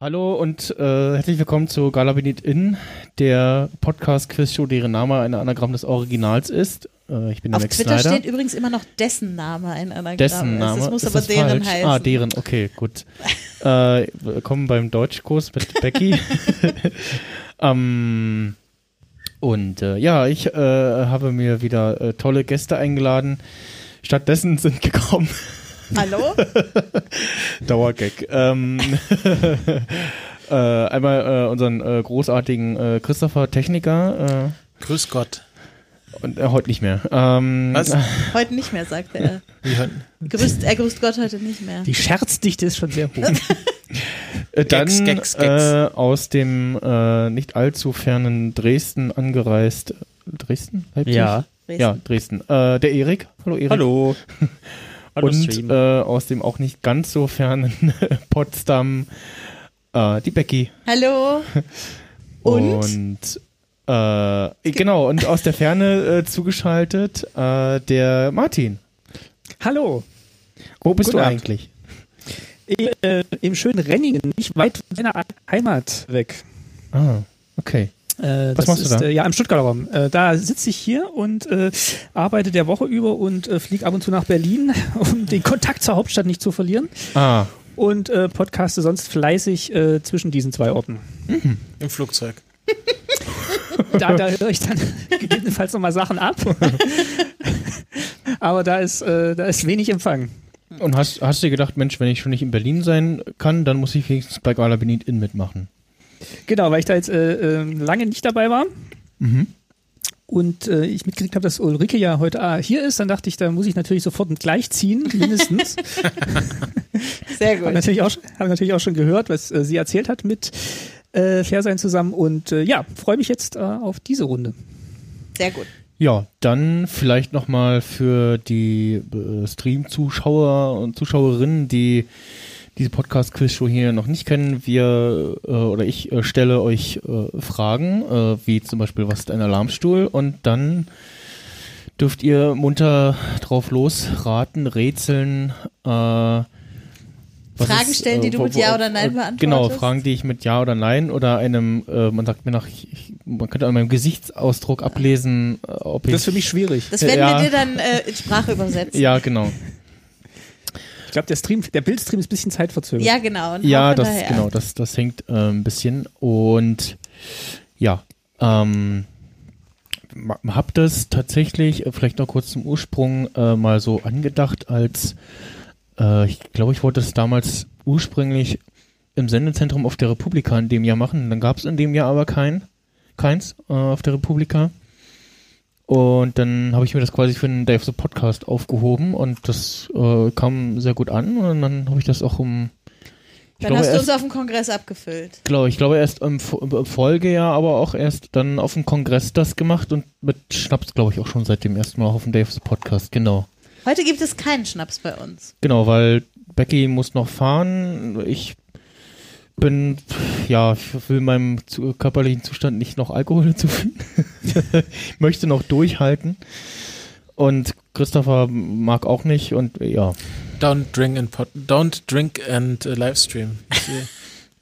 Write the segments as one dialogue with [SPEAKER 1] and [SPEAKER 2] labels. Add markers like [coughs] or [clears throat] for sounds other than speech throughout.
[SPEAKER 1] Hallo und äh, herzlich willkommen zu Galabinit In, der Podcast-Quiz-Show, deren Name ein Anagramm des Originals ist. Äh, ich bin der
[SPEAKER 2] Auf
[SPEAKER 1] Max
[SPEAKER 2] Twitter
[SPEAKER 1] Snyder.
[SPEAKER 2] steht übrigens immer noch dessen Name ein Anagramm.
[SPEAKER 1] Dessen Name.
[SPEAKER 2] Das muss
[SPEAKER 1] ist
[SPEAKER 2] aber
[SPEAKER 1] das
[SPEAKER 2] deren
[SPEAKER 1] falsch?
[SPEAKER 2] heißen.
[SPEAKER 1] Ah, deren, okay,
[SPEAKER 2] [laughs]
[SPEAKER 1] gut. äh, willkommen beim Deutschkurs mit
[SPEAKER 2] [laughs]
[SPEAKER 1] Becky. ähm, und äh, ja, ich äh, habe mir wieder äh, tolle Gäste eingeladen. Stattdessen sind gekommen
[SPEAKER 2] Hallo?
[SPEAKER 1] Dauergag. Ähm, [laughs] äh, einmal äh, unseren äh, großartigen äh, Christopher Techniker
[SPEAKER 3] Grüß Gott.
[SPEAKER 1] äh, und äh, heute nicht mehr. Ähm,
[SPEAKER 3] Was?
[SPEAKER 2] Heute nicht mehr,
[SPEAKER 1] [laughs]
[SPEAKER 2] sagte er.
[SPEAKER 3] Wie hört-
[SPEAKER 2] Grüßt, er grüßt Gott heute nicht mehr.
[SPEAKER 4] Die Scherzdichte ist schon sehr hoch.
[SPEAKER 1] Äh, dann
[SPEAKER 3] Gags, Gags, Gags.
[SPEAKER 1] Äh, aus dem äh, nicht allzu fernen Dresden angereist. Dresden? Leipzig?
[SPEAKER 2] Dresden.
[SPEAKER 1] Ja, Dresden. Äh, der Erik. Hallo Erik. [laughs]
[SPEAKER 4] Hallo. Hallo
[SPEAKER 1] Und
[SPEAKER 4] Stream.
[SPEAKER 1] äh, aus dem auch nicht ganz so fernen [laughs] Potsdam äh, die Becky.
[SPEAKER 2] Hallo? Und?
[SPEAKER 1] Und, äh, genau, und aus der Ferne äh, zugeschaltet äh, der Martin.
[SPEAKER 4] Hallo.
[SPEAKER 1] Wo bist
[SPEAKER 4] Guten
[SPEAKER 1] du
[SPEAKER 4] Abend.
[SPEAKER 1] eigentlich?
[SPEAKER 4] I- äh, Im schönen Renningen, nicht weit von seiner Heimat weg.
[SPEAKER 1] Ah, okay.
[SPEAKER 4] Äh,
[SPEAKER 1] Was
[SPEAKER 4] das
[SPEAKER 1] machst du
[SPEAKER 4] ist,
[SPEAKER 1] da?
[SPEAKER 4] Äh, ja, im Stuttgarter Raum. Äh, da sitze ich hier und äh, arbeite der Woche über und äh, fliege ab und zu nach Berlin, [laughs] um den Kontakt zur Hauptstadt nicht zu verlieren.
[SPEAKER 1] Ah,
[SPEAKER 4] Und äh, podcaste sonst fleißig äh, zwischen diesen zwei Orten.
[SPEAKER 3] Im Flugzeug.
[SPEAKER 4] Da, da höre ich dann [laughs] gegebenenfalls nochmal Sachen ab. [laughs] Aber da ist, äh, da ist wenig Empfang.
[SPEAKER 1] und hast, hast du dir gedacht, Mensch, wenn ich schon nicht in Berlin sein kann, dann muss ich wenigstens bei Gala Benit Inn mitmachen.
[SPEAKER 4] Genau, weil ich da jetzt äh, ähm, lange nicht dabei war.
[SPEAKER 3] Mhm.
[SPEAKER 4] Und äh, ich mitgekriegt habe, dass Ulrike ja heute ah, hier ist, dann dachte ich, da muss ich natürlich sofort
[SPEAKER 3] [laughs]
[SPEAKER 4] gleich ziehen, mindestens.
[SPEAKER 2] Sehr
[SPEAKER 4] habe
[SPEAKER 2] gut.
[SPEAKER 4] natürlich, auch schon- hab natürlich auch schon gehört, was äh, sie erzählt hat mit äh, Fairsein zusammen. Und äh, ja, freue mich jetzt äh, auf diese Runde.
[SPEAKER 2] Sehr gut.
[SPEAKER 1] Ja, dann vielleicht nochmal für die äh, Stream-Zuschauer und Zuschauerinnen, die diese Podcast-Quiz-Show hier noch nicht kennen. Wir äh, oder ich äh, stelle euch äh, Fragen, äh, wie zum Beispiel, was ist ein Alarmstuhl? Und dann dürft ihr munter drauf losraten, rätseln. Äh, was
[SPEAKER 2] Fragen
[SPEAKER 1] ist, äh,
[SPEAKER 2] stellen, die du mit Ja oder Nein beantwortest?
[SPEAKER 1] Genau, Fragen, die ich mit Ja oder Nein oder einem, äh, man sagt mir nach, ich, ich, man könnte an meinem Gesichtsausdruck ablesen, äh, ob ich...
[SPEAKER 4] Das ist für mich schwierig.
[SPEAKER 2] Das werden
[SPEAKER 1] Ja.
[SPEAKER 2] wir dir dann äh, in Sprache übersetzen.
[SPEAKER 1] Ja, genau.
[SPEAKER 4] Ich glaube, der Stream, der Bildstream ist ein bisschen zeitverzögert.
[SPEAKER 2] Ja, genau. Und
[SPEAKER 1] Ja,
[SPEAKER 2] hau
[SPEAKER 1] das,
[SPEAKER 2] hinterher.
[SPEAKER 1] genau, das, das hängt äh, ein bisschen. Und ja, ähm, ma- hab das tatsächlich, äh, vielleicht noch kurz zum Ursprung, äh, mal so angedacht, als äh, ich glaube, ich wollte es damals ursprünglich im Sendezentrum auf der Republika in dem Jahr machen. Dann gab es in dem Jahr aber kein, keins äh, auf der Republika. Und dann habe ich mir das quasi für einen Dave the Podcast aufgehoben und das äh, kam sehr gut an. Und dann habe ich das auch um
[SPEAKER 2] Dann
[SPEAKER 1] glaube,
[SPEAKER 2] hast du
[SPEAKER 1] erst-
[SPEAKER 2] uns auf dem Kongress abgefüllt.
[SPEAKER 1] Genau, ich glaube erst im, Fo- im Folgejahr, aber auch erst dann auf dem Kongress das gemacht und mit Schnaps, glaube ich, auch schon seit dem ersten Mal auf dem Dave's Podcast, genau.
[SPEAKER 2] Heute gibt es keinen Schnaps bei uns.
[SPEAKER 1] Genau, weil Becky muss noch fahren, ich bin, ja, ich will meinem zu, körperlichen Zustand nicht noch Alkohol hinzufügen, [laughs] möchte noch durchhalten und Christopher mag auch nicht und ja,
[SPEAKER 3] Don't drink and pod Don't drink and äh, livestream. Ich, äh,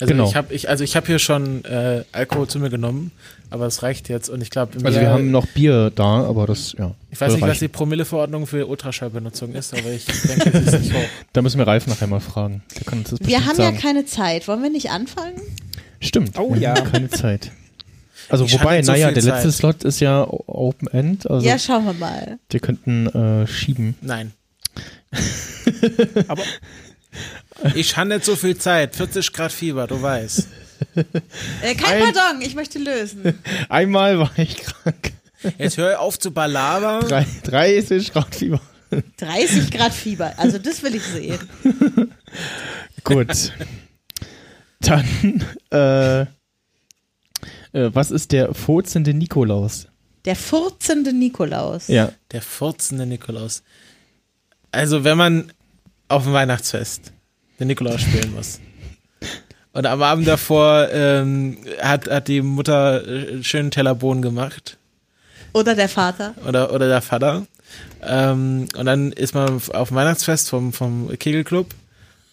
[SPEAKER 3] Also
[SPEAKER 1] Genau.
[SPEAKER 3] ich habe ich, also ich hab hier schon äh, Alkohol zu mir genommen, aber es reicht jetzt. Und ich glaube,
[SPEAKER 1] also wir haben noch Bier da, aber das, ja.
[SPEAKER 3] ich weiß
[SPEAKER 1] soll
[SPEAKER 3] nicht, was
[SPEAKER 1] reichen.
[SPEAKER 3] die Promilleverordnung für Ultraschallbenutzung ist, aber ich denke, sie
[SPEAKER 1] [laughs]
[SPEAKER 3] ist nicht hoch.
[SPEAKER 1] Da müssen wir Ralf nachher mal fragen, der kann uns das
[SPEAKER 2] Wir
[SPEAKER 1] bestimmt
[SPEAKER 2] haben
[SPEAKER 1] sagen.
[SPEAKER 2] ja keine Zeit. Wollen wir nicht anfangen?
[SPEAKER 1] Stimmt.
[SPEAKER 4] Oh
[SPEAKER 1] wir
[SPEAKER 4] ja.
[SPEAKER 1] haben Keine Zeit. Also
[SPEAKER 3] Ich
[SPEAKER 1] wobei,
[SPEAKER 3] hatte so
[SPEAKER 1] naja,
[SPEAKER 3] viel
[SPEAKER 1] der letzte
[SPEAKER 3] Zeit.
[SPEAKER 1] Slot ist ja o- Open End, also
[SPEAKER 2] ja, schauen wir mal.
[SPEAKER 1] wir könnten äh, schieben.
[SPEAKER 3] Nein.
[SPEAKER 4] Aber-
[SPEAKER 3] ich habe nicht so viel Zeit. 40 Grad Fieber, du weißt.
[SPEAKER 2] Äh, kein
[SPEAKER 1] Ein-
[SPEAKER 2] Pardon, ich
[SPEAKER 1] [laughs]
[SPEAKER 2] möchte lösen.
[SPEAKER 1] Einmal war ich krank.
[SPEAKER 3] Jetzt hör auf zu balabern.
[SPEAKER 1] Drei, 30 Grad Fieber.
[SPEAKER 2] 30 Grad Fieber. Also das will ich sehen.
[SPEAKER 1] Gut. Dann, äh, äh, was ist der furzende Nikolaus?
[SPEAKER 2] Der furzende Nikolaus.
[SPEAKER 1] Ja.
[SPEAKER 3] Der furzende Nikolaus. Also, wenn man auf dem Weihnachtsfest den Nikolaus spielen muss. Und am Abend davor ähm, hat, hat die Mutter äh, einen schönen Teller Bohnen gemacht.
[SPEAKER 2] Oder der Vater.
[SPEAKER 3] Oder, oder der Vater. Ähm, und dann ist man auf dem Weihnachtsfest vom, vom Kegelclub.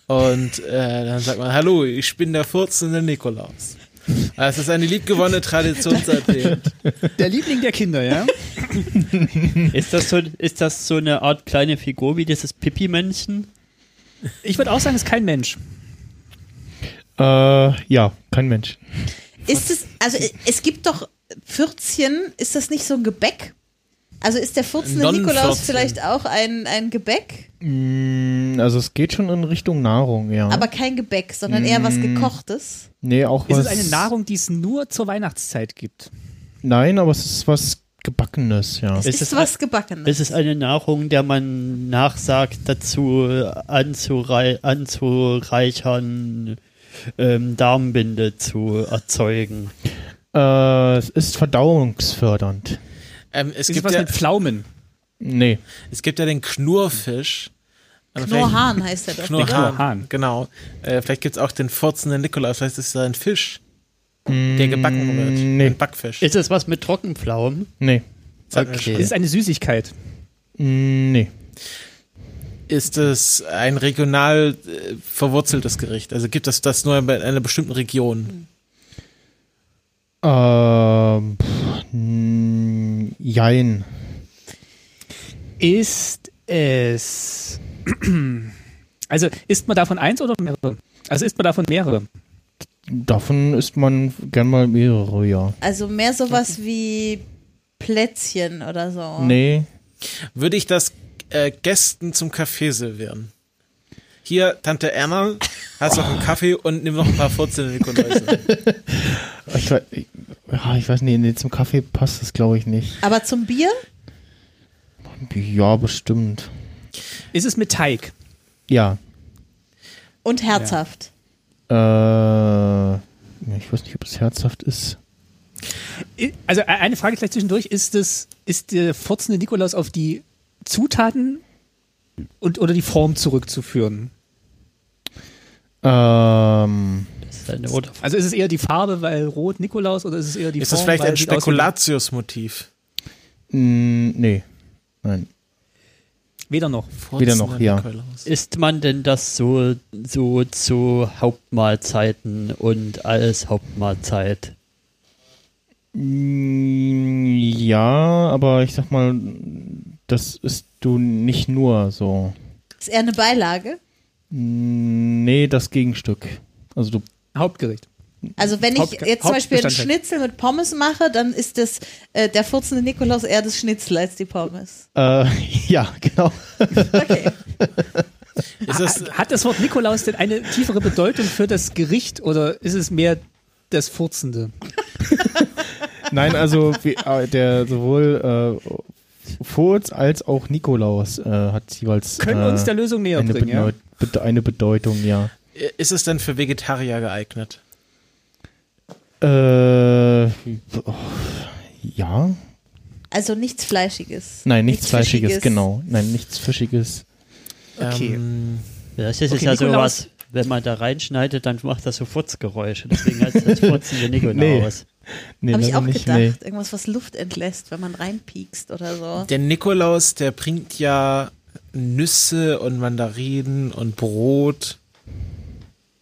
[SPEAKER 3] Und äh, dann sagt man, hallo, ich bin der furzende Nikolaus. Das ist eine liebgewonnene Tradition
[SPEAKER 4] [laughs]
[SPEAKER 3] seitdem.
[SPEAKER 4] Der Liebling der Kinder, ja?
[SPEAKER 5] Ist das, so, ist das so eine Art kleine Figur wie dieses Pippi-Männchen?
[SPEAKER 4] Ich würde auch sagen, es ist kein Mensch.
[SPEAKER 1] Äh, ja, kein Mensch.
[SPEAKER 2] Ist es, also äh, es gibt doch Pfürzchen, ist das nicht so ein Gebäck? Also ist der furzende
[SPEAKER 3] Nonnenpfürzchen.
[SPEAKER 2] Nikolaus vielleicht auch ein, ein Gebäck,
[SPEAKER 1] Mm, Also es geht schon in Richtung Nahrung, ja.
[SPEAKER 2] aber kein Gebäck, sondern eher was gekochtes?
[SPEAKER 1] nee, auch
[SPEAKER 4] Ist
[SPEAKER 1] was.
[SPEAKER 4] es eine Nahrung, die es nur zur Weihnachtszeit gibt?
[SPEAKER 1] Nein, aber es ist was Gebackenes, ja.
[SPEAKER 5] Ist
[SPEAKER 2] Ist,
[SPEAKER 5] es
[SPEAKER 2] was gebackenes?
[SPEAKER 5] Ist es eine Nahrung, der man nachsagt, dazu anzurei anzureichern, ähm, Darmbinde zu erzeugen?
[SPEAKER 1] Äh, es ist verdauungsfördernd.
[SPEAKER 3] Ähm, es,
[SPEAKER 4] Ist es
[SPEAKER 3] gibt
[SPEAKER 4] was
[SPEAKER 3] ja,
[SPEAKER 4] mit Pflaumen?
[SPEAKER 1] Nee.
[SPEAKER 3] es gibt ja den Knurfisch. Aber vielleicht-
[SPEAKER 2] Knorrhahn heißt er doch.
[SPEAKER 3] Knurrhahn.
[SPEAKER 2] oder?
[SPEAKER 4] Knurrhahn.
[SPEAKER 3] Genau. Äh, vielleicht gibt es auch den furzenden Nikolaus. Vielleicht ist es ein Fisch, der
[SPEAKER 4] Mm,
[SPEAKER 3] gebacken wird.
[SPEAKER 1] nee.
[SPEAKER 3] Ein Backfisch.
[SPEAKER 5] Ist es was mit Trockenpflaumen?
[SPEAKER 1] Nee.
[SPEAKER 3] Das hatten wir
[SPEAKER 5] okay.
[SPEAKER 3] schon.
[SPEAKER 4] Ist es eine Süßigkeit?
[SPEAKER 1] Mm, Nee.
[SPEAKER 3] Ist es ein regional äh, verwurzeltes Gericht? Also gibt es das nur bei einer bestimmten Region?
[SPEAKER 1] Ähm, pff, mm, jein.
[SPEAKER 4] Ist es. Also isst man davon eins oder mehrere? Also isst man davon mehrere?
[SPEAKER 1] Davon isst man gern mal mehrere, ja.
[SPEAKER 2] Also mehr sowas wie Plätzchen oder so.
[SPEAKER 1] Nee.
[SPEAKER 3] Würde ich das äh, Gästen zum Kaffee servieren? Hier, Tante Erna, hast noch einen Kaffee und nimm noch ein paar furzende
[SPEAKER 4] [laughs]
[SPEAKER 3] Nikoläuse.
[SPEAKER 1] Ich, we- ich, ja, ich weiß nicht, nee, zum Kaffee passt das, glaube ich, nicht.
[SPEAKER 2] Aber zum Bier?
[SPEAKER 1] Ja, bestimmt.
[SPEAKER 4] Ist es mit Teig?
[SPEAKER 1] Ja.
[SPEAKER 2] Und herzhaft.
[SPEAKER 1] Äh, ich weiß nicht, ob es herzhaft ist.
[SPEAKER 4] I- Also e- eine Frage gleich zwischendurch. Ist es, ist der furzende Nikolaus auf die Zutaten und oder die Form zurückzuführen?
[SPEAKER 1] Ähm,
[SPEAKER 5] Das ist eine Oder
[SPEAKER 4] Also ist es eher die Farbe, weil rot Nikolaus oder ist es eher die
[SPEAKER 3] Ist
[SPEAKER 4] Form?
[SPEAKER 3] das vielleicht
[SPEAKER 4] weil
[SPEAKER 3] ein
[SPEAKER 4] es sieht aus wie-
[SPEAKER 3] Spekulatius-Motiv?
[SPEAKER 1] mm, nee. Nein.
[SPEAKER 4] Weder noch. Äh,
[SPEAKER 1] Wieder noch,
[SPEAKER 3] Furzender
[SPEAKER 1] ja.
[SPEAKER 3] Nikolaus.
[SPEAKER 5] Isst man denn das so, so zu Hauptmahlzeiten und als Hauptmahlzeit?
[SPEAKER 1] Mm, Ja, aber ich sag mal, das ist du nicht nur so.
[SPEAKER 2] Ist eher eine Beilage.
[SPEAKER 1] Mm, Nee, das Gegenstück. Also du.
[SPEAKER 4] Hauptgericht.
[SPEAKER 2] Also wenn ich
[SPEAKER 4] Haupt-
[SPEAKER 2] jetzt zum Beispiel einen
[SPEAKER 4] Hauptbestandteil.
[SPEAKER 2] Schnitzel mit Pommes mache, dann ist das äh, der furzende Nikolaus eher das Schnitzel als die Pommes.
[SPEAKER 1] Äh, [laughs] ja, genau.
[SPEAKER 2] Okay.
[SPEAKER 3] Ist es,
[SPEAKER 4] Ha- Hat das Wort Nikolaus denn eine tiefere Bedeutung für das Gericht oder ist es mehr das Furzende?
[SPEAKER 1] Nein, also wie, äh, der sowohl äh, Furz als auch Nikolaus äh, hat jeweils
[SPEAKER 4] Können
[SPEAKER 1] äh,
[SPEAKER 4] uns der Lösung näher
[SPEAKER 1] eine,
[SPEAKER 4] bringen, ja?
[SPEAKER 1] Bedeut- bede- eine Bedeutung, ja.
[SPEAKER 3] äh, ist es denn für Vegetarier geeignet?
[SPEAKER 1] Äh, oh, ja.
[SPEAKER 2] Also nichts Fleischiges.
[SPEAKER 1] Nein, nichts, Fleischiges,
[SPEAKER 2] Fischiges.
[SPEAKER 1] genau. Nein, nichts Fischiges.
[SPEAKER 4] Okay.
[SPEAKER 3] Ähm,
[SPEAKER 5] Das ist
[SPEAKER 4] Okay,
[SPEAKER 5] ja sowas,
[SPEAKER 4] Nikolaus-
[SPEAKER 5] wenn man da reinschneidet, dann macht das so Furzgeräusche. Deswegen heißt das furzende Nikolaus.
[SPEAKER 1] Nee,
[SPEAKER 2] Habe ich
[SPEAKER 1] leider
[SPEAKER 2] auch
[SPEAKER 1] nicht,
[SPEAKER 2] gedacht.
[SPEAKER 1] nee.
[SPEAKER 2] Irgendwas, was Luft entlässt, wenn man reinpiekst oder so.
[SPEAKER 3] Der Nikolaus, der bringt ja Nüsse und Mandarinen und Brot.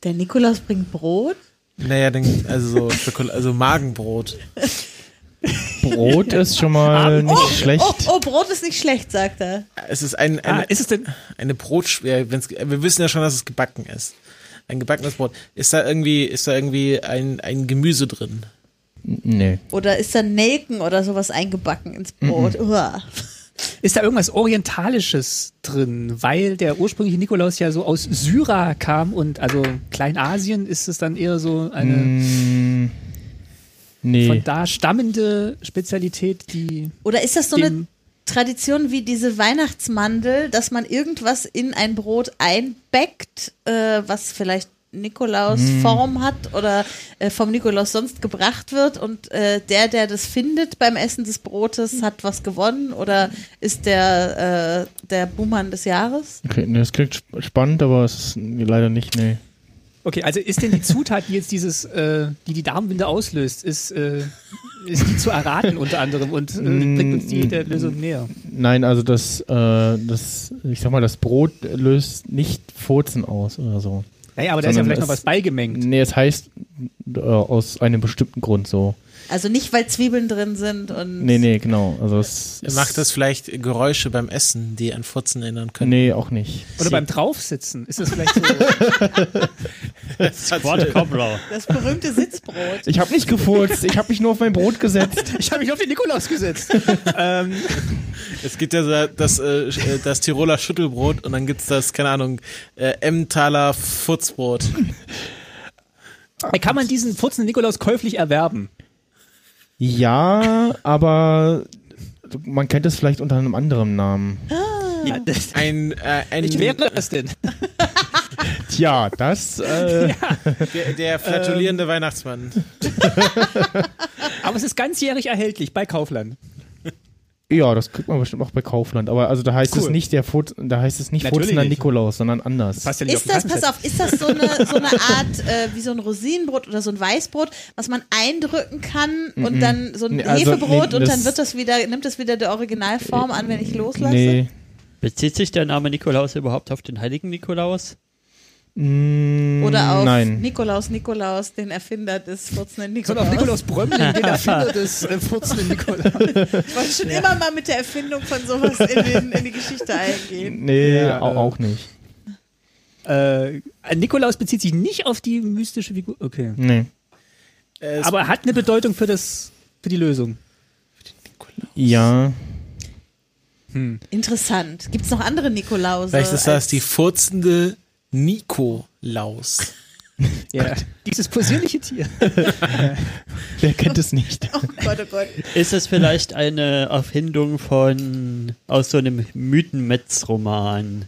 [SPEAKER 2] Der Nikolaus bringt Brot.
[SPEAKER 3] Naja, den, also, so Schokol- also Magenbrot.
[SPEAKER 2] [laughs]
[SPEAKER 1] Brot ist schon mal Äh, nicht schlecht.
[SPEAKER 2] Oh, oh, Brot ist nicht schlecht, sagt er.
[SPEAKER 3] Es ist ein,
[SPEAKER 4] Ah,
[SPEAKER 3] eine,
[SPEAKER 4] ist es denn
[SPEAKER 3] eine Brotschwer. Wenn's, wir wissen ja schon, dass es gebacken ist. Ein gebackenes Brot. Ist da irgendwie, ist da irgendwie ein, ein Gemüse drin?
[SPEAKER 1] Nee.
[SPEAKER 2] Oder ist da Nelken oder sowas eingebacken ins Brot? Uah.
[SPEAKER 4] Ist da irgendwas Orientalisches drin? Weil der ursprüngliche Nikolaus ja so aus Syra kam und also Kleinasien ist es dann eher so eine
[SPEAKER 1] Mm,
[SPEAKER 4] von
[SPEAKER 1] nee.
[SPEAKER 4] da stammende Spezialität, die
[SPEAKER 2] Oder ist das so eine
[SPEAKER 4] dem,
[SPEAKER 2] Tradition wie diese Weihnachtsmandel, dass man irgendwas in ein Brot einbeckt, äh, was vielleicht Nikolaus Form hat oder äh, vom Nikolaus sonst gebracht wird und äh, der, der das findet beim Essen des Brotes, hat was gewonnen oder ist der, äh, der Buhmann des Jahres?
[SPEAKER 1] Okay, nee, das klingt sp- spannend, aber es ist leider nicht, nee.
[SPEAKER 4] Okay, also ist denn die Zutat, die jetzt dieses, äh, die die Darmwinde
[SPEAKER 1] Mm,
[SPEAKER 4] auslöst, ist, äh, ist die zu erraten unter anderem und äh, bringt uns die der Lösung näher?
[SPEAKER 1] nein, also das, äh, das, ich sag mal, das Brot löst nicht Furzen aus oder so.
[SPEAKER 4] Naja, aber da ist ja
[SPEAKER 1] Sondern
[SPEAKER 4] vielleicht
[SPEAKER 1] es-
[SPEAKER 4] noch was beigemengt.
[SPEAKER 1] Nee, es heißt äh, aus einem bestimmten Grund so.
[SPEAKER 2] Also nicht, weil Zwiebeln drin sind und.
[SPEAKER 1] Nee, nee, genau. Also es
[SPEAKER 3] Macht das vielleicht Geräusche beim Essen, die an Furzen erinnern können?
[SPEAKER 1] Nee, auch nicht.
[SPEAKER 4] Oder beim Draufsitzen. Ist
[SPEAKER 1] [laughs]
[SPEAKER 4] das vielleicht so?
[SPEAKER 3] Also,
[SPEAKER 5] Squad Cobra.
[SPEAKER 2] Das berühmte Sitzbrot.
[SPEAKER 1] Ich habe nicht gefurzt, ich habe mich nur auf mein Brot gesetzt.
[SPEAKER 4] ich habe mich auf den Nikolaus
[SPEAKER 1] [laughs]
[SPEAKER 4] gesetzt. ähm,
[SPEAKER 3] Es gibt ja so das, äh, das Tiroler Schüttelbrot und dann gibt's das, keine Ahnung, äh, Emmentaler Furzbrot.
[SPEAKER 4] kann man diesen furzenden Nikolaus käuflich erwerben?
[SPEAKER 1] Ja, aber man kennt es vielleicht unter einem anderen Namen.
[SPEAKER 3] Ein, äh, ein
[SPEAKER 4] Ich wäre das denn?
[SPEAKER 1] Tja, das. Äh,
[SPEAKER 3] der, der flatulierende Weihnachtsmann.
[SPEAKER 4] Aber es ist ganzjährig erhältlich bei Kaufland.
[SPEAKER 1] ja, das kriegt man bestimmt auch bei Kaufland. Aber also da heißt es
[SPEAKER 4] Cool.
[SPEAKER 1] nicht der Furz, da heißt es nicht
[SPEAKER 4] Natürlich
[SPEAKER 1] Furzender
[SPEAKER 4] nicht.
[SPEAKER 1] Nikolaus, sondern anders.
[SPEAKER 4] Passt ja nicht
[SPEAKER 2] Ist
[SPEAKER 4] den
[SPEAKER 2] das, pass
[SPEAKER 4] Kassenzettel.
[SPEAKER 2] auf, ist das so eine, so eine Art äh, wie so ein Rosinenbrot oder so ein Weißbrot, was man eindrücken kann und dann so ein
[SPEAKER 1] Nee, also,
[SPEAKER 2] Hefebrot
[SPEAKER 1] nee,
[SPEAKER 2] und dann
[SPEAKER 1] das-
[SPEAKER 2] wird das wieder, nimmt das wieder der Originalform an, wenn ich loslasse?
[SPEAKER 1] Nee.
[SPEAKER 5] Bezieht sich der Name Nikolaus überhaupt auf den heiligen Nikolaus?
[SPEAKER 1] Mm,
[SPEAKER 2] Oder auf
[SPEAKER 1] Nein.
[SPEAKER 2] Nikolaus Nikolaus, den Erfinder des furzenden
[SPEAKER 4] Sondern auf
[SPEAKER 2] Nikolaus. [laughs]
[SPEAKER 4] Nikolaus Brömling, den [laughs] Erfinder des äh, furzenden Nikolaus.
[SPEAKER 2] Ich wollte schon immer mal mit der Erfindung von sowas in, den, in die
[SPEAKER 1] [laughs]
[SPEAKER 2] Geschichte eingehen.
[SPEAKER 1] Nee,
[SPEAKER 4] Ja,
[SPEAKER 1] au-
[SPEAKER 4] äh,
[SPEAKER 1] auch nicht.
[SPEAKER 4] äh, Nikolaus bezieht sich nicht auf die mystische Figur. Okay.
[SPEAKER 1] Nee.
[SPEAKER 3] Äh, es-
[SPEAKER 4] Aber hat eine Bedeutung für das für die Lösung.
[SPEAKER 1] Ja.
[SPEAKER 2] Interessant. Gibt es noch andere Nikolause?
[SPEAKER 3] vielleicht ist das
[SPEAKER 2] als-
[SPEAKER 3] die furzende Nikolaus.
[SPEAKER 4] Ja. Dieses possierliche Tier.
[SPEAKER 1] [laughs] Wer kennt es nicht?
[SPEAKER 2] [laughs] Oh Gott, oh Gott.
[SPEAKER 5] Ist es vielleicht eine Erfindung von aus so einem Mythenmetz-Roman?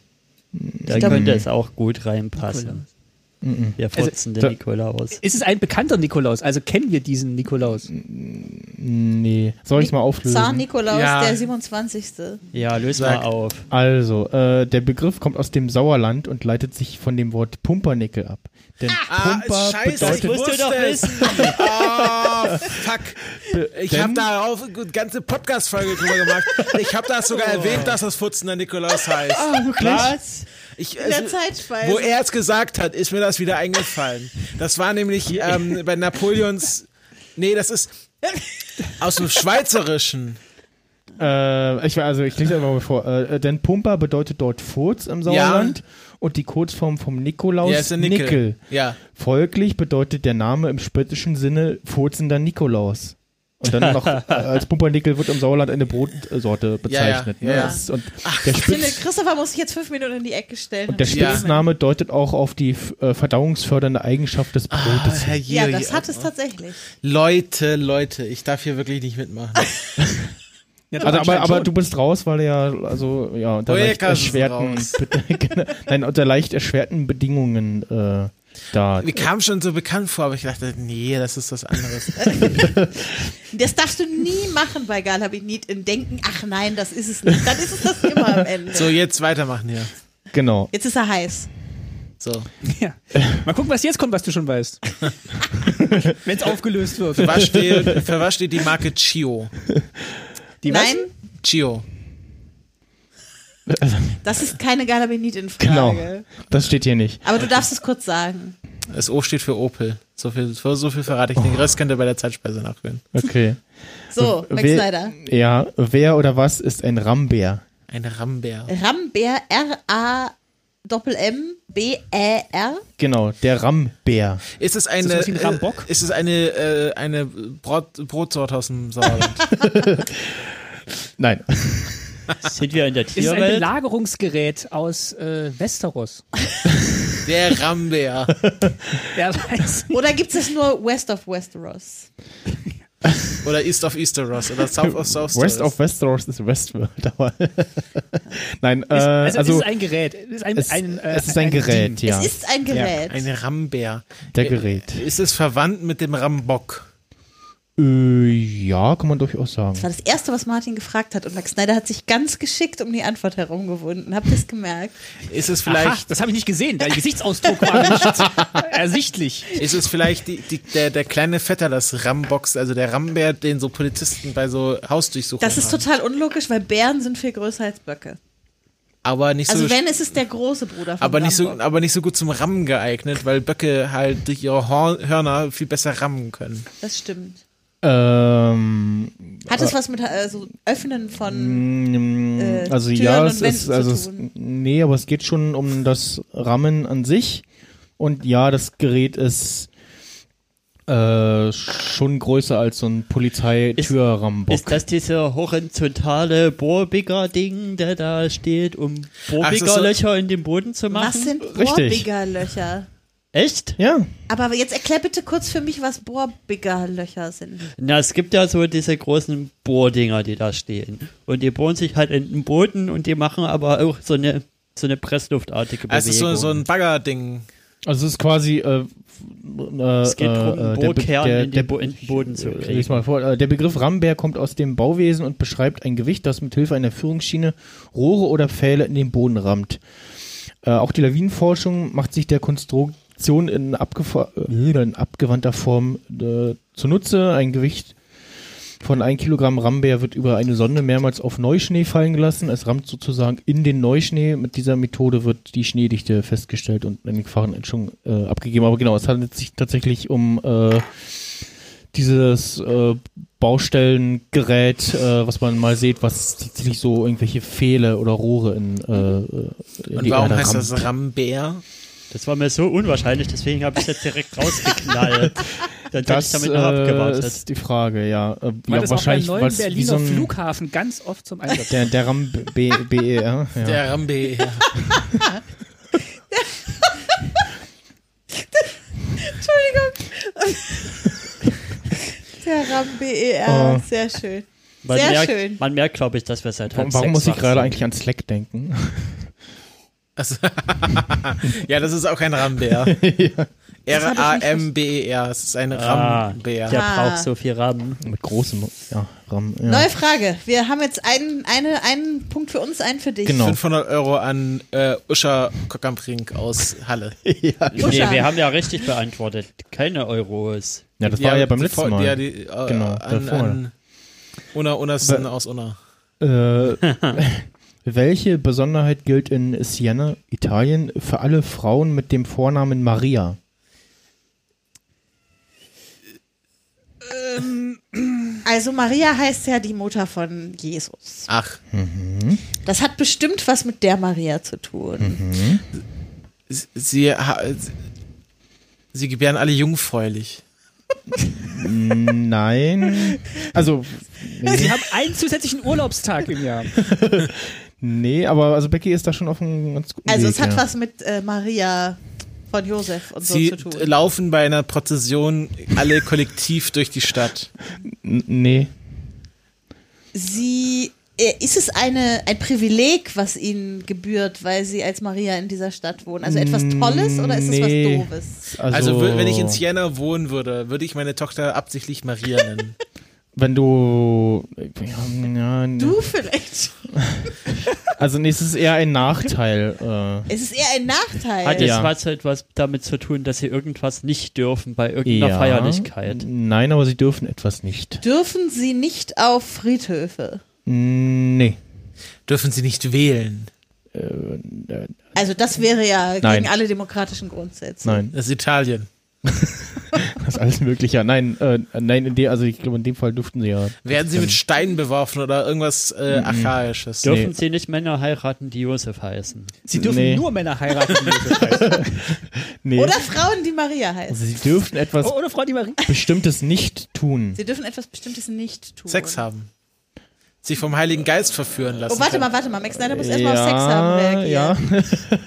[SPEAKER 5] Da
[SPEAKER 2] glaub-
[SPEAKER 5] könnte es auch gut reinpassen. Mhm. Der
[SPEAKER 4] Also,
[SPEAKER 5] furzende
[SPEAKER 1] da-
[SPEAKER 5] Nikolaus.
[SPEAKER 4] Ist es ein bekannter Nikolaus? Also kennen wir diesen Nikolaus?
[SPEAKER 1] [laughs] Nee. Soll ich mal auflösen?
[SPEAKER 2] Zar Nikolaus,
[SPEAKER 3] Ja.
[SPEAKER 2] der 27.
[SPEAKER 5] Ja, löse
[SPEAKER 3] Sag-
[SPEAKER 5] mal auf.
[SPEAKER 1] Also, äh, der Begriff kommt aus dem Sauerland und leitet sich von dem Wort Pumpernickel ab. Denn
[SPEAKER 3] Ah,
[SPEAKER 1] Pumper bedeutet.
[SPEAKER 5] wusste doch
[SPEAKER 3] wissen. Oh, fuck. Ich
[SPEAKER 1] Denn-
[SPEAKER 3] habe da auf ganze Podcast-Folge drüber gemacht. Ich habe das sogar erwähnt, dass das furzender Nikolaus heißt.
[SPEAKER 5] Was?
[SPEAKER 3] Ich,
[SPEAKER 2] In der
[SPEAKER 3] also-
[SPEAKER 2] Zeitspeise.
[SPEAKER 3] Wo er es gesagt hat, ist mir das wieder eingefallen. Das war nämlich ähm, bei Napoleons. Nee, das [laughs] ist aus dem Schweizerischen.
[SPEAKER 1] Äh, ich, also, ich lese einfach mal vor. Äh, denn Pumper bedeutet dort Furz im Sauerland und die Kurzform vom Nikolaus
[SPEAKER 3] Ja, ist der Nickel. Ja.
[SPEAKER 1] Folglich bedeutet der Name im spöttischen Sinne furzender Nikolaus. Und dann [laughs] noch äh, als Pumpernickel wird im Sauerland eine Brotsorte bezeichnet.
[SPEAKER 3] ja,
[SPEAKER 1] ne?
[SPEAKER 3] ja.
[SPEAKER 1] Das- Und der
[SPEAKER 2] Ich finde,
[SPEAKER 1] Spitz,
[SPEAKER 2] Christopher muss sich jetzt fünf Minuten in die Ecke stellen.
[SPEAKER 1] Und der
[SPEAKER 3] Ja.
[SPEAKER 1] Spitzname deutet auch auf die f- äh, verdauungsfördernde Eigenschaft des
[SPEAKER 3] Ah,
[SPEAKER 1] Brotes. hin.
[SPEAKER 2] ja, das
[SPEAKER 1] äh,
[SPEAKER 2] hat es tatsächlich.
[SPEAKER 3] Leute, Leute, ich darf hier wirklich nicht mitmachen.
[SPEAKER 4] Ja,
[SPEAKER 1] also, aber,
[SPEAKER 4] anscheinend
[SPEAKER 1] aber
[SPEAKER 4] schon.
[SPEAKER 1] du bist raus, weil du ja, also, ja, unter
[SPEAKER 3] Projekt
[SPEAKER 1] leicht
[SPEAKER 3] hast du
[SPEAKER 1] erschwerten,
[SPEAKER 3] raus.
[SPEAKER 1] [laughs] Genau. nein, unter leicht erschwerten Bedingungen äh, da.
[SPEAKER 3] [laughs] Mir kam schon so bekannt vor, aber ich dachte, nee, das ist was anderes.
[SPEAKER 2] Das darfst du nie machen bei Galabinit in Denken, ach nein, das ist es nicht. Dann ist es das immer am Ende.
[SPEAKER 3] So, jetzt weitermachen hier.
[SPEAKER 1] Genau.
[SPEAKER 2] Jetzt ist er heiß.
[SPEAKER 3] So.
[SPEAKER 4] Ja. Mal gucken, was jetzt kommt, was du schon [laughs] weißt. Wenn es aufgelöst wird.
[SPEAKER 3] Für [laughs] was, steht, für was steht die Marke Chio?
[SPEAKER 4] Die
[SPEAKER 2] nein,
[SPEAKER 3] Chio.
[SPEAKER 2] das ist keine Galabinit in Frage.
[SPEAKER 1] Genau. Das steht hier nicht.
[SPEAKER 2] Aber du darfst es kurz sagen.
[SPEAKER 3] Das O steht für Opel. So viel, so so viel verrate ich. Den Rest könnt ihr bei der Zeitspeise nachhören.
[SPEAKER 1] Okay.
[SPEAKER 2] So, Max
[SPEAKER 1] Wer-
[SPEAKER 2] Snyder.
[SPEAKER 1] Ja, wer oder was ist ein Rambär?
[SPEAKER 3] Ein Rambär.
[SPEAKER 2] Rambär, R-A-M-M-B-Ä-R.
[SPEAKER 1] Genau, der Rambär.
[SPEAKER 3] Ist es eine,
[SPEAKER 4] sowas wie ein
[SPEAKER 3] äh,
[SPEAKER 4] Rambock?
[SPEAKER 3] ist es eine, äh, eine Brot, Brotsorte aus dem Sauerland?
[SPEAKER 1] Nein.
[SPEAKER 5] Sind wir in der
[SPEAKER 4] ist ein
[SPEAKER 5] Tierwelt?
[SPEAKER 4] Belagerungsgerät aus äh,
[SPEAKER 1] [laughs]
[SPEAKER 4] Westeros.
[SPEAKER 3] Der Rambär.
[SPEAKER 4] Wer weiß.
[SPEAKER 2] Oder gibt es nur West of Westeros?
[SPEAKER 3] Oder East of Easteros oder South of South
[SPEAKER 1] West of Westeros ist Westworld, aber. [laughs] nein, äh, also,
[SPEAKER 4] Ist, also, ist es ein Gerät. Ist ein,
[SPEAKER 1] es,
[SPEAKER 4] ein, äh,
[SPEAKER 1] es ist ein Gerät, ja.
[SPEAKER 2] Es ist ein Gerät.
[SPEAKER 3] Ein Rambär.
[SPEAKER 1] der Gerät.
[SPEAKER 3] Ist es verwandt mit dem Rambock?
[SPEAKER 1] Äh, ja, kann man durchaus sagen.
[SPEAKER 2] Das war das Erste, was Martin gefragt hat. Und Max Snyder hat sich ganz geschickt um die Antwort herumgewunden. Habt ihr es gemerkt?
[SPEAKER 3] Ist es vielleicht,
[SPEAKER 4] Aha, das habe ich nicht gesehen. Dein Gesichtsausdruck war
[SPEAKER 1] [laughs]
[SPEAKER 4] nicht ersichtlich.
[SPEAKER 3] ist es vielleicht die, die, der, der kleine Vetter, das Rambox, also der Rambär, den so Polizisten bei so Hausdurchsuchungen
[SPEAKER 2] Das ist
[SPEAKER 1] Genau.
[SPEAKER 3] haben.
[SPEAKER 2] total unlogisch, weil Bären sind viel größer als Böcke.
[SPEAKER 3] Aber nicht
[SPEAKER 2] Also
[SPEAKER 3] so
[SPEAKER 2] wenn, ist es der große Bruder von
[SPEAKER 3] aber nicht, so,
[SPEAKER 2] Rambo.
[SPEAKER 3] aber nicht so gut zum Rammen geeignet, weil Böcke halt durch ihre Hor- Hörner viel besser rammen können.
[SPEAKER 2] Das stimmt.
[SPEAKER 1] Ähm,
[SPEAKER 2] Hat es was mit äh, so Öffnen von...
[SPEAKER 1] Mm,
[SPEAKER 2] äh,
[SPEAKER 1] also
[SPEAKER 2] Türen
[SPEAKER 1] ja,
[SPEAKER 2] und
[SPEAKER 1] es
[SPEAKER 2] Wänden
[SPEAKER 1] ist
[SPEAKER 2] zu
[SPEAKER 1] also es,
[SPEAKER 2] tun.
[SPEAKER 1] nee, aber es geht schon um das Rammen an sich und ja, das Gerät ist äh, schon größer als so ein Polizeitürrambock.
[SPEAKER 5] Ist das dieser horizontale Bohrbiger-Ding, der da steht, um Bohrbigerlöcher in den Boden zu machen?
[SPEAKER 2] Was sind
[SPEAKER 1] Richtig.
[SPEAKER 2] Bohrbigger-Löcher?
[SPEAKER 5] Echt?
[SPEAKER 1] Ja,
[SPEAKER 2] Aber jetzt erklär bitte kurz für mich, was Bohrbigger-Löcher sind.
[SPEAKER 5] Na, es gibt ja so diese großen Bohrdinger, die da stehen. Und die bohren sich halt in den Boden und die machen aber auch so eine, so eine Pressluftartige Bewegung.
[SPEAKER 3] Also es ist so, so ein Bagger-Ding.
[SPEAKER 1] also es ist quasi äh, äh,
[SPEAKER 5] es geht darum,
[SPEAKER 1] äh,
[SPEAKER 5] einen
[SPEAKER 1] der Be-
[SPEAKER 5] Bohrkern
[SPEAKER 1] der-
[SPEAKER 5] in
[SPEAKER 1] der-
[SPEAKER 5] den Bo in den Boden zu
[SPEAKER 1] Ich lese
[SPEAKER 5] kriegen.
[SPEAKER 1] mal vor. Äh, Der Begriff Rammbär kommt aus dem Bauwesen und beschreibt ein Gewicht, das mit Hilfe einer Führungsschiene Rohre oder Pfähle in den Boden rammt. Äh, auch die Lawinenforschung macht sich der Konstruktion in, abgefa- äh, in abgewandter Form äh, zunutze. Ein Gewicht von 1 Kilogramm Rammbär wird über eine Sonde mehrmals auf Neuschnee fallen gelassen. Es rammt sozusagen in den Neuschnee. Mit dieser Methode wird die Schneedichte festgestellt und eine Gefahrenentschädigung äh, abgegeben. Aber genau, es handelt sich tatsächlich um äh, dieses äh, Baustellengerät, äh, was man mal sieht, was tatsächlich so irgendwelche Pfähle oder Rohre in, äh, in
[SPEAKER 3] Und
[SPEAKER 1] die
[SPEAKER 3] warum
[SPEAKER 1] Erde
[SPEAKER 3] heißt
[SPEAKER 1] rammt.
[SPEAKER 3] das Rambär?
[SPEAKER 5] Das war mir so unwahrscheinlich, deswegen habe ich es
[SPEAKER 1] [laughs]
[SPEAKER 5] jetzt direkt rausgeknallt. Dann hätte ich
[SPEAKER 1] Das
[SPEAKER 5] damit noch
[SPEAKER 1] äh,
[SPEAKER 5] abgewartet.
[SPEAKER 1] ist die Frage, ja. Äh,
[SPEAKER 4] Weil
[SPEAKER 1] ja
[SPEAKER 4] das
[SPEAKER 1] wahrscheinlich,
[SPEAKER 4] auch beim
[SPEAKER 1] weil
[SPEAKER 4] neuen
[SPEAKER 1] es wie so
[SPEAKER 4] Berliner
[SPEAKER 1] ein,
[SPEAKER 4] Flughafen ganz oft zum Einsatz
[SPEAKER 1] der, der RAM B- BER. Ja.
[SPEAKER 3] Der Rambär.
[SPEAKER 2] Der Ram-BER,
[SPEAKER 1] Oh.
[SPEAKER 2] E sehr schön.
[SPEAKER 5] Man
[SPEAKER 2] sehr
[SPEAKER 5] merkt,
[SPEAKER 2] schön.
[SPEAKER 5] Man merkt, glaube ich, dass wir seit
[SPEAKER 1] Warum,
[SPEAKER 5] halb
[SPEAKER 1] warum
[SPEAKER 5] sechs
[SPEAKER 1] muss ich
[SPEAKER 5] wach
[SPEAKER 1] gerade
[SPEAKER 5] sind.
[SPEAKER 1] eigentlich an Slack denken? [laughs]
[SPEAKER 3] Also, ja, das ist auch ein Rambär.
[SPEAKER 1] [laughs]
[SPEAKER 3] R-A-M-B-E-R. Es E ist ein
[SPEAKER 5] Ah,
[SPEAKER 3] Rambär.
[SPEAKER 5] der
[SPEAKER 2] Ah.
[SPEAKER 5] braucht so viel Rahmen.
[SPEAKER 1] Mit großem ja, RAM. Ja.
[SPEAKER 2] Neue Frage. Wir haben jetzt einen, eine, einen Punkt für uns, einen für dich.
[SPEAKER 1] Genau.
[SPEAKER 3] 500 Euro an äh, Uscha Kockamprink aus Halle.
[SPEAKER 5] Nee,
[SPEAKER 2] Usha.
[SPEAKER 5] wir haben ja richtig beantwortet. Keine Euros.
[SPEAKER 1] ja, das war ja beim letzten
[SPEAKER 3] die-
[SPEAKER 1] Mal.
[SPEAKER 3] Ja, die, äh,
[SPEAKER 1] Genau,
[SPEAKER 3] an,
[SPEAKER 1] davor.
[SPEAKER 3] an Una Unasen
[SPEAKER 1] Aber-
[SPEAKER 3] aus Una.
[SPEAKER 1] Äh, [laughs] welche Besonderheit gilt in Siena, Italien, für alle Frauen mit dem Vornamen Maria?
[SPEAKER 2] Also Maria heißt ja die Mutter von Jesus.
[SPEAKER 3] Ach,
[SPEAKER 2] Das hat bestimmt was mit der Maria zu tun.
[SPEAKER 1] Mhm.
[SPEAKER 3] sie, sie, ha- sie- sie gebären alle jungfräulich.
[SPEAKER 2] [laughs]
[SPEAKER 1] Nein. Also,
[SPEAKER 4] Sie
[SPEAKER 1] nee,
[SPEAKER 4] haben einen zusätzlichen Urlaubstag im Jahr.
[SPEAKER 1] nee, aber also Becky ist da schon auf einem ganz guten
[SPEAKER 2] Also
[SPEAKER 1] Weg,
[SPEAKER 2] es hat
[SPEAKER 1] ja.
[SPEAKER 2] was mit äh, Maria von Josef und
[SPEAKER 3] Sie
[SPEAKER 2] so zu
[SPEAKER 3] d-
[SPEAKER 1] äh,
[SPEAKER 2] tun.
[SPEAKER 3] laufen bei einer Prozession alle kollektiv [laughs] durch die Stadt.
[SPEAKER 1] N nee.
[SPEAKER 2] Sie äh, ist es eine, ein Privileg, was ihnen gebührt, weil sie als Maria in dieser Stadt wohnen? Also etwas Tolles oder ist es
[SPEAKER 1] Mm, Nee.
[SPEAKER 2] was Doofes?
[SPEAKER 1] Also,
[SPEAKER 3] Also, wür- wenn ich in Siena wohnen würde, würde ich meine Tochter absichtlich Maria
[SPEAKER 1] [laughs]
[SPEAKER 3] nennen.
[SPEAKER 1] Wenn du. Ja, ja,
[SPEAKER 2] Du vielleicht.
[SPEAKER 1] Also, nee, es ist eher ein Nachteil. Äh.
[SPEAKER 2] Es ist eher ein Nachteil.
[SPEAKER 5] Hat jetzt
[SPEAKER 1] Ja.
[SPEAKER 5] was etwas damit zu tun, dass sie irgendwas nicht dürfen bei irgendeiner Feierlichkeit?
[SPEAKER 1] Nein, aber sie dürfen etwas nicht.
[SPEAKER 2] Dürfen sie nicht auf Friedhöfe?
[SPEAKER 1] Nee.
[SPEAKER 3] Dürfen sie nicht wählen.
[SPEAKER 2] Also das wäre ja gegen
[SPEAKER 1] Nein.
[SPEAKER 2] alle demokratischen Grundsätze.
[SPEAKER 1] Nein.
[SPEAKER 3] Das ist Italien.
[SPEAKER 1] [laughs] Das ist alles möglich, ja. Nein, äh, nein, in dem, also ich glaube, in dem Fall dürften sie ja.
[SPEAKER 3] Werden sie mit Steinen beworfen oder irgendwas
[SPEAKER 1] Mhm.
[SPEAKER 3] äh, Archaisches?
[SPEAKER 5] Dürfen sie nicht Männer heiraten, die Josef heißen?
[SPEAKER 4] Sie dürfen
[SPEAKER 1] Nee.
[SPEAKER 4] nur Männer heiraten. die
[SPEAKER 1] [laughs]
[SPEAKER 4] Jesus heißen.
[SPEAKER 1] Nee.
[SPEAKER 2] Oder Frauen, die Maria heißt.
[SPEAKER 1] also sie dürfen etwas
[SPEAKER 2] [laughs]
[SPEAKER 4] Oh, Ohne Frau, die Marie.
[SPEAKER 1] Bestimmtes nicht tun.
[SPEAKER 2] Sie dürfen etwas Bestimmtes nicht tun.
[SPEAKER 3] Sex haben. Sich vom Heiligen Geist verführen lassen.
[SPEAKER 2] Oh, warte mal,
[SPEAKER 3] können.
[SPEAKER 2] warte mal. Max Snyder muss erstmal auf Sex haben reagieren.
[SPEAKER 1] Ja,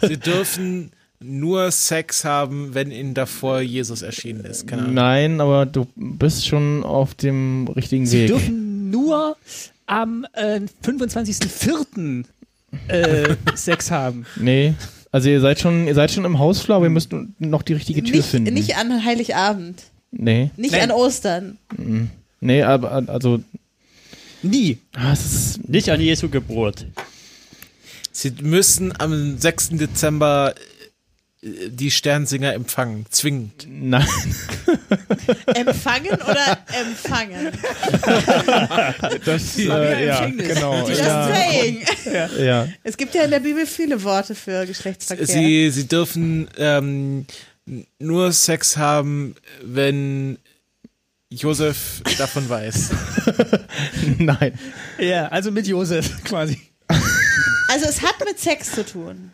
[SPEAKER 3] Sie dürfen nur Sex haben, wenn ihnen davor Jesus erschienen ist. Keine Ahnung.
[SPEAKER 1] Nein, aber du bist schon auf dem richtigen
[SPEAKER 4] Sie
[SPEAKER 1] Weg.
[SPEAKER 4] dürfen nur am äh, 25.04.
[SPEAKER 1] [laughs]
[SPEAKER 4] Äh, Sex haben.
[SPEAKER 1] Nee. Also ihr seid schon, ihr seid schon im Hausflur, aber ihr müsst noch die richtige Tür
[SPEAKER 2] Nicht,
[SPEAKER 1] finden.
[SPEAKER 2] nicht an Heiligabend.
[SPEAKER 1] nee.
[SPEAKER 2] Nicht
[SPEAKER 3] [laughs] Nein.
[SPEAKER 2] an Ostern.
[SPEAKER 1] Nee, aber also,
[SPEAKER 3] Nie.
[SPEAKER 1] ah, es ist
[SPEAKER 5] Nicht an Jesu Geburt.
[SPEAKER 3] Sie müssen am 6. Dezember äh, die Sternsinger empfangen. Zwingend.
[SPEAKER 1] nein,
[SPEAKER 2] Empfangen oder empfangen?
[SPEAKER 1] [laughs] das äh, ja, genau.
[SPEAKER 2] Just
[SPEAKER 1] Ja,
[SPEAKER 2] saying.
[SPEAKER 1] ja.
[SPEAKER 2] Es gibt ja in der Bibel viele Worte für Geschlechtsverkehr.
[SPEAKER 3] Sie, sie dürfen ähm, nur Sex haben, wenn Josef davon weiß.
[SPEAKER 1] nein.
[SPEAKER 4] Ja, also mit Josef quasi.
[SPEAKER 2] also es hat mit Sex zu tun.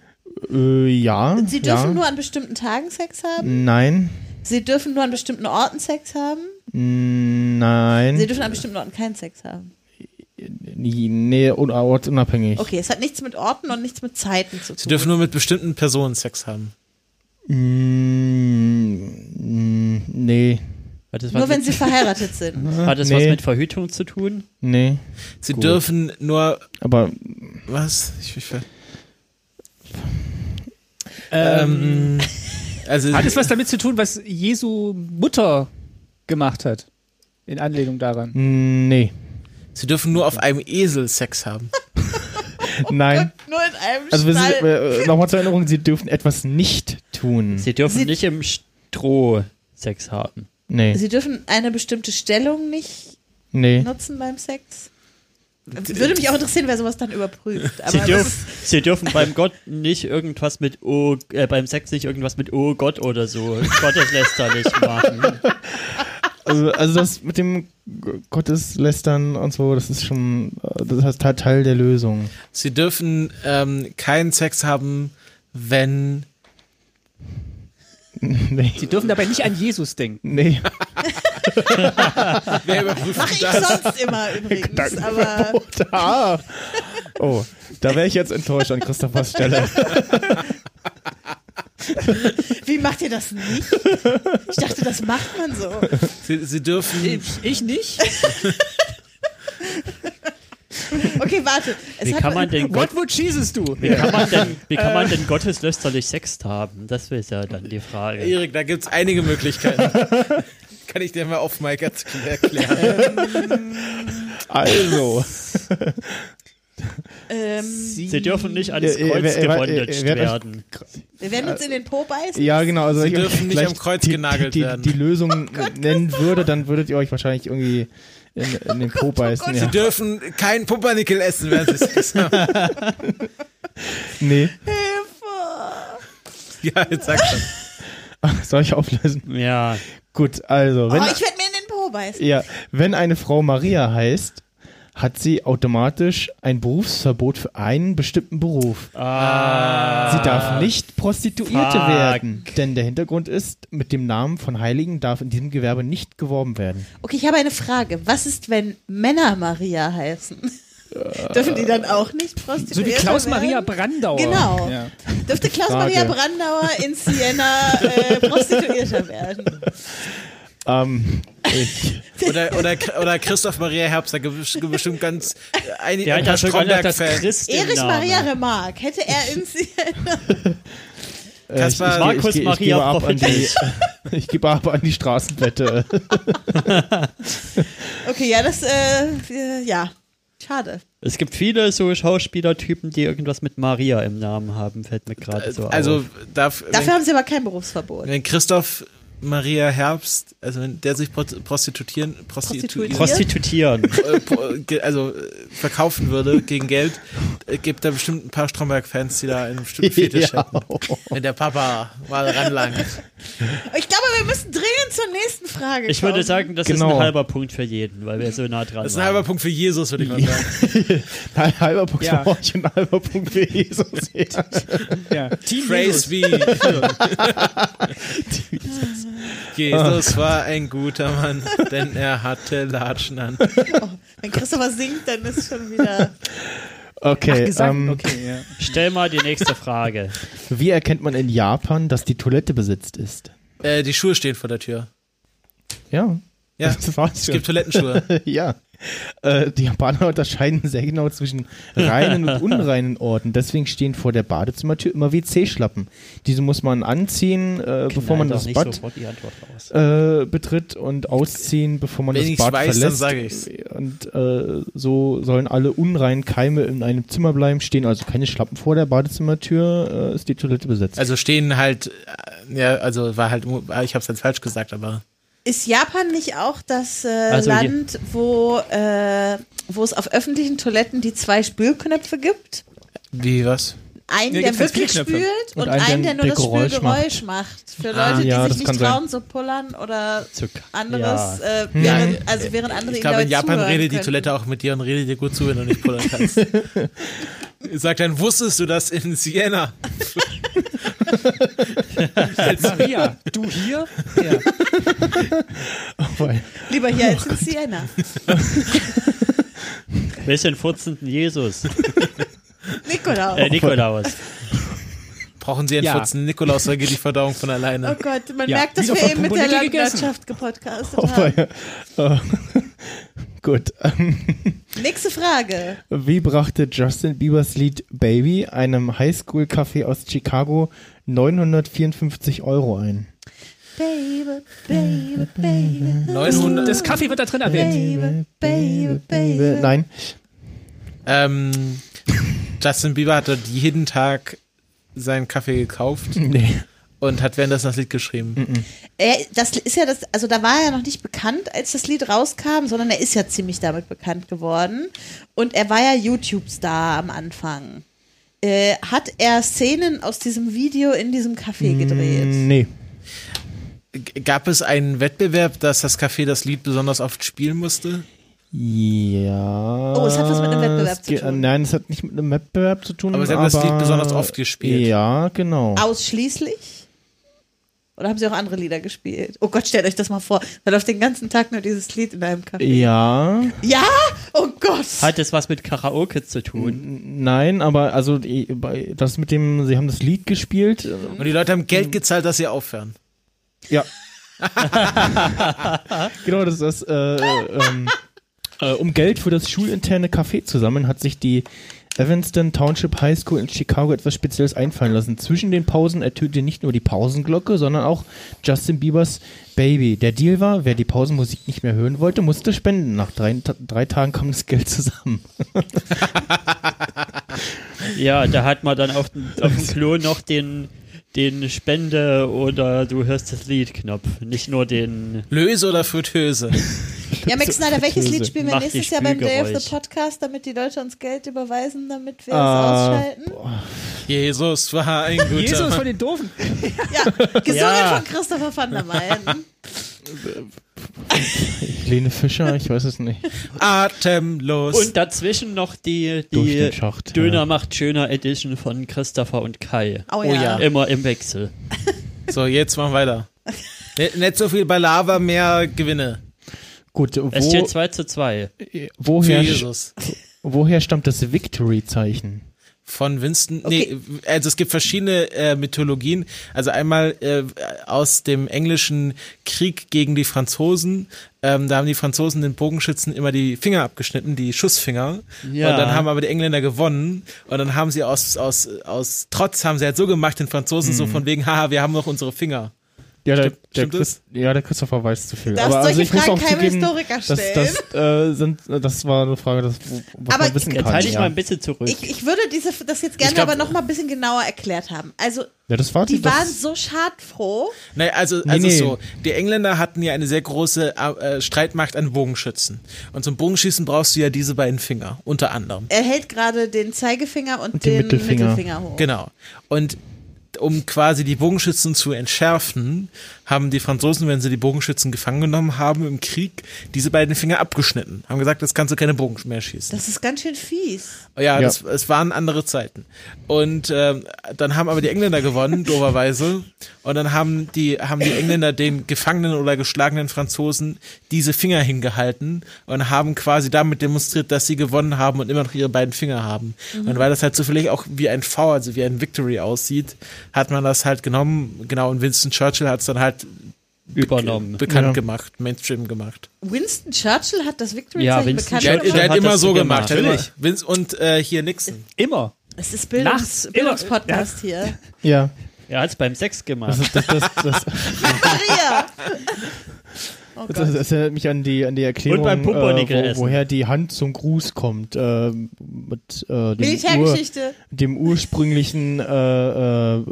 [SPEAKER 1] Äh, ja.
[SPEAKER 2] Sie dürfen
[SPEAKER 1] ja.
[SPEAKER 2] nur an bestimmten Tagen Sex haben.
[SPEAKER 1] Nein.
[SPEAKER 2] Sie dürfen nur an bestimmten Orten Sex haben. Sie
[SPEAKER 1] Nein.
[SPEAKER 2] dürfen an bestimmten Orten keinen Sex haben.
[SPEAKER 1] Nee, un- ortsunabhängig.
[SPEAKER 2] Okay, es hat nichts mit Orten und nichts mit Zeiten zu tun.
[SPEAKER 3] Sie dürfen nur mit bestimmten Personen Sex haben.
[SPEAKER 1] Mm, nee.
[SPEAKER 5] Hat das, was,
[SPEAKER 2] nur wenn
[SPEAKER 5] mit,
[SPEAKER 2] sie verheiratet
[SPEAKER 1] [laughs]
[SPEAKER 2] sind.
[SPEAKER 5] hat das
[SPEAKER 1] Nee.
[SPEAKER 5] was mit Verhütung zu tun?
[SPEAKER 1] Nee.
[SPEAKER 3] Sie
[SPEAKER 1] Gut.
[SPEAKER 3] dürfen nur.
[SPEAKER 1] Aber
[SPEAKER 3] Was? Ich, ich,
[SPEAKER 4] Ähm,
[SPEAKER 3] ähm, also,
[SPEAKER 4] hat es was damit zu tun, was Jesu Mutter gemacht hat? In Anlehnung daran.
[SPEAKER 1] mm, nee.
[SPEAKER 3] sie dürfen nur auf einem Esel Sex [laughs] haben.
[SPEAKER 1] Nein.
[SPEAKER 2] Nur in einem
[SPEAKER 1] Also wir
[SPEAKER 2] Stall.
[SPEAKER 1] sind, äh, nochmal zur Erinnerung, sie dürfen etwas nicht tun.
[SPEAKER 5] Sie dürfen
[SPEAKER 2] Sie-
[SPEAKER 5] nicht im Stroh Sex haben.
[SPEAKER 1] Nee.
[SPEAKER 2] sie dürfen eine bestimmte Stellung nicht
[SPEAKER 1] Nee.
[SPEAKER 2] nutzen beim Sex. Würde mich auch interessieren, wer sowas dann überprüft. Aber
[SPEAKER 5] Sie,
[SPEAKER 2] das
[SPEAKER 5] dürf,
[SPEAKER 2] ist-
[SPEAKER 5] sie dürfen beim Gott nicht irgendwas mit oh, äh, beim Sex nicht irgendwas mit oh Gott oder so
[SPEAKER 2] [laughs]
[SPEAKER 5] gotteslästerlich machen.
[SPEAKER 1] Also, also das mit dem G- Gotteslästern und so, das ist schon, äh, das ist halt Teil der Lösung. [laughs]
[SPEAKER 3] Sie dürfen ähm, keinen Sex haben, wenn.
[SPEAKER 1] Nee.
[SPEAKER 4] Sie dürfen dabei nicht an Jesus denken.
[SPEAKER 1] Nee.
[SPEAKER 3] Wer überprüft
[SPEAKER 2] Mach ich sonst immer übrigens, aber
[SPEAKER 1] Da. Ah. Oh, da wäre ich jetzt enttäuscht an Christophers Stelle.
[SPEAKER 2] wie macht ihr das nicht? Ich dachte, das macht man so.
[SPEAKER 3] Sie, sie dürfen.
[SPEAKER 4] Ich nicht.
[SPEAKER 2] Okay, warte. Es
[SPEAKER 5] Wie
[SPEAKER 2] hat
[SPEAKER 5] kann man denn Gott,
[SPEAKER 4] What would Jesus do?
[SPEAKER 5] wie kann man denn, wie kann
[SPEAKER 2] Äh.
[SPEAKER 5] man denn gotteslästerlich Sex haben? Das ist ja dann die Frage.
[SPEAKER 3] Erik, da gibt's einige Möglichkeiten. [laughs] Kann ich dir mal auf Mike erklären?
[SPEAKER 1] Also.
[SPEAKER 2] ähm,
[SPEAKER 5] Sie dürfen nicht ans
[SPEAKER 1] Äh, äh,
[SPEAKER 5] Kreuz
[SPEAKER 1] wer- äh,
[SPEAKER 5] gewandelt
[SPEAKER 1] äh, wer-
[SPEAKER 5] werden.
[SPEAKER 2] wir werden uns in den Po beißen.
[SPEAKER 1] Ja, genau. Also
[SPEAKER 3] Sie
[SPEAKER 1] wenn ich
[SPEAKER 3] dürfen nicht
[SPEAKER 1] vielleicht
[SPEAKER 3] am Kreuz
[SPEAKER 1] die,
[SPEAKER 3] genagelt
[SPEAKER 1] die,
[SPEAKER 3] werden. Oh
[SPEAKER 1] Die, die
[SPEAKER 3] [laughs]
[SPEAKER 1] Lösung nennen würde, dann würdet ihr euch wahrscheinlich irgendwie in,
[SPEAKER 3] Oh
[SPEAKER 1] in den Po beißen.
[SPEAKER 3] Sie
[SPEAKER 1] ja.
[SPEAKER 3] dürfen keinen Pumpernickel essen, wenn sie Sex haben. [laughs]
[SPEAKER 1] Nee, [laughs]
[SPEAKER 2] Hilfe!
[SPEAKER 3] Ja, jetzt sag schon.
[SPEAKER 1] soll ich auflösen?
[SPEAKER 5] Ja,
[SPEAKER 1] Gut, also,
[SPEAKER 2] Oh,
[SPEAKER 1] wenn,
[SPEAKER 2] ich werde mir in den Po beißen.
[SPEAKER 1] ja, wenn eine Frau Maria heißt, hat sie automatisch ein Berufsverbot für einen bestimmten Beruf.
[SPEAKER 3] Ah.
[SPEAKER 1] Sie darf nicht Prostituierte
[SPEAKER 5] Fuck.
[SPEAKER 1] werden, denn der Hintergrund ist, mit dem Namen von Heiligen darf in diesem Gewerbe nicht geworben werden.
[SPEAKER 2] Okay, ich habe eine Frage. Was ist, wenn Männer Maria heißen? Dürfen die dann auch nicht prostituiert
[SPEAKER 4] So wie Klaus-Maria Brandauer.
[SPEAKER 2] Genau.
[SPEAKER 1] Ja.
[SPEAKER 2] Dürfte Klaus-Maria
[SPEAKER 1] Frage.
[SPEAKER 2] Brandauer in Siena äh, Prostituierter
[SPEAKER 5] [laughs]
[SPEAKER 2] werden?
[SPEAKER 1] Ähm, [laughs] ich,
[SPEAKER 3] Oder, oder, oder Christoph Maria Herbst, da gibt es bestimmt ganz äh, ein,
[SPEAKER 5] der
[SPEAKER 3] ein
[SPEAKER 5] hat ja
[SPEAKER 3] paar
[SPEAKER 5] schon gesagt, dass
[SPEAKER 3] Stromberg-Fans.
[SPEAKER 5] Christ im
[SPEAKER 2] Erich Maria
[SPEAKER 5] Namen.
[SPEAKER 2] Remarque, hätte er
[SPEAKER 5] [laughs]
[SPEAKER 2] in Siena...
[SPEAKER 1] äh, ich, ich,
[SPEAKER 3] Kaspar-
[SPEAKER 1] ich,
[SPEAKER 5] Markus
[SPEAKER 1] ich, ich, ich
[SPEAKER 5] Maria
[SPEAKER 1] gebe ab an die,
[SPEAKER 5] Profit.
[SPEAKER 1] ich gebe ab an die Straßenwette.
[SPEAKER 2] Okay, ja, das, äh, äh, ja. Schade.
[SPEAKER 5] Es gibt viele so Schauspielertypen, die irgendwas mit Maria im Namen haben, fällt mir gerade so
[SPEAKER 3] Also,
[SPEAKER 5] auf.
[SPEAKER 3] darf,
[SPEAKER 2] Dafür haben sie aber kein Berufsverbot.
[SPEAKER 3] wenn, wenn Christoph Maria Herbst, also wenn der sich prot- prostituieren, prostituieren,
[SPEAKER 2] Prostituieren.
[SPEAKER 5] Prostituieren.
[SPEAKER 3] äh, pro- ge- also äh, verkaufen würde gegen Geld, äh, gibt da bestimmt ein paar Stromberg-Fans, die da einen bestimmten Fetisch hätten. Wenn der Papa mal ranlangt.
[SPEAKER 2] Ich glaube, wir müssen dringend zur nächsten Frage kommen.
[SPEAKER 5] Ich würde sagen, das ist
[SPEAKER 1] Genau.
[SPEAKER 5] ein halber Punkt für jeden, weil wir so nah dran
[SPEAKER 3] Das ist ein halber
[SPEAKER 5] waren.
[SPEAKER 3] Punkt für Jesus, würde ich mal sagen.
[SPEAKER 1] Ein halber Punkt
[SPEAKER 4] Ja.
[SPEAKER 1] für euch [laughs] und ein halber Punkt für
[SPEAKER 3] [laughs]
[SPEAKER 1] Jesus. Ja.
[SPEAKER 4] Ja. Team
[SPEAKER 1] [laughs]
[SPEAKER 3] Praise be. Jesus war ein guter Mann, denn er hatte Latschen an.
[SPEAKER 2] Wenn Christopher singt, dann ist schon wieder.
[SPEAKER 1] Okay,
[SPEAKER 4] Gesang.
[SPEAKER 1] ähm,
[SPEAKER 4] okay, ja.
[SPEAKER 5] Stell mal die nächste Frage.
[SPEAKER 1] wie erkennt man in Japan, dass die Toilette besetzt ist?
[SPEAKER 3] Äh, die Schuhe stehen vor der Tür.
[SPEAKER 1] Ja.
[SPEAKER 3] Ja,
[SPEAKER 1] das war's
[SPEAKER 3] es gibt
[SPEAKER 1] schon.
[SPEAKER 3] Toilettenschuhe.
[SPEAKER 1] Ja. Äh, die Japaner [laughs] unterscheiden sehr genau zwischen reinen
[SPEAKER 3] [laughs]
[SPEAKER 1] und unreinen Orten. Deswegen stehen vor der Badezimmertür immer WC-Schlappen. Diese muss man anziehen, äh, bevor man
[SPEAKER 5] Knall doch
[SPEAKER 1] das
[SPEAKER 5] nicht
[SPEAKER 1] Bad
[SPEAKER 5] sofort die Antwort raus.
[SPEAKER 1] äh, betritt und ausziehen, bevor man
[SPEAKER 3] Wenn
[SPEAKER 1] das
[SPEAKER 3] ich's
[SPEAKER 1] Bad
[SPEAKER 3] weiß, dann
[SPEAKER 1] verlässt.
[SPEAKER 3] sag ich's.
[SPEAKER 1] Und äh, so sollen alle unreinen Keime in einem Zimmer bleiben, stehen also keine Schlappen vor der Badezimmertür, äh, ist die Toilette besetzt.
[SPEAKER 3] Also stehen halt, äh, ja, also war halt, ich hab's jetzt falsch gesagt, aber
[SPEAKER 2] Ist Japan nicht auch das äh,
[SPEAKER 5] Also hier-
[SPEAKER 2] Land, wo, äh, wo es auf öffentlichen Toiletten die zwei Spülknöpfe gibt?
[SPEAKER 3] wie was?
[SPEAKER 2] Einen,
[SPEAKER 4] Hier
[SPEAKER 2] der
[SPEAKER 4] gibt's jetzt
[SPEAKER 2] wirklich
[SPEAKER 4] vier Knöpfe.
[SPEAKER 2] spült und, einen, der, nur das
[SPEAKER 1] Geräusch
[SPEAKER 2] Spülgeräusch macht. Für Leute,
[SPEAKER 3] Ah,
[SPEAKER 1] ja,
[SPEAKER 2] die
[SPEAKER 1] das
[SPEAKER 2] sich
[SPEAKER 1] kann
[SPEAKER 2] nicht
[SPEAKER 1] sein.
[SPEAKER 2] trauen, so pullern oder
[SPEAKER 5] Zuck.
[SPEAKER 2] anderes,
[SPEAKER 5] Ja.
[SPEAKER 2] äh, während, also während andere
[SPEAKER 3] Ich
[SPEAKER 2] ihnen
[SPEAKER 3] glaube, in
[SPEAKER 2] dabei
[SPEAKER 3] Japan
[SPEAKER 2] zuhören
[SPEAKER 3] redet die
[SPEAKER 2] können.
[SPEAKER 3] Toilette auch mit dir und redet dir gut zu, wenn du nicht pullern kannst. Sag dann, wusstest du das in Siena?
[SPEAKER 4] Maria, du hier? Ja.
[SPEAKER 2] [laughs]
[SPEAKER 1] Weil-
[SPEAKER 2] Lieber hier als in Siena.
[SPEAKER 5] Wer ist denn furzenden Jesus?
[SPEAKER 2] Nikolaus.
[SPEAKER 5] Äh, Nikolaus.
[SPEAKER 3] Brauchen sie einen
[SPEAKER 4] Ja.
[SPEAKER 3] Furzen Nikolaus, da geht die Verdauung von
[SPEAKER 2] Oh
[SPEAKER 3] alleine.
[SPEAKER 2] Gott, man
[SPEAKER 4] Ja,
[SPEAKER 2] merkt, dass
[SPEAKER 4] wieder
[SPEAKER 2] wir
[SPEAKER 4] von
[SPEAKER 2] eben mit der
[SPEAKER 4] Pumpernickel gegessen.
[SPEAKER 2] Landwirtschaft gepodcastet
[SPEAKER 1] Oh,
[SPEAKER 2] haben.
[SPEAKER 1] weil- äh, [laughs] Gut. Ähm,
[SPEAKER 2] Nächste Frage.
[SPEAKER 1] wie brachte Justin Biebers Lied Baby einem Highschool-Café aus Chicago 954 Euro ein?
[SPEAKER 2] Baby, baby, baby.
[SPEAKER 3] 900.
[SPEAKER 4] Das Kaffee wird da drin erwähnt.
[SPEAKER 2] Baby, baby, baby.
[SPEAKER 1] Äh, Nein,
[SPEAKER 3] Ähm, Justin Bieber hat dort jeden Tag seinen Kaffee gekauft
[SPEAKER 1] nee.
[SPEAKER 3] und hat währenddessen das Lied geschrieben.
[SPEAKER 2] Er, das ist ja das, also da war er noch nicht bekannt, als das Lied rauskam, sondern er ist ja ziemlich damit bekannt geworden. Und er war ja YouTube-Star am Anfang. Äh, hat er Szenen aus diesem Video in diesem Café gedreht?
[SPEAKER 1] Mm, Nee.
[SPEAKER 3] G- Gab es einen Wettbewerb, dass das Café das Lied besonders oft spielen musste?
[SPEAKER 1] Ja.
[SPEAKER 2] Oh, es hat was mit einem Wettbewerb
[SPEAKER 1] es
[SPEAKER 2] zu
[SPEAKER 1] ge-
[SPEAKER 2] tun.
[SPEAKER 1] Nein, es hat nicht mit einem Wettbewerb zu tun.
[SPEAKER 3] Aber sie haben das Lied besonders oft gespielt.
[SPEAKER 1] Ja, genau.
[SPEAKER 2] Ausschließlich? Oder haben sie auch andere Lieder gespielt? Oh Gott, stellt euch das mal vor. Da läuft den ganzen Tag nur dieses Lied in einem Café.
[SPEAKER 1] Ja,
[SPEAKER 2] Ja? Oh Gott!
[SPEAKER 5] Hat es was mit Karaoke zu tun?
[SPEAKER 1] nein, aber also die- bei- das mit dem, sie haben das Lied gespielt. äh,
[SPEAKER 3] Und die Leute haben Geld gezahlt, dass sie aufhören.
[SPEAKER 1] [laughs] Ja. genau, das ist äh, ähm, äh, um Geld für das schulinterne Café zu sammeln, hat sich die Evanston Township High School in Chicago etwas Spezielles einfallen lassen. Zwischen den Pausen ertönte nicht nur die Pausenglocke, sondern auch Justin Biebers Baby. Der Deal war, wer die Pausenmusik nicht mehr hören wollte, musste spenden. Nach drei, Ta- drei Tagen kam das Geld zusammen.
[SPEAKER 5] Ja, da hat man dann auf, dem-
[SPEAKER 1] [laughs]
[SPEAKER 5] auf dem Klo noch den, den Spende oder du hörst das Lied-Knopf. Nicht nur den.
[SPEAKER 3] Löse oder Fritteuse?
[SPEAKER 2] Ja, Max Snyder, welches
[SPEAKER 1] Töse.
[SPEAKER 2] Lied spielen wir
[SPEAKER 5] Mach
[SPEAKER 2] nächstes
[SPEAKER 5] die
[SPEAKER 2] Jahr beim Day of the
[SPEAKER 5] Spülgeräusch.
[SPEAKER 2] Podcast, damit die Leute uns Geld überweisen, damit wir es
[SPEAKER 1] Äh,
[SPEAKER 2] ausschalten?
[SPEAKER 3] Jesus war ein guter
[SPEAKER 4] Jesus
[SPEAKER 3] Mann.
[SPEAKER 4] von den Doofen.
[SPEAKER 2] Ja, gesungen
[SPEAKER 5] Ja.
[SPEAKER 2] von Christopher van der Meyen.
[SPEAKER 1] Lene Fischer, ich weiß es nicht.
[SPEAKER 3] Atemlos.
[SPEAKER 5] Und dazwischen noch die,
[SPEAKER 1] Durch
[SPEAKER 5] die
[SPEAKER 1] den Schacht,
[SPEAKER 5] Döner
[SPEAKER 1] ja.
[SPEAKER 5] macht schöner Edition von Christopher und Kai.
[SPEAKER 2] Oh
[SPEAKER 3] Oh
[SPEAKER 2] ja.
[SPEAKER 3] ja.
[SPEAKER 5] Immer im Wechsel.
[SPEAKER 3] so, jetzt machen wir weiter. N- Nicht so viel Balava, mehr Gewinne
[SPEAKER 1] Gut,
[SPEAKER 5] Es steht
[SPEAKER 1] wo,
[SPEAKER 5] 2 zu 2.
[SPEAKER 3] für
[SPEAKER 1] woher,
[SPEAKER 3] Jesus.
[SPEAKER 1] woher stammt das Victory-Zeichen?
[SPEAKER 3] Von Winston.
[SPEAKER 2] Okay.
[SPEAKER 3] Nee, also es gibt verschiedene äh, Mythologien. Also einmal äh, aus dem englischen Krieg gegen die Franzosen. Ähm, da haben die Franzosen den Bogenschützen immer die Finger abgeschnitten, die Schussfinger.
[SPEAKER 5] Ja.
[SPEAKER 3] Und dann haben aber die Engländer gewonnen. Und dann haben sie aus, aus, aus Trotz haben sie halt so gemacht, den Franzosen
[SPEAKER 1] Mhm.
[SPEAKER 3] so von wegen, haha, wir haben noch unsere Finger.
[SPEAKER 1] Ja, der,
[SPEAKER 3] Stimmt-
[SPEAKER 1] der
[SPEAKER 3] stimmt
[SPEAKER 1] Chris, ja, der Christopher weiß zu viel.
[SPEAKER 2] Darfst
[SPEAKER 1] aber also
[SPEAKER 2] solche
[SPEAKER 1] ich muss
[SPEAKER 2] Fragen
[SPEAKER 1] auch
[SPEAKER 2] keinem
[SPEAKER 1] zugeben,
[SPEAKER 2] Historiker
[SPEAKER 1] dass, das, äh, sind, das war eine Frage, das, wo- was
[SPEAKER 2] Aber äh,
[SPEAKER 1] man wissen
[SPEAKER 5] Jetzt
[SPEAKER 1] kann.
[SPEAKER 5] halte ich
[SPEAKER 1] ja.
[SPEAKER 5] mal ein bisschen zurück.
[SPEAKER 2] Ich, ich würde diese, das jetzt gerne
[SPEAKER 3] Ich glaub-
[SPEAKER 2] aber noch mal ein bisschen genauer erklärt haben. Also,
[SPEAKER 1] ja, das war
[SPEAKER 2] die
[SPEAKER 1] das,
[SPEAKER 2] waren so schadfroh.
[SPEAKER 3] Naja, also, also
[SPEAKER 1] nee.
[SPEAKER 3] so, die Engländer hatten ja eine sehr große äh, äh, Streitmacht an Bogenschützen. Und zum Bogenschießen brauchst du ja diese beiden Finger, unter anderem.
[SPEAKER 2] Er hält gerade den Zeigefinger und,
[SPEAKER 1] den
[SPEAKER 2] den, Mittelfinger.
[SPEAKER 1] Mittelfinger.
[SPEAKER 2] hoch.
[SPEAKER 3] Genau. Und um quasi die Bogenschützen zu entschärfen, haben die Franzosen, wenn sie die Bogenschützen gefangen genommen haben im Krieg, diese beiden Finger abgeschnitten. Haben gesagt, das kannst du keine Bogen mehr schießen.
[SPEAKER 2] Das ist ganz schön fies.
[SPEAKER 3] Oh Ja,
[SPEAKER 1] Ja.
[SPEAKER 3] Das, es waren andere Zeiten. Und ähm, dann haben aber die Engländer
[SPEAKER 5] [laughs]
[SPEAKER 3] gewonnen, dooferweise. Und dann haben die, haben die Engländer den gefangenen oder geschlagenen Franzosen diese Finger hingehalten und haben quasi damit demonstriert, dass sie gewonnen haben und immer noch ihre beiden Finger haben. Und weil das halt zufällig auch wie ein V, also wie ein Victory aussieht, hat man das halt genommen. Genau, und Winston Churchill hat es dann halt
[SPEAKER 5] übernommen.
[SPEAKER 3] bekannt
[SPEAKER 1] Ja.
[SPEAKER 3] gemacht, Mainstream gemacht.
[SPEAKER 2] Winston Churchill hat das
[SPEAKER 5] Ja,
[SPEAKER 2] Victory-Zeichen
[SPEAKER 5] Winston
[SPEAKER 2] bekannt
[SPEAKER 3] Der,
[SPEAKER 5] Churchill
[SPEAKER 3] hat-
[SPEAKER 2] gemacht.
[SPEAKER 3] der
[SPEAKER 5] hat
[SPEAKER 3] hat immer
[SPEAKER 5] das
[SPEAKER 3] so
[SPEAKER 5] gemacht.
[SPEAKER 3] gemacht. hat immer.
[SPEAKER 5] Natürlich.
[SPEAKER 3] Vince und äh, hier Nixon.
[SPEAKER 4] Immer.
[SPEAKER 2] Es ist
[SPEAKER 4] Nachts
[SPEAKER 2] Bildungs
[SPEAKER 4] immer-
[SPEAKER 2] Bildungspodcast hier.
[SPEAKER 1] Ja,
[SPEAKER 5] Er hat es beim Sex
[SPEAKER 1] das,
[SPEAKER 5] gemacht.
[SPEAKER 1] ist, das, das, das,
[SPEAKER 2] Maria! Oh
[SPEAKER 1] das, das,
[SPEAKER 2] Gott.
[SPEAKER 1] erinnert mich an die, an die Erklärung,
[SPEAKER 5] Und beim Pumpernickel
[SPEAKER 1] äh,
[SPEAKER 5] essen.
[SPEAKER 1] wo, woher die Hand zum Gruß kommt. Äh, mit äh, dem, Ur,
[SPEAKER 2] Militärgeschichte.
[SPEAKER 1] dem ursprünglichen äh, äh,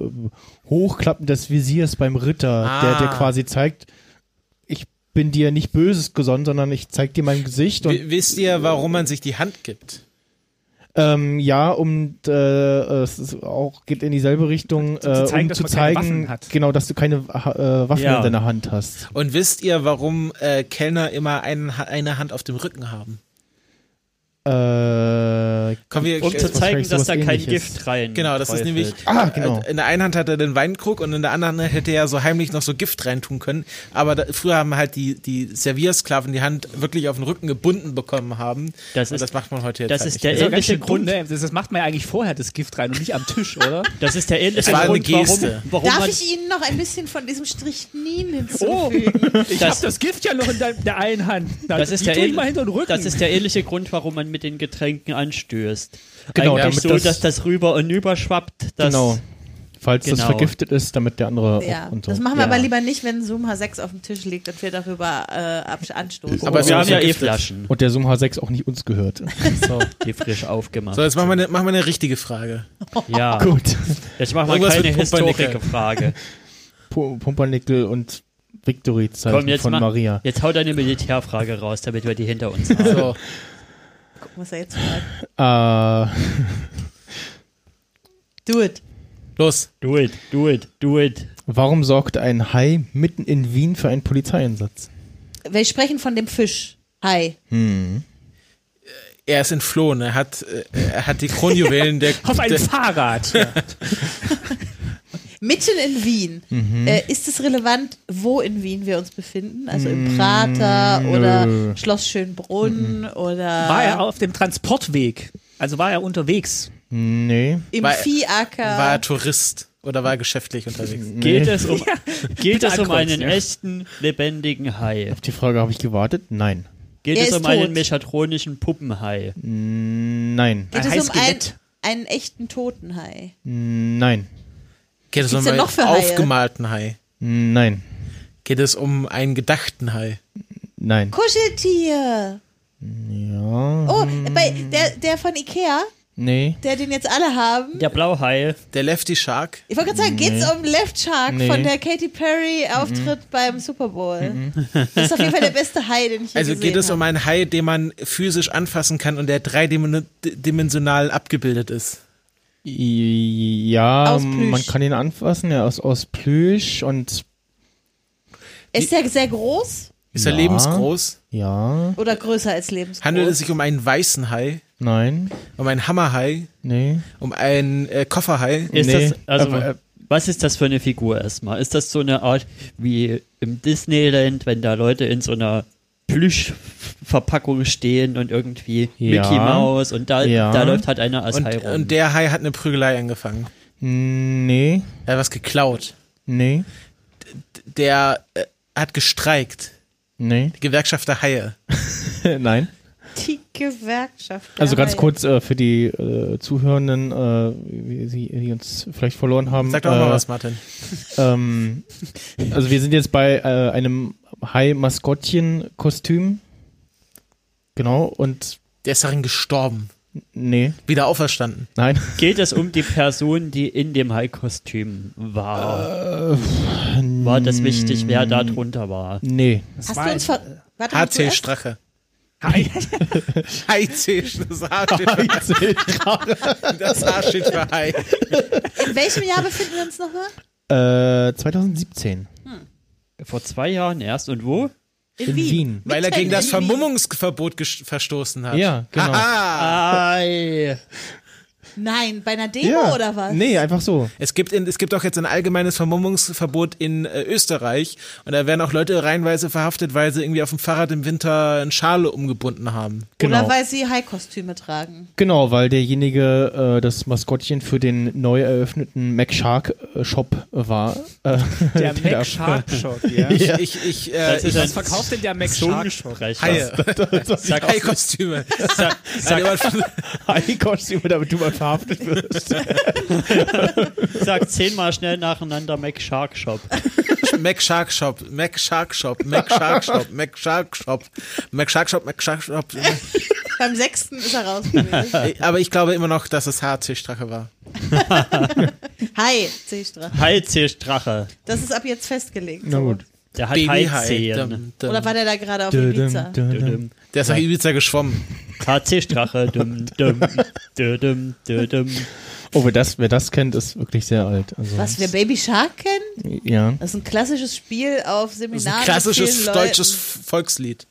[SPEAKER 1] Hochklappen des Visiers beim Ritter,
[SPEAKER 3] Ah.
[SPEAKER 1] der dir quasi zeigt, ich bin dir nicht Böses gesonnen, sondern ich zeig dir mein Gesicht. Und,
[SPEAKER 3] W- Wisst ihr, warum man sich die Hand gibt?
[SPEAKER 1] ähm, ja, um äh, es ist auch geht in dieselbe Richtung,
[SPEAKER 4] zu
[SPEAKER 1] äh,
[SPEAKER 4] zeigen,
[SPEAKER 1] um
[SPEAKER 4] dass
[SPEAKER 1] zu
[SPEAKER 4] man keine
[SPEAKER 1] zeigen,
[SPEAKER 4] Waffen hat.
[SPEAKER 1] genau, dass du keine äh, Waffen
[SPEAKER 5] Ja.
[SPEAKER 1] in deiner Hand hast.
[SPEAKER 3] Und wisst ihr, warum äh, Kellner immer einen, Ha- eine Hand auf dem Rücken haben?
[SPEAKER 1] Äh,
[SPEAKER 3] Kommen wir,
[SPEAKER 5] Um zu
[SPEAKER 1] was
[SPEAKER 5] zeigen,
[SPEAKER 1] vielleicht sowas
[SPEAKER 5] dass da kein
[SPEAKER 1] Ähnliches.
[SPEAKER 5] Gift rein
[SPEAKER 3] Genau, das ist
[SPEAKER 5] träufelt.
[SPEAKER 3] nämlich.
[SPEAKER 1] Ah, genau.
[SPEAKER 3] äh, In der einen Hand hat er den Weinkrug und in der anderen hätte er so heimlich noch so Gift reintun können. Aber da, früher haben halt die, die Serviersklaven die Hand wirklich auf den Rücken gebunden bekommen haben.
[SPEAKER 5] Das
[SPEAKER 3] und
[SPEAKER 5] ist-
[SPEAKER 3] das macht man heute jetzt
[SPEAKER 5] das
[SPEAKER 3] halt
[SPEAKER 5] ist
[SPEAKER 3] nicht
[SPEAKER 5] der
[SPEAKER 3] mehr.
[SPEAKER 4] Das ist doch ganz
[SPEAKER 5] Ähnliche
[SPEAKER 4] schön
[SPEAKER 5] Grund-
[SPEAKER 4] Grund. Ne? Das, das macht man ja eigentlich vorher das Gift rein und nicht am Tisch, oder?
[SPEAKER 5] Das ist der ähnliche
[SPEAKER 3] Es war eine
[SPEAKER 5] Grund, warum,
[SPEAKER 3] Geste.
[SPEAKER 5] warum
[SPEAKER 2] Darf
[SPEAKER 5] man,
[SPEAKER 2] ich Ihnen noch ein bisschen von diesem Strichnin hinzufügen?
[SPEAKER 4] Ich
[SPEAKER 5] Das-
[SPEAKER 4] hab das Gift ja noch in der, der einen Hand. Na, Also
[SPEAKER 5] das
[SPEAKER 4] die
[SPEAKER 5] ist der
[SPEAKER 4] tu ich
[SPEAKER 5] ähn-
[SPEAKER 4] mal hinter den Rücken.
[SPEAKER 5] Das ist der ähnliche Grund, warum man mit den Getränken anstößt.
[SPEAKER 1] Genau,
[SPEAKER 5] Eigentlich
[SPEAKER 1] damit
[SPEAKER 5] so,
[SPEAKER 1] das-
[SPEAKER 5] dass das rüber und rüber schwappt. Dass,
[SPEAKER 1] genau. Falls das
[SPEAKER 5] Genau.
[SPEAKER 1] vergiftet ist, damit der andere
[SPEAKER 2] Ja,
[SPEAKER 1] auch und so.
[SPEAKER 2] das machen wir
[SPEAKER 5] Ja.
[SPEAKER 2] aber lieber nicht, wenn Zoom H6 auf dem Tisch liegt und wir darüber äh, absch- anstoßen.
[SPEAKER 3] Aber es
[SPEAKER 5] wir
[SPEAKER 3] Also ist
[SPEAKER 5] haben ja eh
[SPEAKER 3] vergiftet. [laughs]
[SPEAKER 5] Flaschen,
[SPEAKER 1] und der Zoom H6 auch nicht uns
[SPEAKER 4] [laughs]
[SPEAKER 1] gehört.
[SPEAKER 5] so, die frisch aufgemacht.
[SPEAKER 3] So, jetzt machen wir, eine, machen wir eine richtige Frage. [laughs]
[SPEAKER 5] ja,
[SPEAKER 1] Gut.
[SPEAKER 5] jetzt machen wir
[SPEAKER 3] Irgendwas
[SPEAKER 5] keine
[SPEAKER 3] mit Pumpernickel. [laughs]
[SPEAKER 5] Historikerfrage.
[SPEAKER 1] Pu- Pumpernickel und Victory
[SPEAKER 5] Komm,
[SPEAKER 1] Zeichen
[SPEAKER 5] jetzt
[SPEAKER 1] von
[SPEAKER 5] mach-
[SPEAKER 1] Maria.
[SPEAKER 5] Jetzt hau deine Militärfrage raus, damit wir die
[SPEAKER 3] [laughs]
[SPEAKER 5] hinter uns haben.
[SPEAKER 3] So.
[SPEAKER 2] Gucken, was er jetzt sagt.
[SPEAKER 1] Äh,
[SPEAKER 2] Do it.
[SPEAKER 3] Los.
[SPEAKER 5] Do it, do it, do it.
[SPEAKER 1] warum sorgte ein Hai mitten in Wien für einen Polizeieinsatz?
[SPEAKER 2] Wir sprechen von dem Fisch. Hi.
[SPEAKER 3] Er ist entflohen. Er hat, äh, er hat die Kronjuwelen
[SPEAKER 5] [laughs]
[SPEAKER 3] der,
[SPEAKER 4] auf einem
[SPEAKER 3] der
[SPEAKER 4] Fahrrad. Ja.
[SPEAKER 2] Mitten in Wien. Äh, ist es relevant, wo in Wien wir uns befinden? Also im Prater
[SPEAKER 1] nö.
[SPEAKER 2] oder Schloss Schönbrunn oder
[SPEAKER 4] War er auf dem Transportweg? Also war er unterwegs?
[SPEAKER 1] Nee.
[SPEAKER 2] im
[SPEAKER 3] War-
[SPEAKER 2] Viehacker?
[SPEAKER 3] war Tourist oder war geschäftlich unterwegs.
[SPEAKER 5] Geht es um, geht
[SPEAKER 4] Bitte
[SPEAKER 5] es um
[SPEAKER 4] ankreuzen,
[SPEAKER 5] einen
[SPEAKER 4] ja.
[SPEAKER 5] echten, lebendigen Hai?
[SPEAKER 1] Auf die Frage habe ich gewartet? Nein.
[SPEAKER 5] Geht
[SPEAKER 2] Er
[SPEAKER 5] es
[SPEAKER 2] ist
[SPEAKER 5] um einen
[SPEAKER 2] tot.
[SPEAKER 5] mechatronischen Puppenhai?
[SPEAKER 1] Nein.
[SPEAKER 2] Geht
[SPEAKER 4] Ein
[SPEAKER 2] es um ein,
[SPEAKER 4] Hai-Skelett.
[SPEAKER 2] einen echten Totenhai?
[SPEAKER 1] Nein.
[SPEAKER 3] Geht es um
[SPEAKER 2] denn
[SPEAKER 3] einen
[SPEAKER 2] noch für Haie?
[SPEAKER 3] aufgemalten Hai?
[SPEAKER 1] Nein.
[SPEAKER 3] Geht es um einen gedachten Hai?
[SPEAKER 1] Nein.
[SPEAKER 2] Kuscheltier!
[SPEAKER 1] Ja.
[SPEAKER 2] Oh, bei, der, der von Ikea,
[SPEAKER 1] Nee.
[SPEAKER 2] der den jetzt alle haben.
[SPEAKER 5] Der Blauhai.
[SPEAKER 3] Der Lefty Shark?
[SPEAKER 2] Ich wollte gerade sagen, geht's um Left Shark
[SPEAKER 1] Nee. Mhm.
[SPEAKER 2] von der Katy Perry Auftritt beim Super Bowl? Das ist auf jeden Fall der beste Hai, den ich je
[SPEAKER 3] Also
[SPEAKER 2] gesehen
[SPEAKER 3] geht es
[SPEAKER 2] habe.
[SPEAKER 3] um einen Hai, den man physisch anfassen kann und der dreidimensional abgebildet ist.
[SPEAKER 1] I- Ja,
[SPEAKER 2] Aus Plüsch.
[SPEAKER 1] man kann ihn anfassen, ja, aus, aus Plüsch und
[SPEAKER 2] Ist der sehr groß
[SPEAKER 3] Ist er
[SPEAKER 1] Ja.
[SPEAKER 3] lebensgroß?
[SPEAKER 1] ja,
[SPEAKER 2] oder größer als lebensgroß?
[SPEAKER 3] Handelt es sich um einen weißen Hai,
[SPEAKER 1] nein,
[SPEAKER 3] um einen Hammerhai,
[SPEAKER 1] nee.
[SPEAKER 3] um einen äh, Kofferhai?
[SPEAKER 5] Ist
[SPEAKER 1] Nee,
[SPEAKER 5] das, also,
[SPEAKER 1] aber, äh,
[SPEAKER 5] was ist das für eine Figur erstmal? Ist das so eine Art wie im Disneyland, wenn da Leute in so einer Plüschverpackung stehen und irgendwie
[SPEAKER 1] Ja.
[SPEAKER 5] Mickey Mouse und da,
[SPEAKER 1] Ja.
[SPEAKER 5] da läuft halt einer als
[SPEAKER 3] Und,
[SPEAKER 5] Hai rum.
[SPEAKER 3] und der Hai hat eine Prügelei angefangen.
[SPEAKER 1] Nee,
[SPEAKER 3] Er hat was geklaut.
[SPEAKER 1] nee,
[SPEAKER 3] Der äh, hat gestreikt.
[SPEAKER 5] [laughs]
[SPEAKER 1] nee,
[SPEAKER 3] Die Gewerkschaft der Haie.
[SPEAKER 1] nein.
[SPEAKER 2] Die Gewerkschaft.
[SPEAKER 1] Also ganz
[SPEAKER 2] Hai.
[SPEAKER 1] kurz äh, für die äh, Zuhörenden, äh, wie sie, die uns vielleicht verloren haben.
[SPEAKER 3] Sag doch
[SPEAKER 1] äh,
[SPEAKER 3] mal was, Martin.
[SPEAKER 1] Ähm, also wir sind jetzt bei äh, einem Hai-Maskottchen-Kostüm. Genau, und
[SPEAKER 3] Der ist darin gestorben.
[SPEAKER 1] nee,
[SPEAKER 3] Wieder auferstanden.
[SPEAKER 1] nein,
[SPEAKER 5] Geht es um die Person, die in dem Hai-Kostüm war? war
[SPEAKER 1] Ähm.
[SPEAKER 5] das wichtig, wer da drunter war?
[SPEAKER 1] nee.
[SPEAKER 2] Hast du uns ver Warte mal
[SPEAKER 3] HC
[SPEAKER 2] zuerst.
[SPEAKER 3] Strache.
[SPEAKER 4] Hai.
[SPEAKER 3] [laughs] HC, das Haar steht für, das Haar steht für Hai.
[SPEAKER 2] In welchem Jahr befinden wir uns nochmal?
[SPEAKER 1] Äh, 2017.
[SPEAKER 5] Vor zwei Jahren erst und wo?
[SPEAKER 2] In,
[SPEAKER 1] In Wien.
[SPEAKER 3] Weil er gegen das
[SPEAKER 2] Wien.
[SPEAKER 3] Vermummungsverbot ges- verstoßen hat.
[SPEAKER 4] Ah,
[SPEAKER 1] Ja, genau.
[SPEAKER 3] Haha.
[SPEAKER 5] Ei.
[SPEAKER 2] Nein, bei einer Demo
[SPEAKER 1] ja.
[SPEAKER 2] Oh, oder was?
[SPEAKER 1] Nee, einfach so.
[SPEAKER 3] Es gibt, in, es gibt auch jetzt ein allgemeines Vermummungsverbot in äh, Österreich und da werden auch Leute reihenweise verhaftet, weil sie irgendwie auf dem Fahrrad im Winter eine Schale umgebunden haben.
[SPEAKER 1] Genau.
[SPEAKER 2] Oder weil sie High-Kostüme tragen.
[SPEAKER 1] Genau, weil derjenige äh, das Maskottchen für den neu eröffneten Mac Shark äh, Shop äh, war. Äh,
[SPEAKER 5] [laughs]
[SPEAKER 4] Der Mac Shark Shop, ja.
[SPEAKER 3] Ich,
[SPEAKER 1] Ja.
[SPEAKER 3] ich, ich, äh,
[SPEAKER 5] Das
[SPEAKER 3] ich
[SPEAKER 5] ist
[SPEAKER 4] Was verkauft denn der Mac Shark Shop?
[SPEAKER 5] Haie.
[SPEAKER 3] Haie. [laughs] Haie-Kostüme. Hat jemand von-
[SPEAKER 1] High-Kostüme, damit du mal verhaftet wirst.
[SPEAKER 5] Sag zehnmal schnell nacheinander Mac Shark Shop.
[SPEAKER 3] Mac Shark Shop, Mac Shark Shop, Mac Shark Shop, Mac Shark Shop, Mac Shark Shop, Mac Shark Shop.
[SPEAKER 2] Beim sechsten ist er raus.
[SPEAKER 1] [laughs]
[SPEAKER 2] gewesen.
[SPEAKER 3] Aber ich glaube immer noch, dass es HC-Strache war.
[SPEAKER 2] Hi, Seestrache.
[SPEAKER 5] Hai-C-Strache.
[SPEAKER 2] Das ist ab jetzt festgelegt.
[SPEAKER 1] Na gut.
[SPEAKER 5] Der hat Hai-Zehen.
[SPEAKER 3] Baby-Hai.
[SPEAKER 2] Oder war der da gerade auf Ibiza?
[SPEAKER 1] Dö-düm-düm.
[SPEAKER 3] Der ist nach Ibiza geschwommen.
[SPEAKER 5] HC-Strache. Dum, dum, dö, dum, dö, dum.
[SPEAKER 1] Oh, wer das, wer das kennt, ist wirklich sehr alt. Also,
[SPEAKER 2] Was, wir Baby Shark kennen?
[SPEAKER 1] Ja,
[SPEAKER 2] Das ist ein klassisches Spiel auf
[SPEAKER 3] Das ist ein
[SPEAKER 2] Seminaren. mit
[SPEAKER 3] klassisches
[SPEAKER 2] vielen Leuten.
[SPEAKER 3] deutsches Volkslied.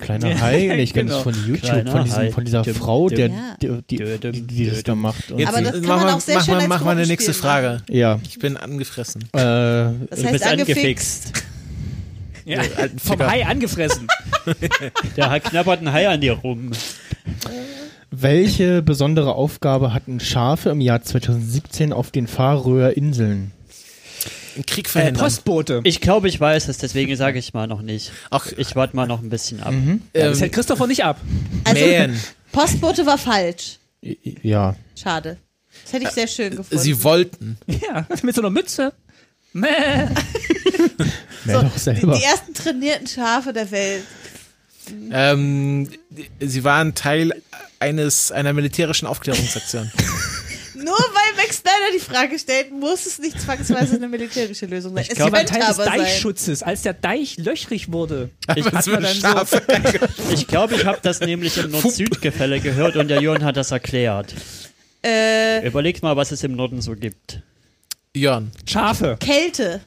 [SPEAKER 1] kleiner
[SPEAKER 2] [laughs]
[SPEAKER 1] Hai. Nee, ich kenne
[SPEAKER 4] Genau.
[SPEAKER 1] das von YouTube,
[SPEAKER 5] Kleiner
[SPEAKER 1] von, diesem,
[SPEAKER 5] Hai.
[SPEAKER 1] von dieser
[SPEAKER 5] Dim,
[SPEAKER 1] Frau,
[SPEAKER 5] dim.
[SPEAKER 1] der,
[SPEAKER 2] Ja.
[SPEAKER 1] die, die,
[SPEAKER 5] Dö, dim,
[SPEAKER 1] die, die das
[SPEAKER 5] dö,
[SPEAKER 1] da
[SPEAKER 5] dim.
[SPEAKER 1] macht. Und
[SPEAKER 2] Aber das kann
[SPEAKER 3] mach
[SPEAKER 2] man
[SPEAKER 3] mal-
[SPEAKER 2] auch sehr
[SPEAKER 3] mach
[SPEAKER 2] schön
[SPEAKER 3] mal,
[SPEAKER 2] als ne?
[SPEAKER 3] mach mal eine
[SPEAKER 2] Gruppenspiel
[SPEAKER 3] nächste
[SPEAKER 2] machen.
[SPEAKER 3] Frage.
[SPEAKER 1] ja,
[SPEAKER 3] Ich bin angefressen.
[SPEAKER 1] äh,
[SPEAKER 2] Das
[SPEAKER 5] Du
[SPEAKER 2] heißt
[SPEAKER 5] bist
[SPEAKER 2] angefixt.
[SPEAKER 5] angefixt.
[SPEAKER 4] Ja.
[SPEAKER 5] äh,
[SPEAKER 4] Vom
[SPEAKER 3] Ficker.
[SPEAKER 4] Hai
[SPEAKER 5] [laughs]
[SPEAKER 4] angefressen.
[SPEAKER 5] Der hat knabbert einen Hai an dir rum.
[SPEAKER 1] welche besondere Aufgabe hatten Schafe im Jahr 2017 auf den Färöer Inseln?
[SPEAKER 3] Einen Krieg
[SPEAKER 4] äh,
[SPEAKER 3] verhindern.
[SPEAKER 4] Postbote.
[SPEAKER 5] Genau. Ich glaube, ich weiß es, deswegen sage ich mal noch nicht.
[SPEAKER 3] Auch,
[SPEAKER 5] Ich warte mal noch ein bisschen ab.
[SPEAKER 4] Das
[SPEAKER 3] ähm,
[SPEAKER 4] hält Christopher nicht
[SPEAKER 5] [laughs]
[SPEAKER 4] ab.
[SPEAKER 2] Also,
[SPEAKER 3] man.
[SPEAKER 2] Postbote war falsch.
[SPEAKER 1] I- i- Ja,
[SPEAKER 2] Schade. Das hätte ich sehr schön gefunden.
[SPEAKER 3] Äh, Sie wollten.
[SPEAKER 4] Ja, mit so einer Mütze. Mäh.
[SPEAKER 1] mehr doch selber.
[SPEAKER 2] die ersten trainierten Schafe der Welt.
[SPEAKER 3] Ähm, sie waren Teil eines einer militärischen Aufklärungsaktion.
[SPEAKER 2] Nur weil Max Snyder die Frage stellt, muss es nicht zwangsweise eine militärische Lösung sein. Es
[SPEAKER 4] Sie waren
[SPEAKER 2] könnte
[SPEAKER 4] Teil des
[SPEAKER 2] aber sein.
[SPEAKER 4] Deichschutzes, als der Deich löchrig wurde.
[SPEAKER 5] Ich,
[SPEAKER 3] Was für
[SPEAKER 4] man dann so-
[SPEAKER 3] Schafe.
[SPEAKER 5] ich glaube, ich habe das nämlich im Nord-Süd-Gefälle gehört und der Jörn hat das erklärt.
[SPEAKER 2] Äh,
[SPEAKER 5] Überlegt mal, was es im Norden so gibt.
[SPEAKER 3] Jörn.
[SPEAKER 4] Schafe.
[SPEAKER 2] Kälte,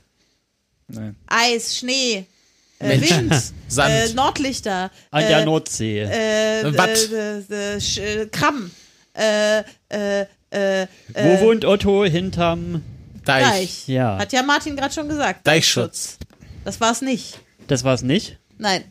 [SPEAKER 4] Nein.
[SPEAKER 2] Eis, Schnee, äh, Wind,
[SPEAKER 3] [laughs] Sand. Ah,
[SPEAKER 2] Äh, Nordlichter,
[SPEAKER 5] An der
[SPEAKER 2] äh,
[SPEAKER 5] Nordsee.
[SPEAKER 2] äh, äh,
[SPEAKER 3] Watt.
[SPEAKER 2] äh, äh, Sch- äh, Krabben, äh, äh, äh, äh,
[SPEAKER 5] Wo wohnt Otto? Hinterm.
[SPEAKER 3] Deich.
[SPEAKER 2] Deich.
[SPEAKER 5] Ja.
[SPEAKER 2] Hat ja Martin gerade schon gesagt.
[SPEAKER 3] Deichschutz.
[SPEAKER 2] Das war es nicht.
[SPEAKER 5] Das war's nicht?
[SPEAKER 2] Nein.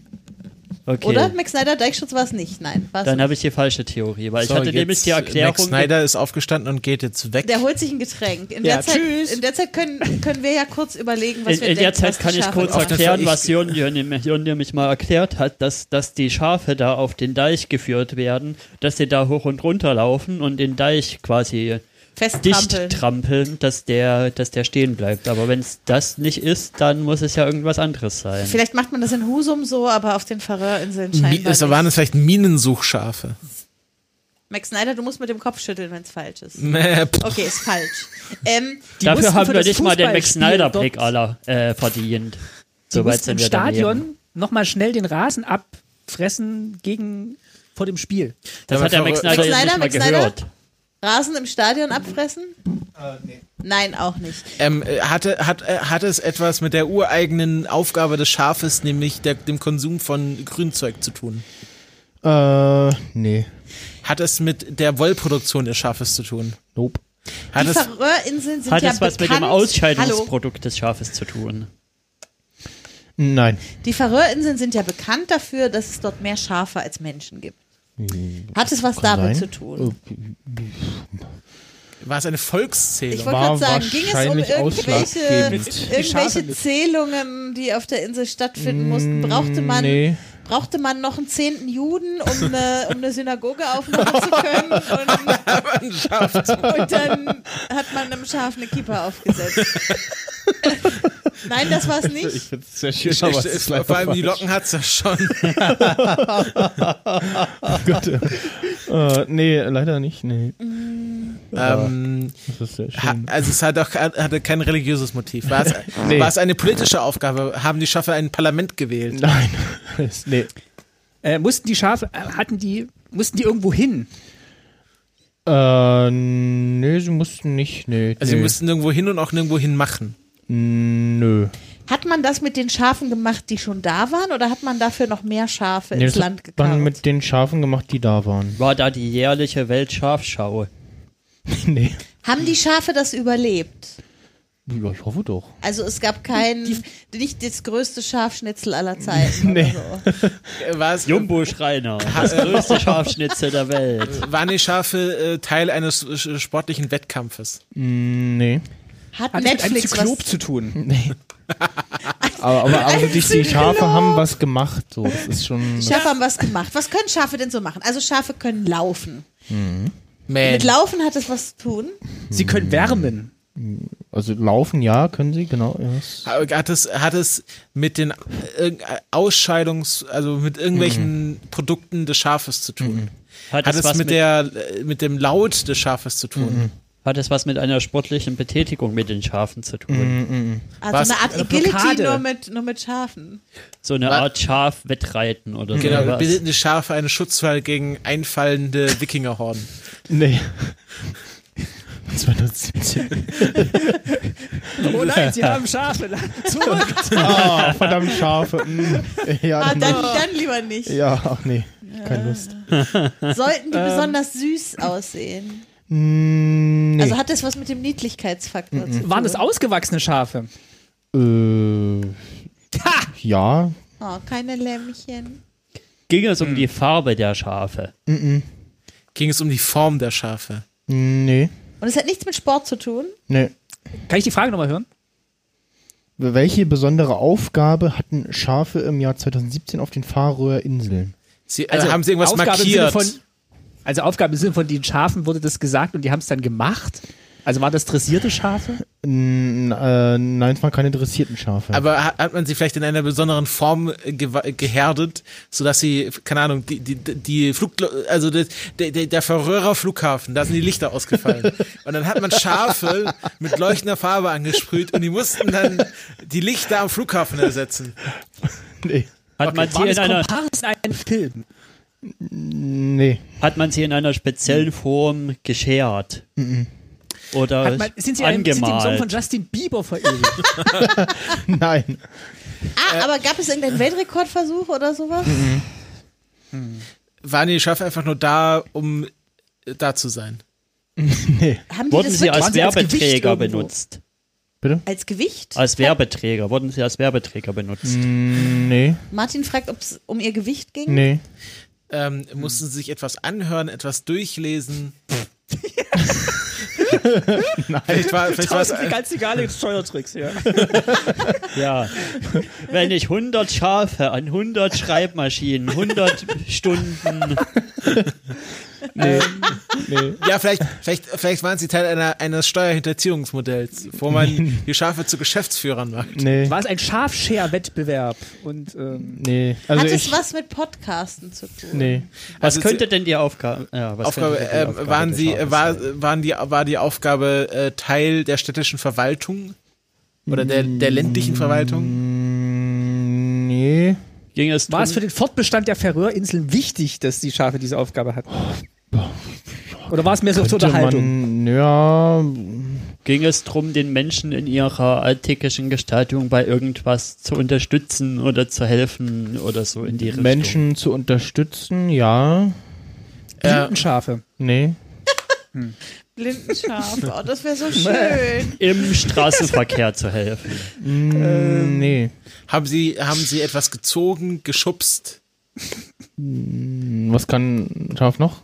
[SPEAKER 5] Okay.
[SPEAKER 2] Oder? Max Snyder, Deichschutz war es nicht. Nein. war's
[SPEAKER 5] Dann
[SPEAKER 2] nicht.
[SPEAKER 5] habe ich die falsche Theorie, weil
[SPEAKER 3] So,
[SPEAKER 5] ich hatte nämlich
[SPEAKER 3] jetzt,
[SPEAKER 5] die Erklärung.
[SPEAKER 3] Max Snyder ist aufgestanden und geht jetzt weg.
[SPEAKER 2] Der holt sich ein Getränk. In
[SPEAKER 4] Ja,
[SPEAKER 2] der Zeit,
[SPEAKER 4] tschüss.
[SPEAKER 2] in der Zeit können, können wir ja kurz überlegen, was
[SPEAKER 5] in,
[SPEAKER 2] wir
[SPEAKER 5] in der
[SPEAKER 2] denken,
[SPEAKER 5] Zeit
[SPEAKER 2] was die
[SPEAKER 5] kann ich
[SPEAKER 2] Schafe
[SPEAKER 5] kurz
[SPEAKER 2] drauf-
[SPEAKER 5] erklären,
[SPEAKER 3] ich-
[SPEAKER 5] was Jörn nämlich mal erklärt hat, dass, dass die Schafe da auf den Deich geführt werden, dass sie da hoch und runter laufen und den Deich quasi dicht
[SPEAKER 2] festtrampeln.
[SPEAKER 5] trampeln, dass der, dass der stehen bleibt. Aber wenn es das nicht ist, dann muss es ja irgendwas anderes sein.
[SPEAKER 2] Vielleicht macht man das in Husum so, aber auf den Färöerinseln
[SPEAKER 3] Mi-
[SPEAKER 2] scheinbar
[SPEAKER 3] es
[SPEAKER 2] nicht.
[SPEAKER 3] waren es
[SPEAKER 2] [laughs]
[SPEAKER 3] vielleicht Minensuchschafe.
[SPEAKER 2] Max Snyder, du musst mit dem Kopf schütteln, wenn es falsch ist.
[SPEAKER 3] Mäh, Äh, pff.
[SPEAKER 2] Okay, ist falsch. Ähm,
[SPEAKER 4] Die
[SPEAKER 5] Dafür
[SPEAKER 4] mussten
[SPEAKER 5] haben
[SPEAKER 4] für
[SPEAKER 5] wir
[SPEAKER 4] das
[SPEAKER 5] nicht mal den Max
[SPEAKER 4] Fußballspiel
[SPEAKER 5] Snyder-Blick
[SPEAKER 4] dort-
[SPEAKER 5] aller äh, verdient.
[SPEAKER 4] Die
[SPEAKER 5] Soweit
[SPEAKER 4] mussten
[SPEAKER 5] sind
[SPEAKER 4] im
[SPEAKER 5] wir daneben.
[SPEAKER 4] Stadion nochmal schnell den Rasen abfressen gegen vor dem Spiel.
[SPEAKER 5] Das
[SPEAKER 3] Ja,
[SPEAKER 5] hat der Max
[SPEAKER 3] Max
[SPEAKER 5] Snyder jetzt
[SPEAKER 2] Snyder,
[SPEAKER 5] nicht mal
[SPEAKER 2] Max Snyder?
[SPEAKER 5] gehört.
[SPEAKER 2] Rasen im Stadion abfressen? Nein, auch nicht.
[SPEAKER 3] Ähm, äh, hatte, hat, äh, hatte es etwas mit der ureigenen Aufgabe des Schafes, nämlich der, dem Konsum von Grünzeug zu tun?
[SPEAKER 1] Äh, nee,
[SPEAKER 3] Hat es mit der Wollproduktion des Schafes zu tun?
[SPEAKER 1] nope.
[SPEAKER 3] Hat
[SPEAKER 2] die
[SPEAKER 3] es,
[SPEAKER 2] Färöerinseln sind
[SPEAKER 5] Hat
[SPEAKER 2] ja
[SPEAKER 5] es was mit
[SPEAKER 2] bekannt.
[SPEAKER 5] dem
[SPEAKER 2] Hallo.
[SPEAKER 5] Ausscheidungsprodukt des Schafes zu tun?
[SPEAKER 1] Nein.
[SPEAKER 2] Die Färöerinseln sind ja bekannt dafür, dass es dort mehr Schafe als Menschen gibt. Hat es was
[SPEAKER 1] Kann
[SPEAKER 2] damit
[SPEAKER 1] sein. Äh,
[SPEAKER 2] zu tun?
[SPEAKER 3] war es eine
[SPEAKER 2] Ich
[SPEAKER 3] Volkszählung?
[SPEAKER 2] wollte gerade
[SPEAKER 1] War
[SPEAKER 2] sagen, ging es um
[SPEAKER 1] wahrscheinlich
[SPEAKER 2] irgendwelche,
[SPEAKER 1] ausschlaggebend.
[SPEAKER 4] Die Schafe
[SPEAKER 2] irgendwelche
[SPEAKER 4] nicht.
[SPEAKER 2] Zählungen, die auf der Insel stattfinden mussten? Brauchte man,
[SPEAKER 1] Nee.
[SPEAKER 2] brauchte man noch einen zehnten Juden, um eine, um eine Synagoge aufmachen zu können? Und, und dann hat man einem Schaf eine Kippa aufgesetzt. Nein, das war es nicht.
[SPEAKER 1] finde es sehr schön,
[SPEAKER 5] Genau,
[SPEAKER 3] vor allem die Locken hat es ja
[SPEAKER 5] [laughs]
[SPEAKER 3] schon.
[SPEAKER 1] Äh, nee, leider nicht, nee. Mm.
[SPEAKER 3] ähm,
[SPEAKER 1] Das ist sehr
[SPEAKER 3] ha,
[SPEAKER 1] schön.
[SPEAKER 3] also es hat auch, kein- hatte kein religiöses Motiv. War es,
[SPEAKER 5] [laughs]
[SPEAKER 1] Nee.
[SPEAKER 3] war es eine politische Aufgabe? Haben die Schafe ein Parlament gewählt?
[SPEAKER 1] Nein. [laughs] nee.
[SPEAKER 4] Äh, mussten die Schafe, äh, hatten die, mussten die irgendwo hin?
[SPEAKER 1] Äh, nee, sie mussten nicht, nee.
[SPEAKER 3] Also sie
[SPEAKER 1] nee.
[SPEAKER 3] mussten nirgendwo hin und auch nirgendwo hin machen.
[SPEAKER 1] Nö.
[SPEAKER 2] Hat man das mit den Schafen gemacht, die schon da waren, oder hat man dafür noch mehr Schafe
[SPEAKER 1] Nee,
[SPEAKER 2] ins
[SPEAKER 1] das
[SPEAKER 2] Land
[SPEAKER 1] hat man
[SPEAKER 2] gekarrt?
[SPEAKER 1] mit den Schafen gemacht, die da waren. [laughs]
[SPEAKER 5] War da die jährliche Weltschafschau?
[SPEAKER 1] nee.
[SPEAKER 2] Haben die Schafe das überlebt?
[SPEAKER 1] Ja, ich hoffe doch.
[SPEAKER 2] Also es gab kein, nicht das größte Schafschnitzel aller Zeiten.
[SPEAKER 1] Nee.
[SPEAKER 2] Oder so.
[SPEAKER 3] Äh, War es,
[SPEAKER 5] Jumbo
[SPEAKER 3] [laughs]
[SPEAKER 5] Schreiner, das größte Schafschnitzel der Welt.
[SPEAKER 3] waren die Schafe äh, Teil eines äh, sportlichen Wettkampfes?
[SPEAKER 1] Nee.
[SPEAKER 2] Hat,
[SPEAKER 4] Hat mit einem
[SPEAKER 2] Netflix
[SPEAKER 4] Zyklop
[SPEAKER 2] was,
[SPEAKER 4] zu tun.
[SPEAKER 3] [laughs]
[SPEAKER 1] Nee. aber aber,
[SPEAKER 2] [laughs]
[SPEAKER 1] aber die, die Schafe haben was gemacht. So, das ist schon.
[SPEAKER 2] Schafe haben was gemacht. Was können Schafe denn so machen? Also Schafe können laufen.
[SPEAKER 3] Man.
[SPEAKER 2] Mit Laufen hat das was zu tun.
[SPEAKER 4] Sie können wärmen.
[SPEAKER 1] Also laufen, ja, können sie, genau. Ja, das-
[SPEAKER 3] Hat es, hat es mit den äh, Ausscheidungs-, also mit irgendwelchen
[SPEAKER 4] Mhm.
[SPEAKER 3] Produkten des Schafes zu tun?
[SPEAKER 5] Hat,
[SPEAKER 3] Hat
[SPEAKER 5] es
[SPEAKER 3] es
[SPEAKER 5] was
[SPEAKER 3] mit,
[SPEAKER 5] mit,
[SPEAKER 3] der, äh, mit dem Laut des Schafes zu tun?
[SPEAKER 4] Mhm.
[SPEAKER 5] hat es was mit einer sportlichen Betätigung mit den Schafen zu tun?
[SPEAKER 3] Mhm.
[SPEAKER 2] Also
[SPEAKER 3] Was?
[SPEAKER 2] eine Art
[SPEAKER 4] Eine
[SPEAKER 2] Agility
[SPEAKER 4] Blockade.
[SPEAKER 2] nur mit, nur mit Schafen.
[SPEAKER 5] So eine
[SPEAKER 3] Was?
[SPEAKER 5] Art Schaf-Wettreiten oder so.
[SPEAKER 3] Genau,
[SPEAKER 5] was.
[SPEAKER 3] bilden die Schafe einen Schutzwall gegen einfallende Wikingerhorden.
[SPEAKER 1] [laughs] Nee. 2017.
[SPEAKER 4] Oh nein, [laughs] sie haben Schafe. Zurück.
[SPEAKER 1] Ah, verdammt Schafe. Mm. Ja,
[SPEAKER 2] Ah, dann,
[SPEAKER 1] nee.
[SPEAKER 2] dann lieber nicht.
[SPEAKER 1] ja, ach nee. Keine Lust.
[SPEAKER 2] Sollten die besonders süß aussehen?
[SPEAKER 1] Mm, nee.
[SPEAKER 2] Also hat das was mit dem Niedlichkeitsfaktor zu tun?
[SPEAKER 4] Waren das ausgewachsene Schafe?
[SPEAKER 1] äh, ja.
[SPEAKER 2] Oh, keine Lämmchen.
[SPEAKER 5] Ging es um
[SPEAKER 3] Mhm.
[SPEAKER 5] die Farbe der Schafe?
[SPEAKER 3] Ging es um die Form der Schafe?
[SPEAKER 1] Nee.
[SPEAKER 2] Und es hat nichts mit Sport zu tun.
[SPEAKER 1] Nee.
[SPEAKER 4] Kann ich die Frage nochmal hören?
[SPEAKER 1] Welche besondere Aufgabe hatten Schafe im Jahr 2017 auf den Färöer Inseln?
[SPEAKER 3] Sie, äh, haben sie irgendwas
[SPEAKER 4] Also, im
[SPEAKER 3] markiert?
[SPEAKER 4] Sinne von, also Aufgabe im Sinne von den Schafen wurde das gesagt und die haben es dann gemacht? Also waren das dressierte Schafe?
[SPEAKER 1] N äh, nein, es waren keine dressierten Schafe.
[SPEAKER 3] Aber hat, hat man sie vielleicht in einer besonderen Form äh, gewa- gehärtet, sodass sie, keine Ahnung, die, die, die Flug, also der, der, der Verröhrer Flughafen, da sind die Lichter ausgefallen. und dann hat man Schafe mit leuchtender Farbe angesprüht und die mussten dann die Lichter am Flughafen ersetzen.
[SPEAKER 1] nee.
[SPEAKER 5] Hat man sie in einer
[SPEAKER 4] Komparsen in einem Film?
[SPEAKER 1] Nee.
[SPEAKER 5] Hat man sie in einer speziellen Form geschert?
[SPEAKER 3] Mhm.
[SPEAKER 5] Oder
[SPEAKER 4] Hat man, sind sie einem, sind sie im Song
[SPEAKER 5] angemalt?
[SPEAKER 4] von Justin Bieber [laughs] verewigt?
[SPEAKER 1] Nein.
[SPEAKER 2] Ah, aber gab es irgendeinen Weltrekordversuch oder sowas?
[SPEAKER 3] Waren die Schafe einfach nur da, um äh, da zu sein?
[SPEAKER 2] Haben die
[SPEAKER 5] wurden
[SPEAKER 2] das
[SPEAKER 5] sie
[SPEAKER 2] wirklich
[SPEAKER 5] als
[SPEAKER 4] Waren sie als Gewicht
[SPEAKER 5] Werbeträger
[SPEAKER 4] irgendwo?
[SPEAKER 5] benutzt?
[SPEAKER 1] Bitte?
[SPEAKER 2] als Gewicht?
[SPEAKER 5] Als Werbeträger. Wurden sie als Werbeträger
[SPEAKER 3] Mhm.
[SPEAKER 5] benutzt?
[SPEAKER 1] Nee.
[SPEAKER 2] Martin fragt, ob es um ihr Gewicht ging.
[SPEAKER 1] Nee.
[SPEAKER 3] Ähm, Mussten sie sich etwas anhören, etwas durchlesen? Nein. Vielleicht war, vielleicht war es
[SPEAKER 4] Tausend ganz legale Steuertricks, ja.
[SPEAKER 5] Ja. Wenn ich 100 Schafe an 100 Schreibmaschinen, 100 Stunden.
[SPEAKER 3] Also
[SPEAKER 1] Nee. nee.
[SPEAKER 3] Ja, vielleicht, vielleicht, vielleicht waren sie Teil einer, eines Steuerhinterziehungsmodells, wo
[SPEAKER 5] [laughs]
[SPEAKER 3] man die Schafe zu Geschäftsführern macht.
[SPEAKER 1] Nee.
[SPEAKER 4] War es ein Schafscher-Wettbewerb? Und ähm,
[SPEAKER 1] Nee. Also
[SPEAKER 2] Hat es
[SPEAKER 1] ich,
[SPEAKER 2] was mit Podcasten zu tun?
[SPEAKER 1] Nee.
[SPEAKER 5] Was
[SPEAKER 3] Also
[SPEAKER 5] könnte denn die Aufgabe? Ja, was
[SPEAKER 3] Aufgabe,
[SPEAKER 5] könnte denn die
[SPEAKER 3] ähm,
[SPEAKER 5] Aufgabe
[SPEAKER 3] waren
[SPEAKER 5] der
[SPEAKER 3] sie,
[SPEAKER 5] Schafe
[SPEAKER 3] äh, war,
[SPEAKER 5] sein?
[SPEAKER 3] waren die, war die Aufgabe äh, Teil der städtischen Verwaltung? Oder der, der ländlichen Verwaltung?
[SPEAKER 1] Mm, Nee.
[SPEAKER 5] Ging es
[SPEAKER 4] war es für
[SPEAKER 5] drum-
[SPEAKER 4] den Fortbestand der Färöerinseln wichtig, dass die Schafe diese Aufgabe hatten? Oder war es mehr so zur
[SPEAKER 1] Könnte
[SPEAKER 4] Unterhaltung?
[SPEAKER 1] Man, ja.
[SPEAKER 5] Ging es darum, den Menschen in ihrer alltäglichen Gestaltung bei irgendwas zu unterstützen oder zu helfen oder so in die Richtung?
[SPEAKER 1] Menschen zu unterstützen, ja.
[SPEAKER 3] Äh,
[SPEAKER 4] Blütenschafe.
[SPEAKER 1] Nee.
[SPEAKER 2] Blindenschaf. Oh, das wäre so schön.
[SPEAKER 5] Im Straßenverkehr zu helfen.
[SPEAKER 1] Mm,
[SPEAKER 2] Ähm.
[SPEAKER 1] Nee.
[SPEAKER 3] haben, sie, haben sie etwas gezogen, geschubst?
[SPEAKER 1] Was kann ein Schaf noch?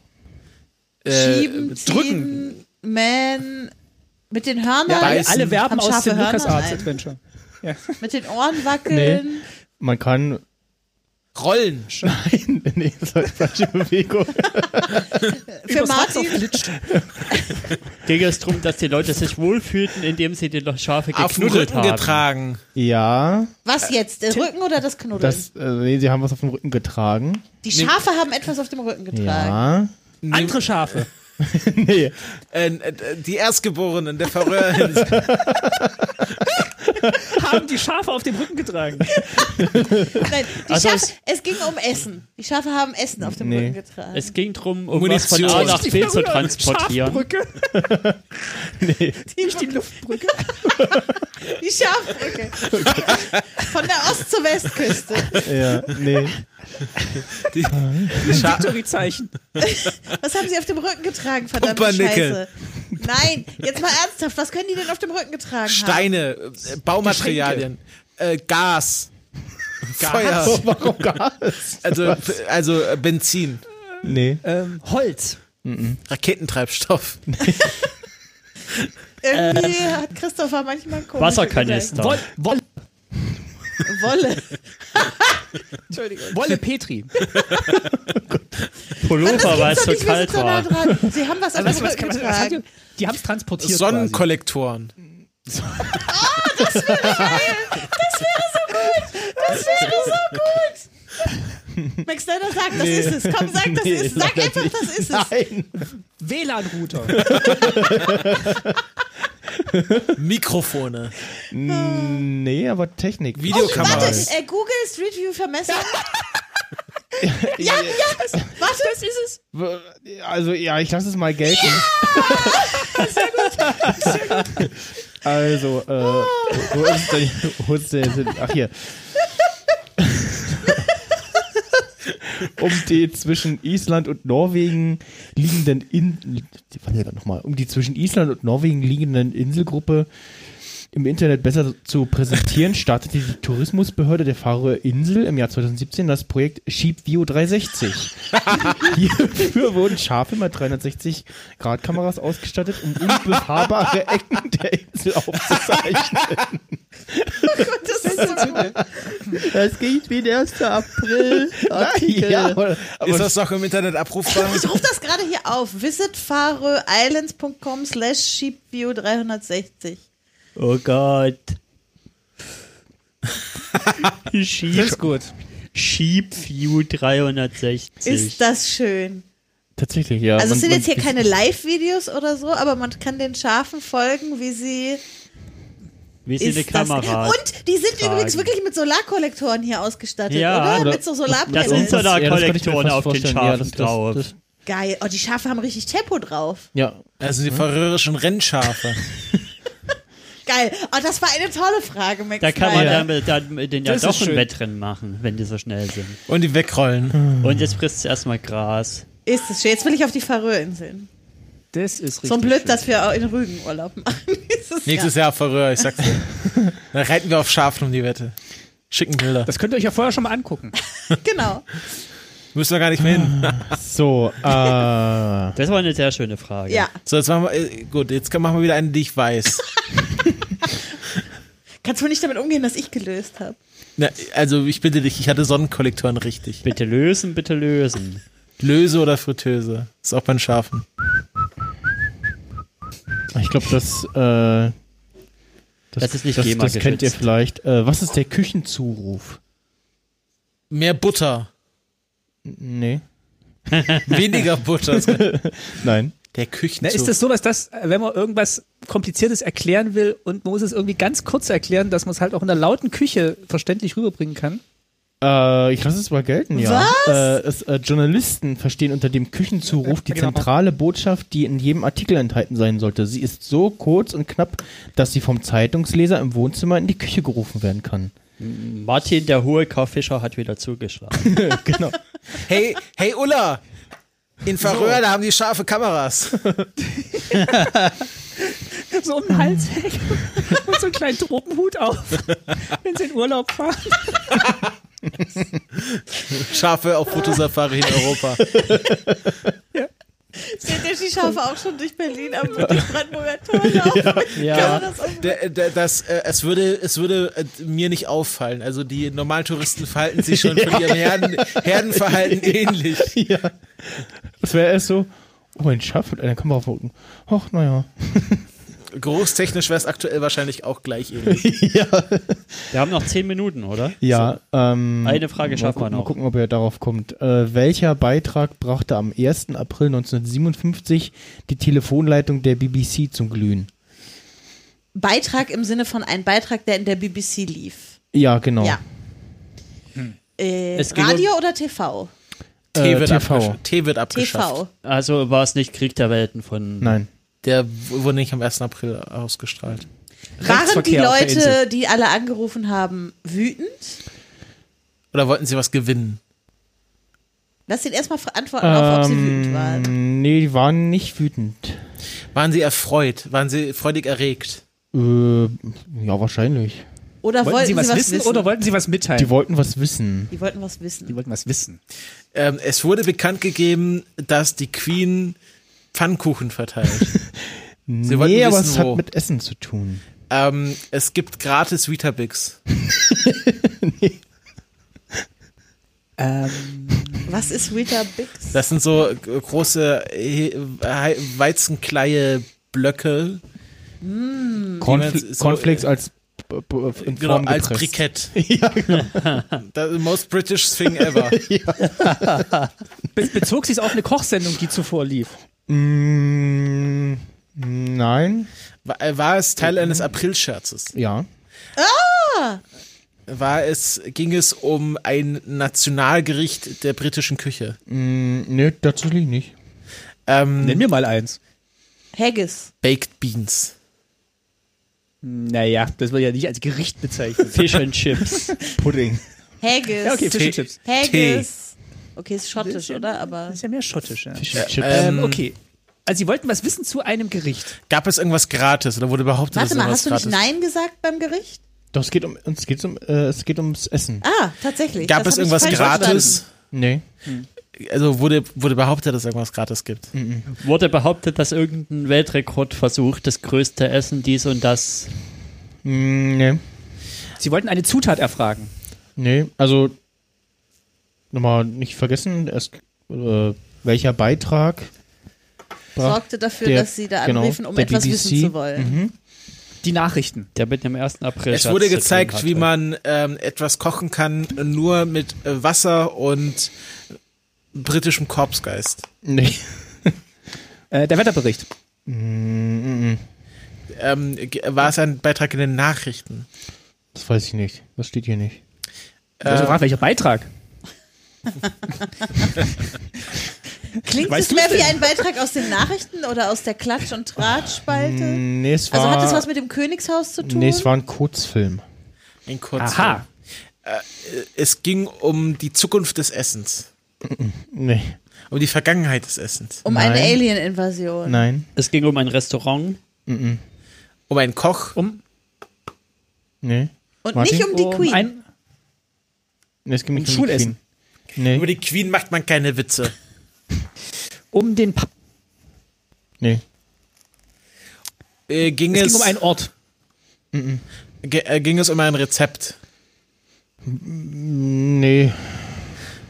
[SPEAKER 3] Äh,
[SPEAKER 2] Schieben,
[SPEAKER 3] drücken.
[SPEAKER 2] ziehen, man. Mit den
[SPEAKER 4] Ja,
[SPEAKER 2] Hörnern,
[SPEAKER 4] alle,
[SPEAKER 3] Beißen.
[SPEAKER 4] alle Verben
[SPEAKER 2] Haben
[SPEAKER 4] aus
[SPEAKER 2] Schafe
[SPEAKER 4] dem
[SPEAKER 2] Hörner?
[SPEAKER 4] LucasArts
[SPEAKER 2] Nein.
[SPEAKER 4] Adventure.
[SPEAKER 2] mit den Ohren wackeln.
[SPEAKER 1] Man kann.
[SPEAKER 3] Rollen.
[SPEAKER 1] Nein, [laughs] nee, das war die falsche Bewegung.
[SPEAKER 2] Für
[SPEAKER 4] Übers Wasser
[SPEAKER 2] Martin,
[SPEAKER 4] flitschen.
[SPEAKER 5] Ging es darum, dass die Leute sich wohlfühlten, indem sie die Schafe
[SPEAKER 3] Auf den
[SPEAKER 5] geknuddelt
[SPEAKER 3] Rücken
[SPEAKER 5] haben?
[SPEAKER 3] getragen.
[SPEAKER 1] Ja.
[SPEAKER 2] was jetzt? Der Rücken oder das Knuddeln?
[SPEAKER 1] Das, äh, nee, sie haben was auf dem Rücken getragen.
[SPEAKER 2] die Schafe haben etwas auf dem Rücken getragen.
[SPEAKER 1] Ja.
[SPEAKER 4] Andere Schafe.
[SPEAKER 1] [laughs] Nee.
[SPEAKER 3] Äh, äh, die Erstgeborenen der
[SPEAKER 5] [laughs]
[SPEAKER 3] Färöerinsel.
[SPEAKER 4] haben die Schafe auf dem Rücken
[SPEAKER 5] [laughs]
[SPEAKER 4] getragen.
[SPEAKER 2] Nein, die
[SPEAKER 5] Also
[SPEAKER 2] Schafe, es ging um Essen. Die Schafe haben Essen auf dem
[SPEAKER 1] Nee.
[SPEAKER 2] Rücken getragen.
[SPEAKER 5] Es ging darum, um
[SPEAKER 3] Munition.
[SPEAKER 5] was von A nach
[SPEAKER 4] Die
[SPEAKER 5] B zu
[SPEAKER 4] Färöer-
[SPEAKER 5] transportieren.
[SPEAKER 4] Schafbrücke.
[SPEAKER 5] [laughs]
[SPEAKER 4] Nicht die Luftbrücke.
[SPEAKER 2] Die Schafbrücke. Von der Ost- zur Westküste.
[SPEAKER 1] Ja, nee.
[SPEAKER 4] Das Victory-Zeichen.
[SPEAKER 2] Was haben sie auf dem Rücken getragen, verdammte
[SPEAKER 3] Pumpernickel.
[SPEAKER 2] Scheiße? Nein, jetzt mal ernsthaft, was können die denn auf dem Rücken getragen haben?
[SPEAKER 3] Steine, äh, Baumaterialien, äh, Gas, Feuer,
[SPEAKER 1] Warum Gas?
[SPEAKER 3] also, also äh, Benzin,
[SPEAKER 6] Nee.
[SPEAKER 5] Ähm, Holz.
[SPEAKER 3] Raketentreibstoff.
[SPEAKER 2] Irgendwie hat Christopher manchmal komische
[SPEAKER 5] Wasserkanister.
[SPEAKER 4] Woll, Wolle,
[SPEAKER 2] Gedanken. Wolle. Entschuldigung.
[SPEAKER 4] Wolle
[SPEAKER 5] [laughs]
[SPEAKER 4] Petri.
[SPEAKER 5] Pullover, weil es so kalt war.
[SPEAKER 2] war. Sie haben was an
[SPEAKER 4] Was,
[SPEAKER 2] den
[SPEAKER 4] was,
[SPEAKER 2] Rücken
[SPEAKER 4] kann man, was hat die,
[SPEAKER 2] getragen.
[SPEAKER 4] die haben es transportiert. quasi.
[SPEAKER 3] Sonnenkollektoren.
[SPEAKER 2] Das wäre so gut. Max Snyder sagt, das ist es. Komm, sag, das ist es. Sag einfach, das ist es.
[SPEAKER 6] Nein.
[SPEAKER 5] [laughs]
[SPEAKER 4] WLAN-Router.
[SPEAKER 3] Mikrofone.
[SPEAKER 2] Ah.
[SPEAKER 6] Nee, aber Technik.
[SPEAKER 3] Videokamera.
[SPEAKER 2] Warte, äh, Google Street View Vermessung. ja, ja, das, warte, das ist es.
[SPEAKER 6] Also, ja, ich lasse es mal gelten. [laughs] also, äh, wo ist denn, wo ist denn, sind- ach hier. [laughs] Um die zwischen Island und Norwegen liegenden In warte noch mal. um die zwischen Island und Norwegen liegenden Inselgruppe im Internet besser zu präsentieren, startete die Tourismusbehörde der Färöer Insel im Jahr 2017 das Projekt Sheep View 360. Hierfür wurden Schafe mit 360-Grad-Kameras ausgestattet, um unbefahrbare Ecken der Insel
[SPEAKER 5] [laughs]
[SPEAKER 6] aufzuzeichnen.
[SPEAKER 2] Das ist so gut.
[SPEAKER 6] Das geht wie der 1.
[SPEAKER 5] [laughs]
[SPEAKER 6] April. ja, aber, aber
[SPEAKER 3] Ist das noch im Internet abrufbar?
[SPEAKER 2] Ich rufe das gerade hier auf. Visit faroislands.com slash sheepview 360.
[SPEAKER 5] Oh Gott.
[SPEAKER 4] Das
[SPEAKER 5] Sheep,
[SPEAKER 4] ist gut.
[SPEAKER 5] Sheep View 360.
[SPEAKER 2] Ist das schön.
[SPEAKER 1] Tatsächlich, ja.
[SPEAKER 2] Also es
[SPEAKER 1] Man-
[SPEAKER 2] sind
[SPEAKER 1] man-
[SPEAKER 2] jetzt hier keine Live-Videos oder so, aber man kann den Schafen folgen, wie sie
[SPEAKER 5] Wie ist
[SPEAKER 2] ist
[SPEAKER 5] eine
[SPEAKER 2] das.
[SPEAKER 5] Kamera?
[SPEAKER 2] Und die sind
[SPEAKER 5] tragen.
[SPEAKER 2] übrigens wirklich mit Solarkollektoren hier ausgestattet,
[SPEAKER 5] Ja.
[SPEAKER 2] oder?
[SPEAKER 5] Oder-
[SPEAKER 2] Mit so
[SPEAKER 5] Das
[SPEAKER 2] Solarpanels.
[SPEAKER 5] sind so
[SPEAKER 1] Ja,
[SPEAKER 5] da
[SPEAKER 1] das kann ich mir
[SPEAKER 5] Kollektoren
[SPEAKER 1] fast
[SPEAKER 5] auf den
[SPEAKER 1] vorstellen.
[SPEAKER 5] Schafen
[SPEAKER 1] Ja, das- das-
[SPEAKER 5] drauf.
[SPEAKER 1] das-
[SPEAKER 2] Geil. Oh, die Schafe haben richtig Tempo drauf.
[SPEAKER 1] Ja,
[SPEAKER 3] [laughs] Also die färöischen Rennschafe.
[SPEAKER 2] Geil. Oh, das war eine tolle Frage, Max.
[SPEAKER 5] da kann man
[SPEAKER 2] Snyder.
[SPEAKER 5] dann, mit- dann mit den ja
[SPEAKER 4] Das ist
[SPEAKER 5] doch ein
[SPEAKER 4] schön.
[SPEAKER 5] Wettrennen machen, wenn die so schnell sind.
[SPEAKER 3] Und die wegrollen.
[SPEAKER 5] Und jetzt frisst sie erstmal Gras.
[SPEAKER 2] Ist es schön. Jetzt will ich auf die Färöerinseln.
[SPEAKER 4] Das ist richtig.
[SPEAKER 2] So blöd,
[SPEAKER 4] schön.
[SPEAKER 2] dass wir auch in Rügen Urlaub machen. [laughs] Nächstes
[SPEAKER 3] Nächstes Jahr Färöer, ich sag's [laughs] dir. Dann reiten wir auf Schafen um die Wette. Schicken Bilder.
[SPEAKER 4] Das könnt ihr euch ja vorher schon mal angucken.
[SPEAKER 2] Genau.
[SPEAKER 3] Müssen wir gar nicht mehr hin.
[SPEAKER 1] so, äh,
[SPEAKER 5] Das war eine sehr schöne Frage.
[SPEAKER 2] Ja.
[SPEAKER 3] So, jetzt machen wir, äh, gut, jetzt machen wir wieder eine, die ich weiß. [laughs]
[SPEAKER 2] Kannst du nicht damit umgehen, dass ich gelöst habe?
[SPEAKER 3] Na, also ich bitte dich, ich hatte Sonnenkollektoren richtig.
[SPEAKER 5] Bitte lösen, bitte lösen.
[SPEAKER 3] Löse oder Fritteuse? Ist auch bei den Schafen.
[SPEAKER 1] ich glaube, das, äh,
[SPEAKER 5] Das ist nicht
[SPEAKER 1] das,
[SPEAKER 5] GEMA
[SPEAKER 1] das kennt ihr
[SPEAKER 5] geschützt.
[SPEAKER 1] vielleicht. Äh, was ist der Küchenzuruf?
[SPEAKER 3] Mehr Butter.
[SPEAKER 6] nee.
[SPEAKER 3] Weniger [laughs] Butter.
[SPEAKER 6] Nein.
[SPEAKER 3] Der Küchen.
[SPEAKER 4] Na, ist das so, dass das, äh, wenn man irgendwas Kompliziertes erklären will und man muss es irgendwie ganz kurz erklären, dass man es halt auch in der lauten Küche verständlich rüberbringen kann?
[SPEAKER 1] Äh, ich lasse es mal gelten, ja. Äh, es, äh, Journalisten verstehen unter dem Küchenzuruf die
[SPEAKER 4] Ja, genau.
[SPEAKER 1] zentrale Botschaft, die in jedem Artikel enthalten sein sollte. Sie ist so kurz und knapp, dass sie vom Zeitungsleser im Wohnzimmer in die Küche gerufen werden kann.
[SPEAKER 5] Martin, der hohe Kaufischer, hat wieder zugeschlagen.
[SPEAKER 1] genau.
[SPEAKER 3] hey, hey Ulla! In Färöer, da haben die scharfe [laughs] Kameras.
[SPEAKER 4] [laughs] so um den Hals hängen [laughs] und so einen kleinen Tropenhut auf, [laughs] wenn sie in Urlaub fahren.
[SPEAKER 3] Schafe auf Fotosafari in Europa.
[SPEAKER 2] Seht ihr die Schafe auch schon durch Berlin am Brandenburger Tor laufen?
[SPEAKER 5] [laughs] Ja.
[SPEAKER 2] Kann man das um-
[SPEAKER 3] Der, äh, der, das, äh, es würde, es würde äh, mir nicht auffallen. Also die normalen Touristen verhalten sich schon von ihrem Herden, [laughs] Herdenverhalten ähnlich.
[SPEAKER 1] Das wäre erst so, oh, ein Schaf mit einer Kamera auf dem Rücken. Och, naja.
[SPEAKER 3] Großtechnisch wäre es aktuell wahrscheinlich auch gleich ähnlich.
[SPEAKER 5] Wir haben noch zehn Minuten, oder?
[SPEAKER 1] Ja, ähm,
[SPEAKER 5] Eine Frage schaffen wir
[SPEAKER 1] mal gucken,
[SPEAKER 5] noch.
[SPEAKER 1] Mal gucken, ob er darauf kommt. Äh, welcher Beitrag brachte am 1. April 1957 die Telefonleitung der BBC zum Glühen?
[SPEAKER 2] Beitrag im Sinne von ein Beitrag, der in der BBC lief.
[SPEAKER 1] Ja, genau.
[SPEAKER 2] Ja. Äh,
[SPEAKER 5] Es ging um-
[SPEAKER 2] Radio oder TV?
[SPEAKER 1] Äh, TV.
[SPEAKER 3] abgesch- Tee wird abgeschafft.
[SPEAKER 2] TV.
[SPEAKER 5] Also war es nicht Krieg der Welten von.
[SPEAKER 1] Nein.
[SPEAKER 3] Der w- wurde nicht am 1. April ausgestrahlt.
[SPEAKER 2] Waren die
[SPEAKER 4] Rechtsverkehr auf der
[SPEAKER 2] Leute,
[SPEAKER 4] Insel.
[SPEAKER 2] die alle angerufen haben, wütend?
[SPEAKER 3] Oder wollten sie was gewinnen?
[SPEAKER 2] Lass ihn erstmal fra- antworten auf, ob sie wütend waren.
[SPEAKER 1] Nee, die waren nicht wütend.
[SPEAKER 3] Waren sie erfreut? Waren sie freudig erregt?
[SPEAKER 1] Äh, ja, wahrscheinlich.
[SPEAKER 2] Oder wollten, sie was, wissen?
[SPEAKER 4] oder wollten sie was mitteilen?
[SPEAKER 1] Die wollten was wissen.
[SPEAKER 2] die wollten was wissen.
[SPEAKER 4] Die wollten was wissen.
[SPEAKER 3] Ähm, es wurde bekannt gegeben, dass die Queen
[SPEAKER 1] [laughs]
[SPEAKER 3] Pfannkuchen verteilt. Sie wollten
[SPEAKER 1] nee, aber
[SPEAKER 3] wissen,
[SPEAKER 1] es
[SPEAKER 3] wo.
[SPEAKER 1] hat mit Essen zu tun.
[SPEAKER 3] ähm, es gibt gratis Weetabix.
[SPEAKER 2] Ähm. Was ist Rita Bix?
[SPEAKER 3] Das sind so g- große äh, He- Weizenkleie Blöcke,
[SPEAKER 1] Cornfl
[SPEAKER 3] so-
[SPEAKER 1] Cornflakes als b- b- in Form
[SPEAKER 3] genau, als
[SPEAKER 1] gepresst. genau. [laughs]
[SPEAKER 3] Brikett. [laughs] The most British thing ever.
[SPEAKER 4] Be bezog sie es auf eine Kochsendung, die zuvor lief?
[SPEAKER 1] Mm, nein,
[SPEAKER 3] War, war es Teil
[SPEAKER 1] Mhm.
[SPEAKER 3] eines Aprilscherzes?
[SPEAKER 1] ja.
[SPEAKER 3] War es, ging es um ein Nationalgericht der britischen Küche?
[SPEAKER 1] Mm, nee, tatsächlich nicht.
[SPEAKER 3] Ähm,
[SPEAKER 4] Hm. Nenn mir mal eins.
[SPEAKER 2] Haggis.
[SPEAKER 3] Baked Beans.
[SPEAKER 4] Naja, das wird ja nicht als Gericht bezeichnet.
[SPEAKER 2] [laughs]
[SPEAKER 5] Fish and
[SPEAKER 3] [laughs]
[SPEAKER 5] Chips.
[SPEAKER 1] Pudding.
[SPEAKER 2] Haggis.
[SPEAKER 4] ja, okay, Fish
[SPEAKER 3] Tee.
[SPEAKER 4] and Chips.
[SPEAKER 2] Haggis. Okay, ist
[SPEAKER 4] Das ist
[SPEAKER 2] schottisch,
[SPEAKER 4] ja-
[SPEAKER 2] oder? Aber
[SPEAKER 4] Das ist ja mehr schottisch. Ja.
[SPEAKER 1] Fish and Chips.
[SPEAKER 4] Ähm, okay. Also sie wollten was wissen zu einem Gericht.
[SPEAKER 3] Gab es irgendwas gratis oder wurde behauptet,
[SPEAKER 2] warte
[SPEAKER 3] dass
[SPEAKER 2] mal,
[SPEAKER 3] irgendwas
[SPEAKER 2] hast du nicht
[SPEAKER 3] gratis
[SPEAKER 2] Nein gesagt beim Gericht?
[SPEAKER 1] Doch, es geht um, es geht um, äh, es geht ums Essen.
[SPEAKER 2] Ah, tatsächlich.
[SPEAKER 3] Gab
[SPEAKER 2] Das hab
[SPEAKER 3] es
[SPEAKER 2] ich
[SPEAKER 3] irgendwas
[SPEAKER 2] falsch
[SPEAKER 3] gratis?
[SPEAKER 1] Nee.
[SPEAKER 3] Also wurde, wurde behauptet, dass es irgendwas gratis gibt.
[SPEAKER 5] Wurde behauptet, dass irgendein Weltrekordversuch das größte Essen dies und das.
[SPEAKER 1] Mm, nee.
[SPEAKER 4] Sie wollten eine Zutat erfragen.
[SPEAKER 1] Nee, also nochmal nicht vergessen, erst, äh, welcher Beitrag
[SPEAKER 2] verstanden.
[SPEAKER 1] brach-
[SPEAKER 2] Sorgte dafür,
[SPEAKER 1] Der-
[SPEAKER 2] dass sie da
[SPEAKER 1] genau,
[SPEAKER 2] anriefen, um
[SPEAKER 1] der
[SPEAKER 2] etwas
[SPEAKER 1] BBC.
[SPEAKER 2] wissen zu wollen.
[SPEAKER 4] Die Nachrichten.
[SPEAKER 5] Der mit dem 1. April.
[SPEAKER 3] Es wurde gezeigt, wie man ähm, etwas kochen kann, nur mit äh, Wasser und äh, britischem Korpsgeist.
[SPEAKER 1] Nee.
[SPEAKER 4] Äh, der Wetterbericht.
[SPEAKER 3] Ähm, ge- war es ein Beitrag in den Nachrichten?
[SPEAKER 1] Das weiß ich nicht. Das steht hier nicht.
[SPEAKER 5] Äh.
[SPEAKER 4] Also fragt, welcher Beitrag?
[SPEAKER 2] Klingt
[SPEAKER 4] Weißt
[SPEAKER 2] es mehr
[SPEAKER 4] du's
[SPEAKER 2] wie ein Beitrag aus den Nachrichten oder aus der Klatsch- und Tratschspalte?
[SPEAKER 1] Nee, es war,
[SPEAKER 2] Also hat das was mit dem Königshaus zu tun?
[SPEAKER 1] Mm, äh, nee, es war ein Kurzfilm.
[SPEAKER 3] Ein kurzer.
[SPEAKER 4] Aha.
[SPEAKER 3] Es ging um die Zukunft des Essens.
[SPEAKER 1] Nee.
[SPEAKER 3] Um die Vergangenheit des Essens.
[SPEAKER 2] um eine
[SPEAKER 1] Nein.
[SPEAKER 2] Alien-Invasion.
[SPEAKER 1] Nein.
[SPEAKER 5] Es ging um ein Restaurant.
[SPEAKER 3] Um einen Koch.
[SPEAKER 4] Um,
[SPEAKER 1] Nee.
[SPEAKER 2] Und
[SPEAKER 1] Martin?
[SPEAKER 2] nicht um die Queen.
[SPEAKER 4] um ein,
[SPEAKER 1] Nee, es ging nicht
[SPEAKER 4] Um
[SPEAKER 1] um die
[SPEAKER 4] Schulessen.
[SPEAKER 1] Queen.
[SPEAKER 3] Über
[SPEAKER 1] Nee.
[SPEAKER 3] die Queen macht man keine Witze.
[SPEAKER 4] um den pa
[SPEAKER 1] Nee.
[SPEAKER 3] Äh, ging,
[SPEAKER 4] Es
[SPEAKER 3] es,
[SPEAKER 4] ging um einen Ort.
[SPEAKER 3] ge- äh, ging es um ein Rezept.
[SPEAKER 1] Nee.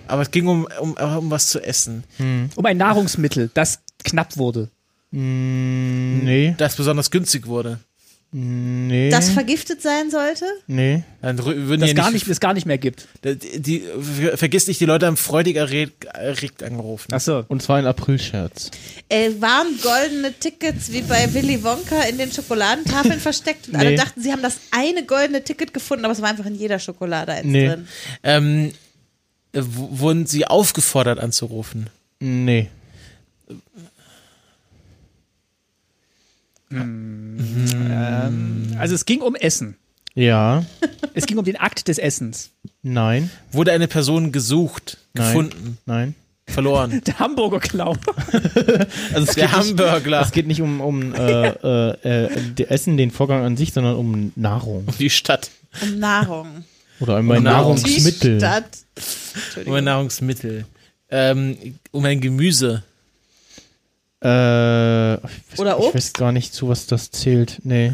[SPEAKER 3] Aber es ging um, um, um was zu essen.
[SPEAKER 4] Um ein Nahrungsmittel, das knapp wurde.
[SPEAKER 1] Nee.
[SPEAKER 3] Das besonders günstig wurde.
[SPEAKER 1] Nee.
[SPEAKER 2] das vergiftet sein sollte?
[SPEAKER 1] nee.
[SPEAKER 3] Dann rü- würden
[SPEAKER 4] Das
[SPEAKER 3] ja
[SPEAKER 4] gar nicht, das gar nicht mehr gibt.
[SPEAKER 3] Die, die, ver- vergiss nicht, die Leute haben freudig erregt, erregt angerufen.
[SPEAKER 4] Achso.
[SPEAKER 1] Und zwar ein Aprilscherz.
[SPEAKER 2] Äh, waren goldene Tickets wie bei Willy Wonka in den Schokoladentafeln versteckt und alle
[SPEAKER 1] Nee.
[SPEAKER 2] dachten, sie haben das eine goldene Ticket gefunden, aber es war einfach in jeder Schokolade eins
[SPEAKER 1] Nee.
[SPEAKER 2] drin.
[SPEAKER 3] Ähm, w- wurden sie aufgefordert anzurufen?
[SPEAKER 1] Nee.
[SPEAKER 5] Mhm.
[SPEAKER 4] Also es ging um Essen.
[SPEAKER 1] Ja.
[SPEAKER 4] Es ging um den Akt des Essens.
[SPEAKER 1] Nein.
[SPEAKER 3] Wurde eine Person gesucht,
[SPEAKER 1] Nein.
[SPEAKER 3] gefunden,
[SPEAKER 1] Nein.
[SPEAKER 3] verloren?
[SPEAKER 4] Der Hamburger Klau.
[SPEAKER 1] [laughs] Also es
[SPEAKER 3] Der Hamburgler.
[SPEAKER 1] Es geht nicht um, um äh, äh, äh, die Essen, den Vorgang an sich, sondern um Nahrung.
[SPEAKER 3] Die Stadt.
[SPEAKER 2] Um Nahrung.
[SPEAKER 1] Oder um ein
[SPEAKER 3] Nahrung.
[SPEAKER 1] Nahrungsmittel.
[SPEAKER 2] Die Stadt.
[SPEAKER 3] Um ein Nahrungsmittel. Ähm, um ein
[SPEAKER 1] [laughs]
[SPEAKER 3] Gemüse.
[SPEAKER 1] Äh, ich weiß,
[SPEAKER 2] Oder
[SPEAKER 1] Ich weiß gar nicht, zu was das zählt. Nee.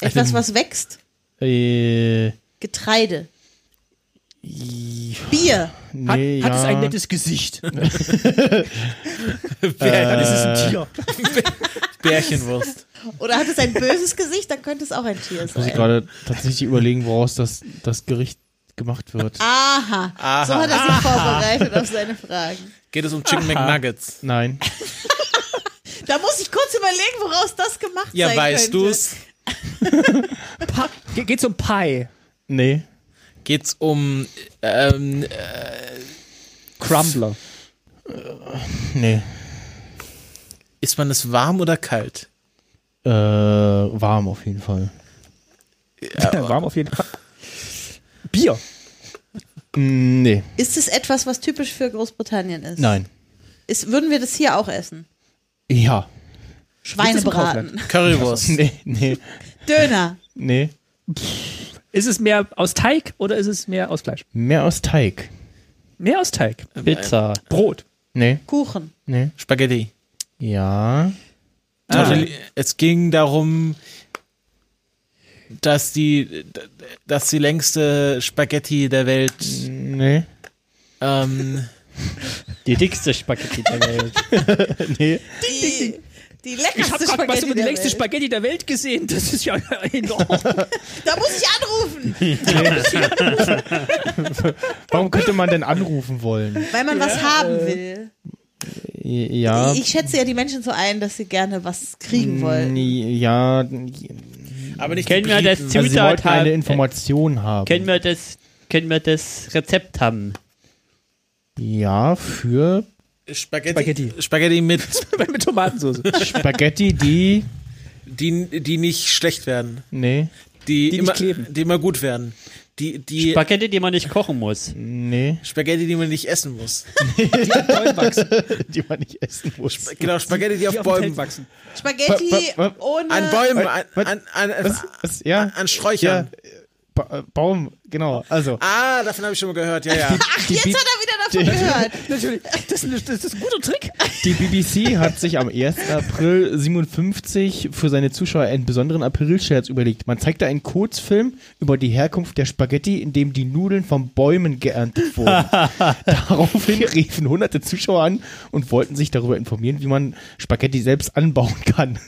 [SPEAKER 2] Etwas, was wächst.
[SPEAKER 1] Äh,
[SPEAKER 2] Getreide. Bier.
[SPEAKER 4] Hat,
[SPEAKER 1] nee,
[SPEAKER 4] hat
[SPEAKER 1] ja.
[SPEAKER 4] es ein nettes Gesicht.
[SPEAKER 3] Bär,
[SPEAKER 5] Äh.
[SPEAKER 4] Dann ist es ein Tier.
[SPEAKER 3] Äh, Bärchenwurst.
[SPEAKER 2] Oder hat
[SPEAKER 1] [laughs]
[SPEAKER 2] es ein böses Gesicht, dann könnte es auch ein Tier
[SPEAKER 1] muss ich
[SPEAKER 2] sein.
[SPEAKER 1] gerade tatsächlich überlegen, woraus das, das Gericht gemacht
[SPEAKER 4] Ah.
[SPEAKER 1] wird.
[SPEAKER 2] Aha. So hat er sich vorbereitet auf seine Fragen.
[SPEAKER 3] Geht es um Chicken McNuggets?
[SPEAKER 1] Nein.
[SPEAKER 2] Da muss ich kurz überlegen, woraus das gemacht
[SPEAKER 3] Ja,
[SPEAKER 2] sein
[SPEAKER 3] weißt
[SPEAKER 2] könnte.
[SPEAKER 3] du's?
[SPEAKER 4] Pa Ge geht's um Pie?
[SPEAKER 1] Nee.
[SPEAKER 3] Geht's um ähm, äh,
[SPEAKER 4] Crumbler.
[SPEAKER 1] Nee.
[SPEAKER 3] ist man es warm oder kalt?
[SPEAKER 1] Äh, warm auf jeden Fall.
[SPEAKER 4] [laughs] Warm auf jeden Fall. Bier.
[SPEAKER 1] Mm, Nee.
[SPEAKER 2] Ist es etwas, was typisch für Großbritannien ist?
[SPEAKER 1] Nein.
[SPEAKER 2] Ist, würden wir das hier auch essen?
[SPEAKER 1] Ja.
[SPEAKER 2] Schweinebraten,
[SPEAKER 1] [laughs]
[SPEAKER 3] Currywurst.
[SPEAKER 1] Nee, nee,
[SPEAKER 2] [laughs] Döner.
[SPEAKER 1] nee.
[SPEAKER 4] Ist es mehr aus Teig oder ist es mehr aus Fleisch?
[SPEAKER 1] Mehr aus Teig.
[SPEAKER 4] Mehr aus Teig.
[SPEAKER 5] Ähm. Pizza.
[SPEAKER 4] Brot.
[SPEAKER 1] Nee,
[SPEAKER 2] Kuchen.
[SPEAKER 1] nee.
[SPEAKER 3] Spaghetti.
[SPEAKER 1] Ja.
[SPEAKER 3] Tortelli- Es ging darum, dass die, dass die längste Spaghetti der Welt
[SPEAKER 1] Nee.
[SPEAKER 3] ähm,
[SPEAKER 5] Die dickste Spaghetti der Welt.
[SPEAKER 3] [laughs]
[SPEAKER 1] Nee.
[SPEAKER 2] Die, die
[SPEAKER 4] Ich
[SPEAKER 2] leckerste
[SPEAKER 4] habe gerade was
[SPEAKER 2] Spaghetti
[SPEAKER 4] über die
[SPEAKER 2] der
[SPEAKER 4] längste
[SPEAKER 2] Welt.
[SPEAKER 4] Spaghetti der Welt gesehen. Das ist ja [laughs] enorm.
[SPEAKER 2] Da muss ich anrufen,
[SPEAKER 1] Warum könnte man denn anrufen wollen?
[SPEAKER 2] weil man was haben will.
[SPEAKER 1] Ja.
[SPEAKER 2] Ich schätze ja die Menschen so ein, dass sie gerne was kriegen wollen.
[SPEAKER 1] Ja.
[SPEAKER 3] aber nicht
[SPEAKER 5] Kennen
[SPEAKER 3] die
[SPEAKER 5] wir das
[SPEAKER 3] Briten.
[SPEAKER 1] Also sie
[SPEAKER 5] Zutat
[SPEAKER 1] wollten eine
[SPEAKER 5] haben? Äh,
[SPEAKER 1] Information haben.
[SPEAKER 5] Können wir das, können wir das Rezept haben?
[SPEAKER 1] Ja, für
[SPEAKER 3] Spaghetti,
[SPEAKER 4] Spaghetti.
[SPEAKER 3] Spaghetti. Spaghetti mit,
[SPEAKER 4] Mit Tomatensauce.
[SPEAKER 1] Spaghetti, die.
[SPEAKER 3] die, die nicht schlecht werden.
[SPEAKER 1] Nee,
[SPEAKER 3] Die,
[SPEAKER 4] nicht
[SPEAKER 3] immer,
[SPEAKER 4] kleben.
[SPEAKER 3] die immer gut werden. Die, die
[SPEAKER 5] Spaghetti, die man nicht kochen muss.
[SPEAKER 1] nee.
[SPEAKER 3] Spaghetti, die man nicht essen muss.
[SPEAKER 1] Die man nicht essen muss.
[SPEAKER 3] Genau, Spaghetti, die auf Bäumen.
[SPEAKER 4] wachsen.
[SPEAKER 2] Spaghetti
[SPEAKER 1] Ba- ba- ba-
[SPEAKER 2] ohne.
[SPEAKER 3] An Bäumen, an,
[SPEAKER 1] Was?
[SPEAKER 3] an, an,
[SPEAKER 1] Was, was, ja,
[SPEAKER 3] an
[SPEAKER 1] ja.
[SPEAKER 3] Sträuchern.
[SPEAKER 1] Ba äh, Baum, genau. Also,
[SPEAKER 3] Ah, davon habe ich schon mal gehört, ja,
[SPEAKER 1] [laughs]
[SPEAKER 3] ja.
[SPEAKER 2] Ach, jetzt hat er wieder davon gehört.
[SPEAKER 4] Natürlich. Das ist, ein, das ist ein guter Trick.
[SPEAKER 1] die BBC hat sich am 1. April 57 für seine Zuschauer einen besonderen Aprilscherz überlegt. Man zeigte einen Kurzfilm über die Herkunft der Spaghetti, in dem die Nudeln von Bäumen geerntet wurden.
[SPEAKER 3] [laughs]
[SPEAKER 1] Daraufhin riefen hunderte Zuschauer an und wollten sich darüber informieren, wie man Spaghetti selbst anbauen kann.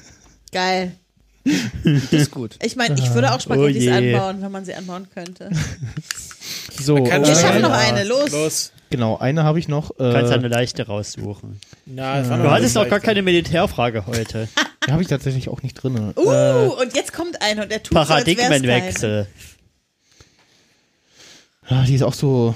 [SPEAKER 2] Geil.
[SPEAKER 4] Ist gut.
[SPEAKER 2] Ich meine, ich
[SPEAKER 4] Oh
[SPEAKER 2] würde auch Spaghettis
[SPEAKER 5] je.
[SPEAKER 2] anbauen, wenn man sie anbauen könnte.
[SPEAKER 1] So,
[SPEAKER 3] kann-
[SPEAKER 2] Wir
[SPEAKER 3] Äh,
[SPEAKER 2] schaffen noch
[SPEAKER 3] ja.
[SPEAKER 2] eine. Los.
[SPEAKER 3] Los.
[SPEAKER 1] genau, eine habe ich noch. Äh,
[SPEAKER 5] Kannst eine leichte raussuchen.
[SPEAKER 3] Na, das war
[SPEAKER 5] Du
[SPEAKER 3] noch
[SPEAKER 5] hattest
[SPEAKER 3] nicht
[SPEAKER 5] auch gar
[SPEAKER 3] leicht.
[SPEAKER 5] keine Militärfrage
[SPEAKER 3] [laughs]
[SPEAKER 5] heute.
[SPEAKER 1] Die habe ich tatsächlich auch nicht drin.
[SPEAKER 2] Uh,
[SPEAKER 3] Äh.
[SPEAKER 2] und jetzt kommt eine und er tut So, als wär's
[SPEAKER 5] Paradigmenwechsel.
[SPEAKER 1] Ah, die ist auch so.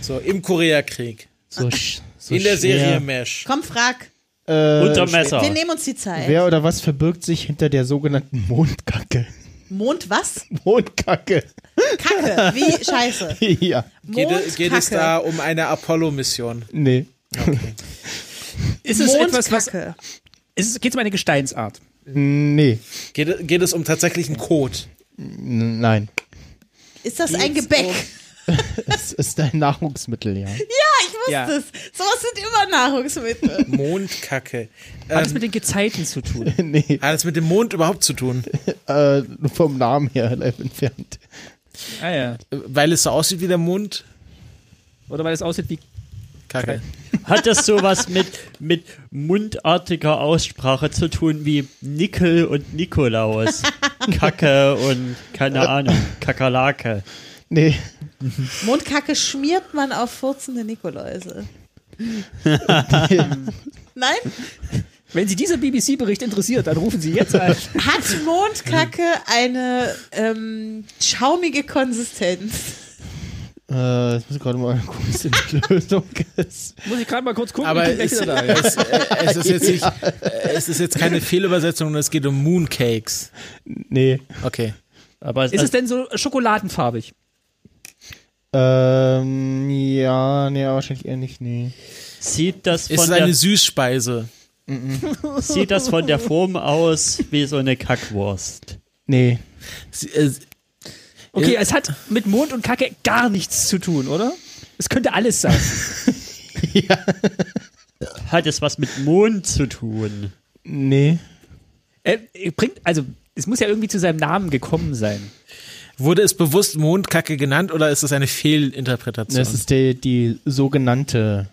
[SPEAKER 3] So, im Koreakrieg. [laughs]
[SPEAKER 1] so, sch- so
[SPEAKER 3] in der
[SPEAKER 1] schwer.
[SPEAKER 3] Serie Mesh.
[SPEAKER 2] keine. Komm, frag.
[SPEAKER 1] Äh,
[SPEAKER 5] Unter Messer.
[SPEAKER 2] Wir nehmen uns die Zeit.
[SPEAKER 1] Wer oder was verbirgt sich hinter der sogenannten Mondkacke? [laughs]
[SPEAKER 2] Mond was?
[SPEAKER 1] Mondkacke.
[SPEAKER 2] Kacke.
[SPEAKER 3] [laughs]
[SPEAKER 2] Wie scheiße.
[SPEAKER 1] [laughs] ja.
[SPEAKER 3] Geht,
[SPEAKER 2] Mond,
[SPEAKER 3] geht es
[SPEAKER 2] Kacke.
[SPEAKER 3] da um eine Apollo-Mission?
[SPEAKER 1] Nee.
[SPEAKER 4] Ist es etwas, was.
[SPEAKER 2] Mondkacke.
[SPEAKER 4] Ist es, geht's um eine Gesteinsart?
[SPEAKER 1] Nee.
[SPEAKER 3] Geht, geht es um tatsächlichen Code?
[SPEAKER 1] N nein.
[SPEAKER 2] Ist das ein Gebäck?
[SPEAKER 1] Es ist ein Nahrungsmittel,
[SPEAKER 4] [laughs]
[SPEAKER 1] ja.
[SPEAKER 2] Ja, ich wusste
[SPEAKER 4] Ja.
[SPEAKER 2] es. Sowas sind immer Nahrungsmittel.
[SPEAKER 3] Mondkacke.
[SPEAKER 4] Hat es
[SPEAKER 3] Ähm,
[SPEAKER 4] mit den Gezeiten zu tun? [laughs]
[SPEAKER 1] nee.
[SPEAKER 3] hat es mit dem Mond überhaupt zu tun?
[SPEAKER 1] Äh, nur vom Namen her live entfernt.
[SPEAKER 4] Ah ja.
[SPEAKER 3] Weil es so aussieht wie der Mond?
[SPEAKER 4] Oder weil es aussieht wie.
[SPEAKER 3] Kacke.
[SPEAKER 5] Hat das sowas mit, mit mundartiger Aussprache zu tun wie Nickel und Nikolaus? Kacke und keine Ahnung, Kakerlake.
[SPEAKER 1] Nee.
[SPEAKER 2] Mondkacke schmiert man auf furzende
[SPEAKER 3] [laughs]
[SPEAKER 2] Nikoläuse. Nein?
[SPEAKER 4] Wenn Sie dieser BBC-Bericht interessiert, dann rufen Sie jetzt [laughs] an.
[SPEAKER 2] Hat Mondkacke eine ähm, schaumige Konsistenz?
[SPEAKER 1] Äh, jetzt muss ich gerade mal gucken, was denn die Lösung [laughs] ist.
[SPEAKER 4] Muss ich gerade mal kurz gucken.
[SPEAKER 3] Aber
[SPEAKER 4] ich bin gleich
[SPEAKER 3] es,
[SPEAKER 4] wieder da. Ja.
[SPEAKER 3] es, äh, es, ist jetzt nicht, äh, es ist jetzt keine Fehlübersetzung, es geht um Mooncakes.
[SPEAKER 1] Nee.
[SPEAKER 3] Okay.
[SPEAKER 5] Aber
[SPEAKER 4] Ist es denn so schokoladenfarbig?
[SPEAKER 1] Ähm, ja, nee, wahrscheinlich eher nicht, nee.
[SPEAKER 5] sieht, das
[SPEAKER 3] Ist
[SPEAKER 5] von
[SPEAKER 3] es eine
[SPEAKER 5] der,
[SPEAKER 3] Süßspeise?
[SPEAKER 5] [laughs] sieht das von der Form aus wie so eine Kackwurst?
[SPEAKER 1] Nee.
[SPEAKER 3] Sie- äh,
[SPEAKER 4] Okay,
[SPEAKER 3] Ja.
[SPEAKER 4] es hat mit Mond und Kacke gar nichts zu tun, oder? Es könnte alles sein.
[SPEAKER 5] Hat es was mit Mond zu tun?
[SPEAKER 1] Nee.
[SPEAKER 4] äh, bringt, also, es muss ja irgendwie zu seinem Namen gekommen sein.
[SPEAKER 3] Wurde es bewusst Mondkacke genannt oder ist es eine Fehlinterpretation?
[SPEAKER 1] Das ist die, die sogenannte.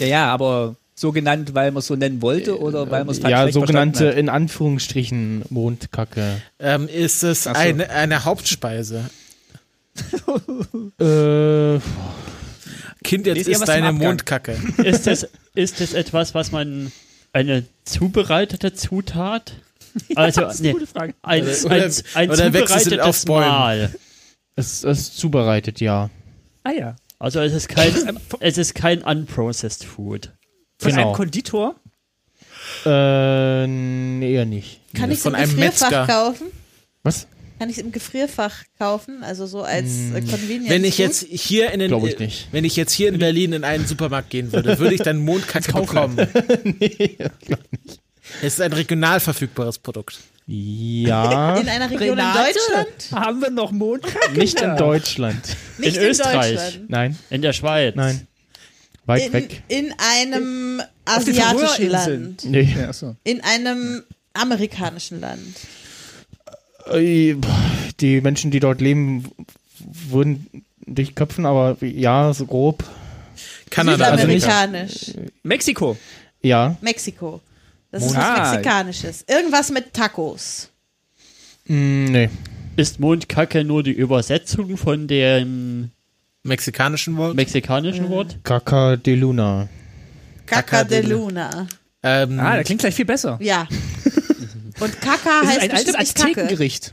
[SPEAKER 4] Ja, ja, aber so genannt, weil man es so nennen wollte oder weil man es falsch
[SPEAKER 1] Ja,
[SPEAKER 4] schlecht
[SPEAKER 1] sogenannte
[SPEAKER 4] verstanden
[SPEAKER 1] in Anführungsstrichen Mondkacke.
[SPEAKER 3] ähm, ist es
[SPEAKER 4] Ach so.
[SPEAKER 3] eine, eine Hauptspeise?
[SPEAKER 1] Äh,
[SPEAKER 3] Kind, jetzt
[SPEAKER 4] Lest ihr
[SPEAKER 3] ist
[SPEAKER 4] was zum
[SPEAKER 3] deine
[SPEAKER 4] Abgang?
[SPEAKER 3] Mondkacke.
[SPEAKER 5] Ist es, ist es etwas, was man eine zubereitete Zutat? Also,
[SPEAKER 4] hat. [laughs] Das ist
[SPEAKER 5] nee,
[SPEAKER 4] eine gute Frage.
[SPEAKER 5] ein,
[SPEAKER 3] Oder-
[SPEAKER 5] ein, ein
[SPEAKER 3] oder wechselst du
[SPEAKER 5] zubereitetes
[SPEAKER 3] auf Bäumen?
[SPEAKER 5] Mahl.
[SPEAKER 1] es ist zubereitet, ja.
[SPEAKER 4] Ah ja.
[SPEAKER 5] Also es ist kein, [laughs] es ist kein unprocessed Food.
[SPEAKER 4] Von
[SPEAKER 1] Genau.
[SPEAKER 4] einem Konditor?
[SPEAKER 1] Äh, nee, eher nicht.
[SPEAKER 2] Kann ich es im
[SPEAKER 3] Von einem
[SPEAKER 2] Gefrierfach
[SPEAKER 3] Metzger.
[SPEAKER 2] kaufen?
[SPEAKER 4] [laughs]
[SPEAKER 1] Was?
[SPEAKER 2] Kann ich es im Gefrierfach kaufen? Also so als äh, Convenience.
[SPEAKER 3] Wenn ich
[SPEAKER 2] Food?
[SPEAKER 3] jetzt hier in den, äh,
[SPEAKER 1] Glaub ich nicht.
[SPEAKER 3] wenn ich jetzt hier
[SPEAKER 1] [laughs]
[SPEAKER 3] [laughs] in Berlin in einen Supermarkt gehen würde, würde ich dann Mondkacke bekommen. Es ist ein regional verfügbares Produkt.
[SPEAKER 1] Ja,
[SPEAKER 2] In einer Region
[SPEAKER 4] Renate?
[SPEAKER 2] in Deutschland?
[SPEAKER 4] Haben wir noch
[SPEAKER 1] [laughs]
[SPEAKER 4] Mondkacke?
[SPEAKER 1] nicht in Deutschland.
[SPEAKER 2] Nicht in,
[SPEAKER 5] Österreich.
[SPEAKER 2] Deutschland.
[SPEAKER 1] Nein,
[SPEAKER 5] In der Schweiz.
[SPEAKER 1] nein. Weit
[SPEAKER 2] In,
[SPEAKER 1] weg.
[SPEAKER 2] in einem
[SPEAKER 4] Auf den
[SPEAKER 2] asiatischen
[SPEAKER 4] Färöerinseln.
[SPEAKER 2] Land.
[SPEAKER 1] Nee.
[SPEAKER 7] Ja, achso.
[SPEAKER 2] In einem amerikanischen Land.
[SPEAKER 1] Äh, Die Menschen, die dort leben, würden dich köpfen, aber ja, so grob.
[SPEAKER 3] Kanada.
[SPEAKER 1] also nicht-
[SPEAKER 2] Südamerikanisch.
[SPEAKER 4] Mexiko.
[SPEAKER 1] Ja.
[SPEAKER 2] Mexiko. Das ist
[SPEAKER 4] Ah.
[SPEAKER 2] was Mexikanisches. Irgendwas mit Tacos.
[SPEAKER 1] Mm, nee.
[SPEAKER 5] Ist Mondkacke nur die Übersetzung von dem
[SPEAKER 3] Mexikanischen Wort.
[SPEAKER 2] Mhm.
[SPEAKER 5] mexikanischen Wort?
[SPEAKER 1] Caca de Luna.
[SPEAKER 2] Caca de
[SPEAKER 3] de
[SPEAKER 2] Luna.
[SPEAKER 3] ähm,
[SPEAKER 1] Mhm.
[SPEAKER 4] Ah, der klingt gleich viel besser.
[SPEAKER 2] Ja. Und Caca
[SPEAKER 4] Das ist
[SPEAKER 2] heißt
[SPEAKER 4] ein altes
[SPEAKER 2] bestimmt nicht Kacke.
[SPEAKER 4] Aztekengericht.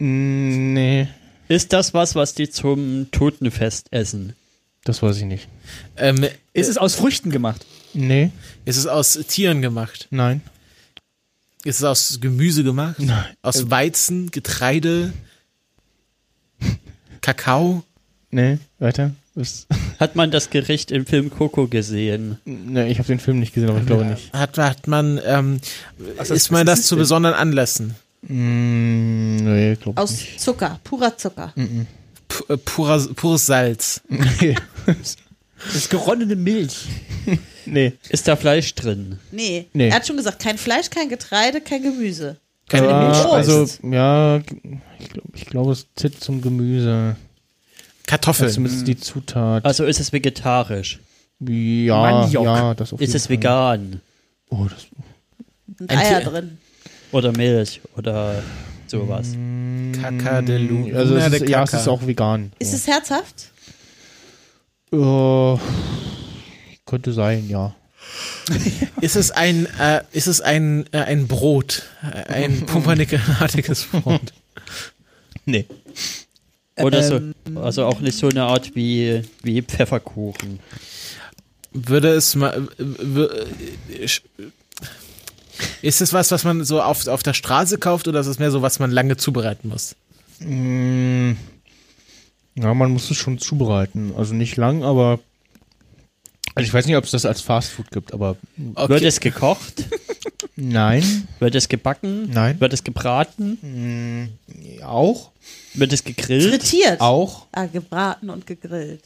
[SPEAKER 1] Mm, nee,
[SPEAKER 5] Ist das was, was die zum Totenfest essen?
[SPEAKER 1] das weiß ich nicht.
[SPEAKER 3] ähm,
[SPEAKER 4] Ist es aus Früchten gemacht?
[SPEAKER 1] Nee,
[SPEAKER 3] ist es aus Tieren gemacht?
[SPEAKER 1] nein.
[SPEAKER 3] Ist es aus Gemüse gemacht?
[SPEAKER 1] Nein.
[SPEAKER 3] Aus Weizen, Getreide, Kakao?
[SPEAKER 1] Nee, weiter. Ist,
[SPEAKER 5] Hat man das Gericht im Film Coco gesehen?
[SPEAKER 1] [laughs] nee, ich habe den Film nicht gesehen, aber ich glaube nicht.
[SPEAKER 3] Hat, hat man, ähm,
[SPEAKER 4] Was
[SPEAKER 3] ist man das zu
[SPEAKER 4] denn?
[SPEAKER 3] besonderen Anlässen?
[SPEAKER 1] Mm, nee, glaube ich
[SPEAKER 2] Aus
[SPEAKER 1] nicht.
[SPEAKER 2] Zucker, purer Zucker.
[SPEAKER 3] P äh, purer, pures Salz.
[SPEAKER 1] Nee.
[SPEAKER 4] Das geronnene Milch.
[SPEAKER 1] [laughs] nee.
[SPEAKER 2] [laughs]
[SPEAKER 5] Ist da Fleisch drin?
[SPEAKER 2] Nee.
[SPEAKER 1] Nee.
[SPEAKER 2] er hat schon gesagt, kein Fleisch, kein Getreide, kein Gemüse.
[SPEAKER 3] Keine
[SPEAKER 1] Ja,
[SPEAKER 3] Milch. Oh.
[SPEAKER 1] also, ja, ich glaube, ich glaub, es zählt zum Gemüse. Das ist
[SPEAKER 3] Kartoffeln.
[SPEAKER 1] zumindest die Zutat.
[SPEAKER 5] Also ist es vegetarisch?
[SPEAKER 1] ja,
[SPEAKER 4] Maniok.
[SPEAKER 1] ja, das auf
[SPEAKER 5] Ist
[SPEAKER 1] jeden
[SPEAKER 5] es
[SPEAKER 1] Fall.
[SPEAKER 5] vegan?
[SPEAKER 1] Oh, das,
[SPEAKER 2] Und
[SPEAKER 3] Ein
[SPEAKER 2] Eier
[SPEAKER 3] Tier-
[SPEAKER 2] drin.
[SPEAKER 5] Oder Milch? Oder sowas?
[SPEAKER 3] Kaka de Lu-
[SPEAKER 1] also
[SPEAKER 3] Luna
[SPEAKER 1] es
[SPEAKER 3] de
[SPEAKER 1] ist, ja, es
[SPEAKER 3] Kaka.
[SPEAKER 1] ist auch vegan.
[SPEAKER 2] Ist
[SPEAKER 1] ja.
[SPEAKER 2] es herzhaft?
[SPEAKER 1] Äh, könnte sein, ja.
[SPEAKER 3] Ist es ein, äh, ist es ein, äh, ein Brot?
[SPEAKER 1] [laughs]
[SPEAKER 3] Äh, Ein pumpernickelartiges Brot.
[SPEAKER 1] Nee. Äh, Oh,
[SPEAKER 5] Oder
[SPEAKER 4] Ähm,
[SPEAKER 1] ähm,
[SPEAKER 5] so. Also auch nicht so eine Art wie, wie Pfefferkuchen.
[SPEAKER 3] Würde es mal, äh, w- äh, sch- ist es was, was man so auf, auf der Straße kauft oder ist es mehr so, was man lange zubereiten muss?
[SPEAKER 1] Mm, ja, man muss es schon zubereiten. Also nicht lang, aber. Also ich weiß nicht, ob es das als Fastfood gibt, aber.
[SPEAKER 5] Wird
[SPEAKER 3] Okay.
[SPEAKER 5] es gekocht?
[SPEAKER 1] Nein.
[SPEAKER 5] Wird es gebacken?
[SPEAKER 1] Nein.
[SPEAKER 5] Wird es gebraten?
[SPEAKER 1] Auch?
[SPEAKER 5] Wird es
[SPEAKER 1] [laughs]
[SPEAKER 5] gegrillt?
[SPEAKER 2] Frittiert.
[SPEAKER 1] Auch?
[SPEAKER 2] Ah, gebraten und gegrillt.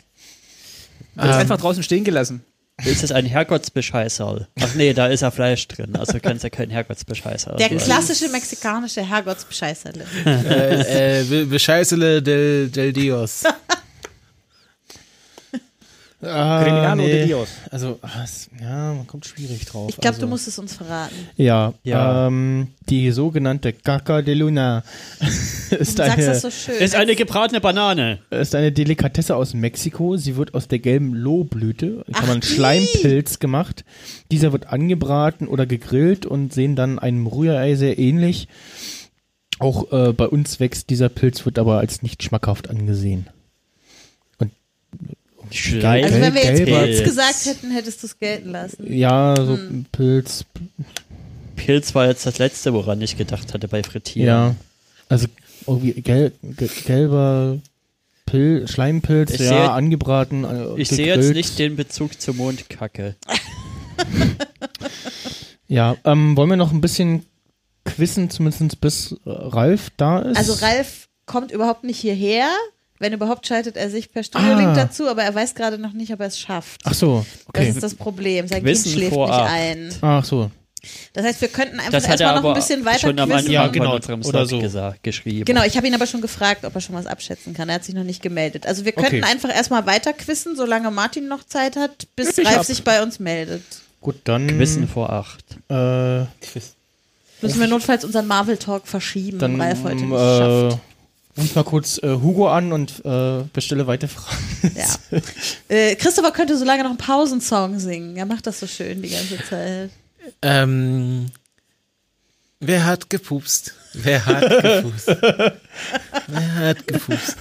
[SPEAKER 4] Wird
[SPEAKER 1] Ah.
[SPEAKER 4] einfach draußen stehen gelassen.
[SPEAKER 5] Ist es ein Herrgottsbescheißerl? Ach nee, da ist ja Fleisch drin, also kann es ja kein Herrgottsbescheißerl
[SPEAKER 2] Der
[SPEAKER 5] sein.
[SPEAKER 2] klassische mexikanische Herrgottsbescheißerle.
[SPEAKER 3] Äh, äh, Be- Bescheißele del,
[SPEAKER 1] [laughs]
[SPEAKER 3] del Dios.
[SPEAKER 1] Ah,
[SPEAKER 4] Criminal oder Dios.
[SPEAKER 1] Also, ah, es- ja, man kommt schwierig drauf.
[SPEAKER 2] Ich glaube,
[SPEAKER 1] also.
[SPEAKER 2] du musst es uns verraten.
[SPEAKER 1] Ja,
[SPEAKER 5] Ja.
[SPEAKER 1] Ähm, die sogenannte Caca de Luna ist
[SPEAKER 2] Du sagst
[SPEAKER 1] eine,
[SPEAKER 2] das so schön.
[SPEAKER 5] Ist eine gebratene Banane.
[SPEAKER 1] ist eine Delikatesse aus Mexiko. Sie wird aus der gelben Lohblüte, in Klammern
[SPEAKER 2] die!
[SPEAKER 1] Schleimpilz gemacht. Dieser wird angebraten oder gegrillt und sehen dann einem Rührei sehr ähnlich. Auch äh, bei uns wächst dieser Pilz, wird aber als nicht schmackhaft angesehen.
[SPEAKER 5] Schleim.
[SPEAKER 2] also wenn wir jetzt
[SPEAKER 1] gelber-
[SPEAKER 2] kurz gesagt hätten, hättest du es gelten lassen.
[SPEAKER 1] Ja, so
[SPEAKER 2] Hm.
[SPEAKER 1] Pilz,
[SPEAKER 5] Pilz war jetzt das letzte, woran ich gedacht hatte bei Frittieren.
[SPEAKER 1] Ja. Also irgendwie gel ge- gelber Pil Schleimpilz,
[SPEAKER 5] Ich
[SPEAKER 1] ja,
[SPEAKER 5] sehe-
[SPEAKER 1] angebraten. äh,
[SPEAKER 5] Ich sehe jetzt
[SPEAKER 1] gegrillt.
[SPEAKER 5] nicht den Bezug zur
[SPEAKER 2] Also
[SPEAKER 5] Mondkacke.
[SPEAKER 1] Ja, ähm, wollen wir noch ein bisschen quissen, zumindest bis äh, Ralf da ist?
[SPEAKER 2] Also Ralf kommt überhaupt nicht hierher. Wenn überhaupt, schaltet er sich per Studiolink
[SPEAKER 1] Ah.
[SPEAKER 2] dazu, aber er weiß gerade noch nicht, ob er es schafft.
[SPEAKER 1] Ach so,
[SPEAKER 2] Das
[SPEAKER 1] okay.
[SPEAKER 2] ist das Problem. Sein
[SPEAKER 5] Quizzen
[SPEAKER 2] Kind schläft
[SPEAKER 5] Ah, vor
[SPEAKER 2] nicht
[SPEAKER 5] acht.
[SPEAKER 2] ein.
[SPEAKER 1] Ach so.
[SPEAKER 2] Das heißt, wir könnten einfach
[SPEAKER 5] Das hat
[SPEAKER 2] erstmal
[SPEAKER 5] er
[SPEAKER 2] noch ein
[SPEAKER 5] aber
[SPEAKER 2] bisschen weiter
[SPEAKER 5] schon am
[SPEAKER 2] quizzen.
[SPEAKER 5] Anfang
[SPEAKER 1] Ja, genau,
[SPEAKER 5] von unserem
[SPEAKER 1] oder
[SPEAKER 5] Satz
[SPEAKER 1] so.
[SPEAKER 5] gesagt, geschrieben.
[SPEAKER 2] Genau, ich habe ihn aber schon gefragt, ob er schon was abschätzen kann. Er hat sich noch nicht gemeldet. Also wir könnten
[SPEAKER 1] Okay.
[SPEAKER 2] einfach erstmal weiter quizzen, solange Martin noch Zeit hat, bis
[SPEAKER 4] Ich
[SPEAKER 2] Ralf
[SPEAKER 4] hab-
[SPEAKER 2] sich bei uns meldet.
[SPEAKER 1] Gut, dann.
[SPEAKER 5] Wissen vor acht.
[SPEAKER 1] Äh,
[SPEAKER 2] Müssen wir notfalls unseren Marvel-Talk verschieben,
[SPEAKER 1] dann.
[SPEAKER 2] Ralf heute nicht
[SPEAKER 1] äh,
[SPEAKER 2] schafft.
[SPEAKER 1] ruf ich mal kurz äh, Hugo an und äh, bestelle weitere Fragen.
[SPEAKER 2] Ja.
[SPEAKER 5] [laughs]
[SPEAKER 2] Äh, Christopher könnte so lange noch einen Pausensong singen. Er macht das so schön die ganze Zeit.
[SPEAKER 3] Ähm, wer hat gepupst? Wer hat
[SPEAKER 1] [laughs]
[SPEAKER 3] gepupst? wer hat gepupst?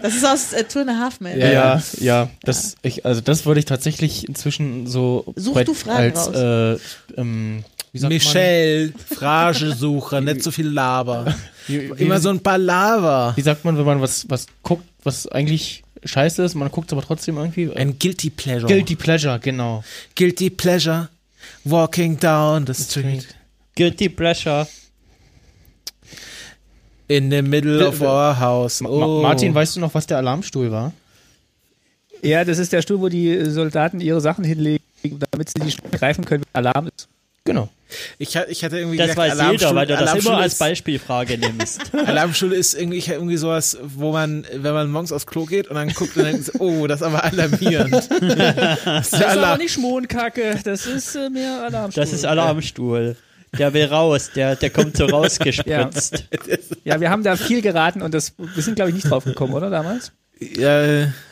[SPEAKER 2] Das ist aus äh, Two and a Half Men.
[SPEAKER 1] [laughs]
[SPEAKER 3] Ja, ja.
[SPEAKER 1] ja. Das, Ich, also das würde ich tatsächlich inzwischen so
[SPEAKER 2] Such
[SPEAKER 1] bei-
[SPEAKER 2] du Fragen
[SPEAKER 1] als
[SPEAKER 2] raus.
[SPEAKER 1] äh, ähm, wie sagt man?
[SPEAKER 3] Michelle, Fragesucher, nicht so viel Laber.
[SPEAKER 1] Wie, wie,
[SPEAKER 3] Immer so ein paar Laber.
[SPEAKER 1] wie sagt man, wenn man was, was guckt, was eigentlich scheiße ist, man guckt es aber trotzdem irgendwie?
[SPEAKER 3] Ein Guilty Pleasure.
[SPEAKER 1] Guilty Pleasure, genau.
[SPEAKER 3] Guilty Pleasure. Walking down the street.
[SPEAKER 5] Guilty Pleasure.
[SPEAKER 3] In the middle of our house. Oh.
[SPEAKER 1] Martin, weißt du noch, was der Alarmstuhl war?
[SPEAKER 4] Ja, das ist der Stuhl, wo die Soldaten ihre Sachen hinlegen, damit sie die Stuhl greifen können, wenn Alarm ist.
[SPEAKER 1] Genau.
[SPEAKER 3] Oh. ich, ha- ich hatte irgendwie
[SPEAKER 5] Das
[SPEAKER 3] gedacht,
[SPEAKER 5] weiß jeder, weil du das
[SPEAKER 3] Alarmschule
[SPEAKER 5] immer
[SPEAKER 3] [laughs]
[SPEAKER 5] als
[SPEAKER 3] ist-
[SPEAKER 5] Beispielfrage nimmst.
[SPEAKER 3] Alarmschule ist irgendwie, ich hatte irgendwie sowas, wo man, wenn man morgens aufs Klo geht und dann guckt und denkt, so, oh, das ist aber alarmierend. das ist der
[SPEAKER 4] Das ist aber
[SPEAKER 3] Alarm.
[SPEAKER 4] nicht Schmonkacke, das ist äh, mehr Alarmstuhl.
[SPEAKER 5] Das ist Alarmstuhl. Der will raus, der, der kommt [laughs] so rausgespritzt.
[SPEAKER 4] ja, wir haben da viel geraten und das, wir sind, glaube ich, nicht drauf gekommen, oder damals?
[SPEAKER 3] Ja,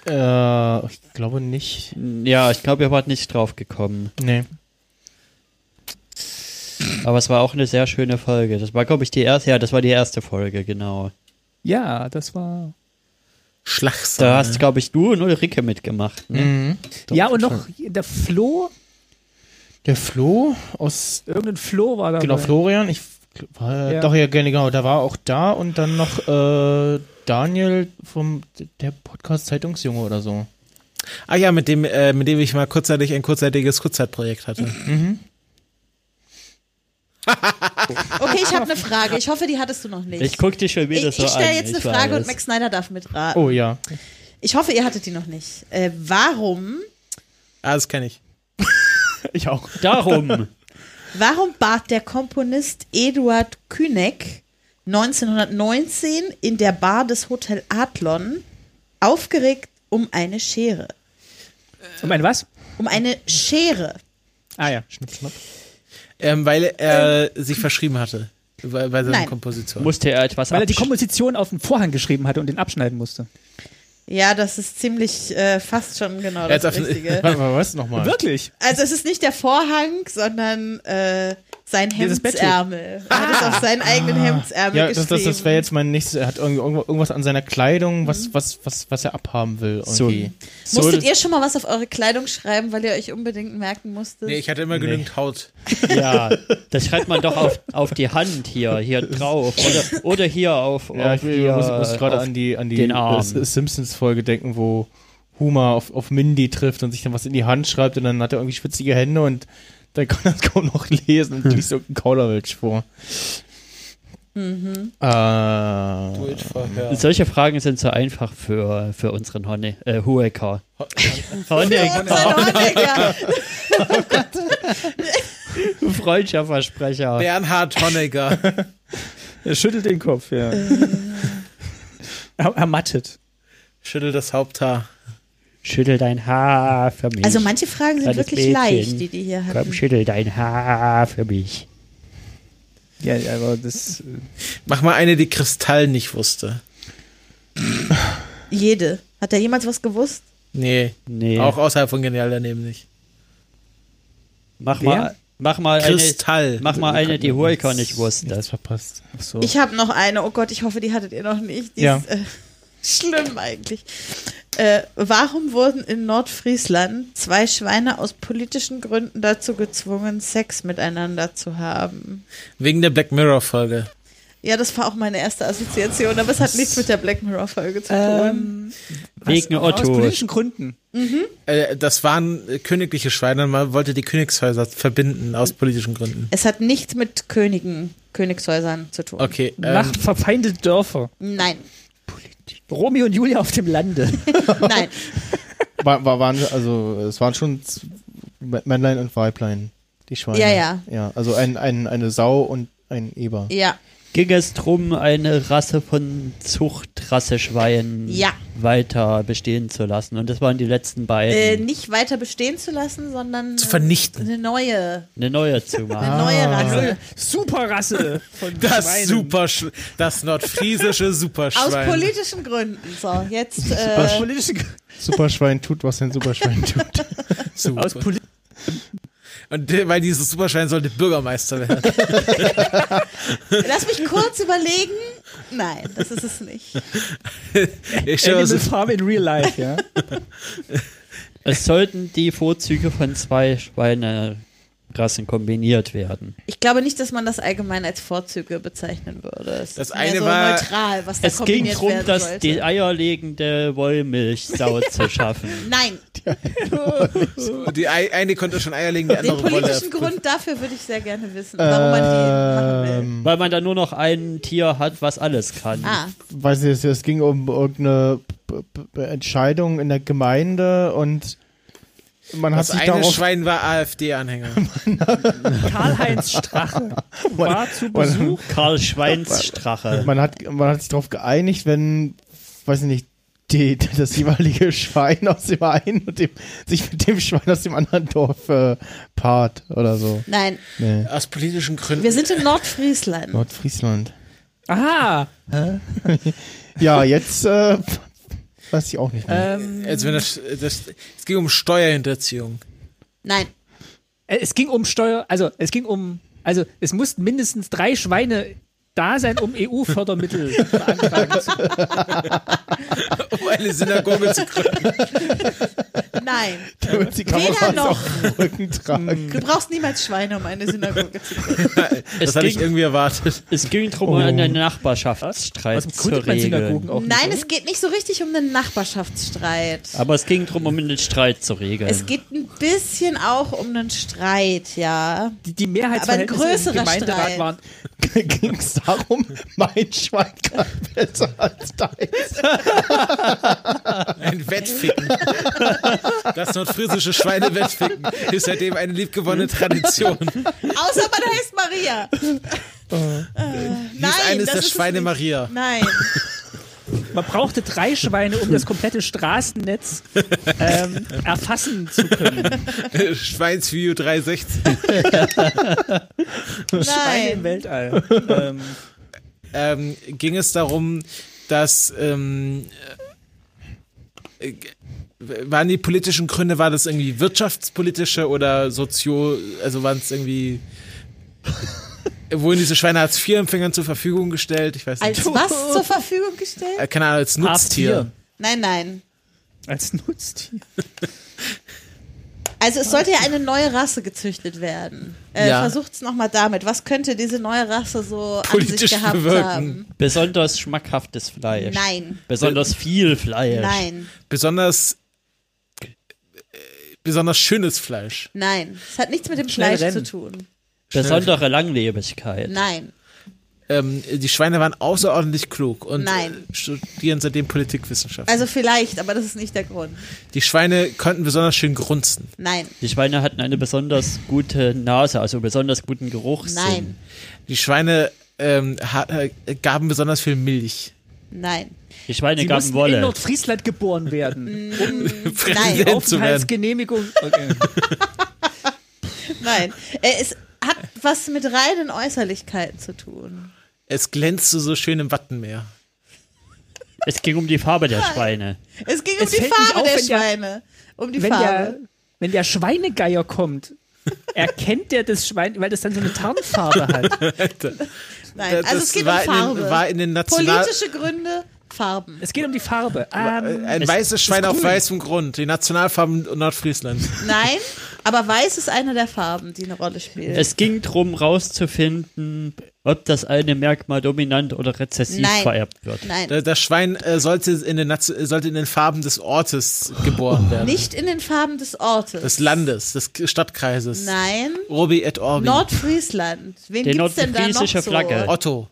[SPEAKER 1] Äh, ich glaube nicht.
[SPEAKER 5] Ja, ich glaube, ihr wart nicht drauf gekommen.
[SPEAKER 1] Nee.
[SPEAKER 5] Aber es war auch eine sehr schöne Folge. Das war, glaube ich, die erste, ja, das war die erste Folge, genau.
[SPEAKER 4] Ja, das war.
[SPEAKER 3] Schlagseite.
[SPEAKER 5] Da hast, glaube ich, du und Ulrike mitgemacht. Ne?
[SPEAKER 1] Mhm.
[SPEAKER 4] ja, und noch der Flo,
[SPEAKER 1] Der Flo aus,
[SPEAKER 4] irgendein Flo war da.
[SPEAKER 1] genau, Florian, ich war,
[SPEAKER 4] Ja.
[SPEAKER 1] doch ja, gerne, genau, der war auch da und dann noch äh, Daniel vom, der Podcast Zeitungsjunge oder so.
[SPEAKER 3] Ah ja, mit dem, äh, mit dem ich mal kurzzeitig ein kurzzeitiges Kurzzeitprojekt hatte.
[SPEAKER 2] Okay, ich habe eine Frage. Ich hoffe, die hattest du noch nicht.
[SPEAKER 5] Ich guck dich schon
[SPEAKER 2] ich,
[SPEAKER 5] wieder so
[SPEAKER 2] ich
[SPEAKER 5] an.
[SPEAKER 2] stelle jetzt eine
[SPEAKER 5] ich
[SPEAKER 2] Frage
[SPEAKER 5] weiß.
[SPEAKER 2] und Max Snyder darf mitraten.
[SPEAKER 1] Oh ja.
[SPEAKER 2] Ich hoffe, ihr hattet die noch nicht. Äh, warum,
[SPEAKER 3] Ah, das kenne ich.
[SPEAKER 1] Ich auch.
[SPEAKER 4] [laughs]
[SPEAKER 5] Darum.
[SPEAKER 2] warum bat der Komponist Eduard Kühneck 1919 in der Bar des Hotel Adlon aufgeregt um eine Schere?
[SPEAKER 4] Um ein was?
[SPEAKER 2] Um eine Schere.
[SPEAKER 4] Ah ja.
[SPEAKER 3] Ähm, weil er sich verschrieben hatte. Bei, bei seiner
[SPEAKER 2] Nein.
[SPEAKER 3] Komposition.
[SPEAKER 5] Musste er etwas
[SPEAKER 4] Weil er die
[SPEAKER 5] absch-
[SPEAKER 4] Komposition auf den Vorhang geschrieben hatte und den abschneiden musste.
[SPEAKER 2] Ja, das ist ziemlich äh, fast schon genau
[SPEAKER 3] Jetzt
[SPEAKER 2] das
[SPEAKER 3] auf-
[SPEAKER 2] Richtige.
[SPEAKER 1] Was nochmal?
[SPEAKER 4] Wirklich?
[SPEAKER 2] Also es ist nicht der Vorhang, sondern äh, sein
[SPEAKER 4] Dieses Betttuch.
[SPEAKER 2] Hemdsärmel. Er hat es auf seinen eigenen Hemdsärmel
[SPEAKER 1] Ja, das,
[SPEAKER 2] geschrieben.
[SPEAKER 1] das, das wäre jetzt mein nächstes. Er hat irgendwie irgendwo- irgendwas an seiner Kleidung, was, was, was, was er abhaben will.
[SPEAKER 5] so,
[SPEAKER 1] Irgendwie.
[SPEAKER 5] so,
[SPEAKER 2] Musstet ihr schon mal was auf eure Kleidung schreiben, weil ihr euch unbedingt merken musstet?
[SPEAKER 3] nee, ich hatte immer genügend Haut.
[SPEAKER 5] Ja, das schreibt man doch auf, auf die Hand hier, hier drauf. Oder, oder hier auf,
[SPEAKER 1] Ja,
[SPEAKER 5] auf
[SPEAKER 1] ich
[SPEAKER 5] hier,
[SPEAKER 1] muss, muss gerade
[SPEAKER 5] auf-
[SPEAKER 1] an die, an die
[SPEAKER 5] den Arm.
[SPEAKER 1] äh, Simpsons-Folge denken, wo Homer auf, auf Mindy trifft und sich dann was in die Hand schreibt und dann hat er irgendwie schwitzige Hände und dann [laughs] kann er es kaum noch lesen und [laughs] liest irgendeinen Kauderwelsch vor. Mhm. Äh,
[SPEAKER 5] Solche Fragen sind so einfach für, für unseren Honne, äh, Hueker. Honecker,
[SPEAKER 2] Sein Honecker.
[SPEAKER 5] freundlicher Versprecher.
[SPEAKER 3] Bernhard
[SPEAKER 5] [laughs]
[SPEAKER 3] Honecker.
[SPEAKER 4] Er schüttelt den Kopf, ja. [laughs] er, er mattet.
[SPEAKER 3] Schüttelt das Haupthaar.
[SPEAKER 5] Schüttel dein Haar für mich.
[SPEAKER 2] Also manche Fragen sind
[SPEAKER 5] Kleines
[SPEAKER 2] wirklich
[SPEAKER 5] Mädchen.
[SPEAKER 2] leicht, die die hier
[SPEAKER 5] Komm,
[SPEAKER 2] hatten.
[SPEAKER 5] schüttel dein Haar für mich.
[SPEAKER 4] Ja, aber das. äh,
[SPEAKER 3] Mach mal eine, die Kristall nicht wusste.
[SPEAKER 2] Jede. Hat er jemals was gewusst?
[SPEAKER 3] Nee.
[SPEAKER 5] Nee,
[SPEAKER 3] Auch außerhalb von Genial daneben nicht.
[SPEAKER 5] mach,
[SPEAKER 4] wer?
[SPEAKER 5] mal, mach mal eine,
[SPEAKER 3] Kristall.
[SPEAKER 5] mach mal eine, die Hueker nicht wusste.
[SPEAKER 1] das verpasst. So.
[SPEAKER 2] Ich habe noch eine. Oh Gott, ich hoffe, die hattet ihr noch nicht. Die
[SPEAKER 1] Ja.
[SPEAKER 2] ist äh, [laughs] schlimm eigentlich. Äh, warum wurden in Nordfriesland zwei Schweine aus politischen Gründen dazu gezwungen, Sex miteinander zu haben?
[SPEAKER 3] Wegen der Black Mirror Folge.
[SPEAKER 2] Ja, das war auch meine erste Assoziation, aber es hat nichts mit der Black Mirror-Folge zu tun.
[SPEAKER 4] Ähm,
[SPEAKER 5] Wegen
[SPEAKER 4] aus
[SPEAKER 5] Otto.
[SPEAKER 4] politischen Gründen.
[SPEAKER 3] Äh, das waren äh, königliche Schweine. Man wollte die Königshäuser verbinden aus politischen Gründen.
[SPEAKER 2] Es hat nichts mit Königen, Königshäusern zu tun.
[SPEAKER 3] Okay. Ähm,
[SPEAKER 4] Macht verfeindete Dörfer.
[SPEAKER 2] Nein,
[SPEAKER 4] Romeo und Julia auf dem Lande.
[SPEAKER 2] nein.
[SPEAKER 1] War, war, waren, also, es waren schon z- Männlein und Weiblein, die Schweine.
[SPEAKER 2] Ja, ja.
[SPEAKER 1] Ja, also ein, ein, eine Sau und ein Eber.
[SPEAKER 2] Ja,
[SPEAKER 5] Ging es drum, eine Rasse von Zuchtrasseschweinen
[SPEAKER 2] Ja.
[SPEAKER 5] weiter bestehen zu lassen. Und das waren die letzten beiden.
[SPEAKER 2] äh, nicht weiter bestehen zu lassen, sondern
[SPEAKER 3] zu vernichten.
[SPEAKER 2] eine neue,
[SPEAKER 5] eine neue zu
[SPEAKER 2] eine
[SPEAKER 5] machen.
[SPEAKER 2] neue Rasse.
[SPEAKER 4] Äh, Superrasse von
[SPEAKER 3] Das
[SPEAKER 4] Schweinen.
[SPEAKER 3] super, das nordfriesische
[SPEAKER 2] Aus
[SPEAKER 3] Superschwein.
[SPEAKER 2] politischen Gründen. So, jetzt.
[SPEAKER 4] Aus
[SPEAKER 2] Äh,
[SPEAKER 4] politischen Gründen.
[SPEAKER 1] Superschwein tut, was ein
[SPEAKER 2] [laughs]
[SPEAKER 1] Superschwein tut.
[SPEAKER 3] Super.
[SPEAKER 4] Aus poli
[SPEAKER 3] Und äh, weil dieses Superschwein sollte Bürgermeister werden. [laughs]
[SPEAKER 2] lass mich kurz überlegen. Nein, das ist es nicht.
[SPEAKER 3] Ich stelle mir
[SPEAKER 4] Animal
[SPEAKER 3] so
[SPEAKER 4] Farm in real life, ja.
[SPEAKER 5] Es sollten die Vorzüge von zwei Schweinerassen kombiniert werden.
[SPEAKER 2] Ich glaube nicht, dass man das allgemein als Vorzüge bezeichnen würde. Es
[SPEAKER 3] Das
[SPEAKER 2] ist
[SPEAKER 3] eine
[SPEAKER 2] mehr so
[SPEAKER 3] war-
[SPEAKER 2] neutral, was da
[SPEAKER 5] Es ging
[SPEAKER 2] kombiniert
[SPEAKER 5] darum,
[SPEAKER 2] werden
[SPEAKER 5] dass
[SPEAKER 2] sollte. [laughs]
[SPEAKER 5] die eierlegende Wollmilchsau zu schaffen.
[SPEAKER 2] Nein,
[SPEAKER 3] Die ei- eine konnte schon Eier legen, die
[SPEAKER 2] Den
[SPEAKER 3] andere Wolle.
[SPEAKER 2] politischen Grund dafür würde ich sehr gerne wissen, warum man die machen will.
[SPEAKER 5] Weil man da nur noch ein Tier hat, was alles kann.
[SPEAKER 2] Ah,
[SPEAKER 6] weiß nicht, es- es ging um irgendeine p- p- Entscheidung in der Gemeinde und man hat
[SPEAKER 3] Das
[SPEAKER 6] sich
[SPEAKER 3] eine
[SPEAKER 6] darauf
[SPEAKER 3] Schwein war AfD-Anhänger.
[SPEAKER 4] Karl-Heinz Strache war zu Besuch.
[SPEAKER 5] Besuch Karl
[SPEAKER 1] Oh
[SPEAKER 5] Schweinsstrache.
[SPEAKER 6] man hat, man hat sich darauf geeinigt, wenn, weiß ich nicht, die, das jeweilige Schwein aus dem einen und dem, sich mit dem Schwein aus dem anderen Dorf äh, paart oder so.
[SPEAKER 2] nein,
[SPEAKER 6] Nee.
[SPEAKER 3] [laughs] Aus politischen Gründen.
[SPEAKER 2] wir sind in Nordfriesland.
[SPEAKER 6] Nordfriesland.
[SPEAKER 4] Aha,
[SPEAKER 6] Ja, jetzt äh, weiß ich auch nicht mehr.
[SPEAKER 4] ähm,
[SPEAKER 3] Als wenn das, das, es ging um Steuerhinterziehung.
[SPEAKER 2] Nein,
[SPEAKER 4] es ging um Steuer, also es ging um, also es mussten mindestens drei Schweine da sein, um EU-Fördermittel beantragen zu
[SPEAKER 3] Um eine Synagoge zu [laughs] gründen.
[SPEAKER 2] nein.
[SPEAKER 6] Damit sie
[SPEAKER 2] Weder
[SPEAKER 6] Kameras
[SPEAKER 2] noch. Hm.
[SPEAKER 6] auf dem Rücken tragen.
[SPEAKER 2] Du brauchst niemals Schweine, um eine Synagoge zu gründen.
[SPEAKER 3] Das
[SPEAKER 5] Es
[SPEAKER 3] hatte ich
[SPEAKER 5] ging-
[SPEAKER 3] irgendwie erwartet.
[SPEAKER 5] Es ging um darum, einen Nachbarschaftsstreit
[SPEAKER 4] Also,
[SPEAKER 5] zu regeln.
[SPEAKER 4] auch
[SPEAKER 2] Nein, es geht nicht so richtig um einen Nachbarschaftsstreit.
[SPEAKER 5] Aber es ging darum, um einen Streit zu regeln.
[SPEAKER 2] Es geht ein bisschen auch um einen Streit, ja.
[SPEAKER 4] die, die Mehrheitsverhältnisse
[SPEAKER 2] Aber ein größerer
[SPEAKER 4] im Gemeinderat
[SPEAKER 2] Streit.
[SPEAKER 4] waren.
[SPEAKER 6] Ging es darum, mein Schwein kann besser als deins.
[SPEAKER 3] Ein Wettficken. [laughs] Das nordfriesische Schweinewettficken ist seitdem eine liebgewonnene Tradition.
[SPEAKER 2] Außer man heißt Maria. Äh, nein,
[SPEAKER 3] Dies eines
[SPEAKER 2] das
[SPEAKER 3] das
[SPEAKER 2] ist
[SPEAKER 3] Schweine
[SPEAKER 2] es nicht.
[SPEAKER 3] Maria.
[SPEAKER 2] Nein,
[SPEAKER 4] Man brauchte drei Schweine, um das komplette Straßennetz ähm, erfassen zu können.
[SPEAKER 3] Schweinsview 360.
[SPEAKER 4] Schweine im
[SPEAKER 2] nein.
[SPEAKER 4] Weltall. Ähm,
[SPEAKER 3] ähm, ging es darum, dass ähm, äh, waren die politischen Gründe, war das irgendwie wirtschaftspolitische oder sozio, also waren es irgendwie wurden diese Schweine als Vierempfängern zur Verfügung gestellt? Ich weiß
[SPEAKER 2] Als
[SPEAKER 3] nicht.
[SPEAKER 2] was zur Verfügung gestellt?
[SPEAKER 3] Äh, Keine Ahnung, als Nutztier.
[SPEAKER 4] Nutztier.
[SPEAKER 2] Nein, nein.
[SPEAKER 4] Als Nutztier.
[SPEAKER 2] Also es sollte ja eine neue Rasse gezüchtet werden. Äh,
[SPEAKER 3] Ja.
[SPEAKER 2] Versucht's nochmal damit. Was könnte diese neue Rasse so an
[SPEAKER 3] Politisch
[SPEAKER 2] sich gehabt
[SPEAKER 3] bewirken.
[SPEAKER 2] haben?
[SPEAKER 5] Besonders schmackhaftes Fleisch.
[SPEAKER 2] Nein,
[SPEAKER 5] Besonders viel Fleisch.
[SPEAKER 2] nein,
[SPEAKER 3] Besonders äh, besonders schönes Fleisch.
[SPEAKER 2] nein. Es hat nichts mit dem
[SPEAKER 4] Schnell
[SPEAKER 2] Fleisch
[SPEAKER 4] rennen.
[SPEAKER 2] zu tun.
[SPEAKER 5] Besondere Langlebigkeit.
[SPEAKER 2] Nein,
[SPEAKER 3] Ähm, die Schweine waren außerordentlich klug und
[SPEAKER 2] Nein.
[SPEAKER 3] äh, studieren seitdem Politikwissenschaften.
[SPEAKER 2] also vielleicht, aber das ist nicht der Grund.
[SPEAKER 3] die Schweine konnten besonders schön grunzen.
[SPEAKER 2] Nein,
[SPEAKER 5] Die Schweine hatten eine besonders gute Nase, also besonders guten Geruchssinn.
[SPEAKER 2] nein,
[SPEAKER 3] Die Schweine ähm, ha- äh, gaben besonders viel Milch.
[SPEAKER 2] nein,
[SPEAKER 5] Die Schweine
[SPEAKER 4] Die
[SPEAKER 5] gaben
[SPEAKER 4] mussten in
[SPEAKER 5] Wolle.
[SPEAKER 4] Nordfriesland geboren werden.
[SPEAKER 2] nein.
[SPEAKER 3] Präsident zu werden. [laughs]
[SPEAKER 4] Aufenthaltsgenehmigung.
[SPEAKER 2] Nein, äh, es hat was mit reinen Äußerlichkeiten zu tun.
[SPEAKER 3] Es glänzte so schön im Wattenmeer.
[SPEAKER 5] Es ging um die Farbe der Schweine.
[SPEAKER 2] Es ging
[SPEAKER 4] Es
[SPEAKER 2] um die
[SPEAKER 4] fällt nicht
[SPEAKER 2] Farbe
[SPEAKER 4] auf,
[SPEAKER 2] der
[SPEAKER 4] wenn der-
[SPEAKER 2] Schweine. um die
[SPEAKER 4] wenn, der,
[SPEAKER 2] Farbe.
[SPEAKER 4] wenn der Schweinegeier kommt, erkennt der das Schwein, weil das dann so eine Tarnfarbe hat.
[SPEAKER 2] Nein,
[SPEAKER 3] Das-
[SPEAKER 2] also
[SPEAKER 3] das
[SPEAKER 2] es geht um
[SPEAKER 3] war in
[SPEAKER 2] Farbe.
[SPEAKER 3] den- war in den National-
[SPEAKER 2] Politische Gründe, Farben.
[SPEAKER 4] Es geht um die Farbe.
[SPEAKER 3] [laughs]
[SPEAKER 4] Ähm,
[SPEAKER 3] Ein
[SPEAKER 5] Es-
[SPEAKER 3] weißes Schwein auf weißem Grund. Die Nationalfarben Nordfriesland.
[SPEAKER 2] Nein, aber weiß ist eine der Farben, die eine Rolle spielt.
[SPEAKER 5] Es ging darum, rauszufinden, ob das eine Merkmal dominant oder rezessiv
[SPEAKER 2] Nein.
[SPEAKER 5] vererbt wird.
[SPEAKER 2] Nein,
[SPEAKER 3] Da- Das Schwein äh, sollte, in den Nation- äh, sollte in den Farben des Ortes geboren werden.
[SPEAKER 2] nicht in den Farben des Ortes.
[SPEAKER 3] Des Landes, des K- Stadtkreises.
[SPEAKER 2] Nein,
[SPEAKER 3] Urbi et Orbi.
[SPEAKER 2] Nordfriesland. Wen
[SPEAKER 5] Die
[SPEAKER 2] gibt's denn da noch
[SPEAKER 5] nordfriesische
[SPEAKER 2] so?
[SPEAKER 5] Flagge.
[SPEAKER 3] Otto.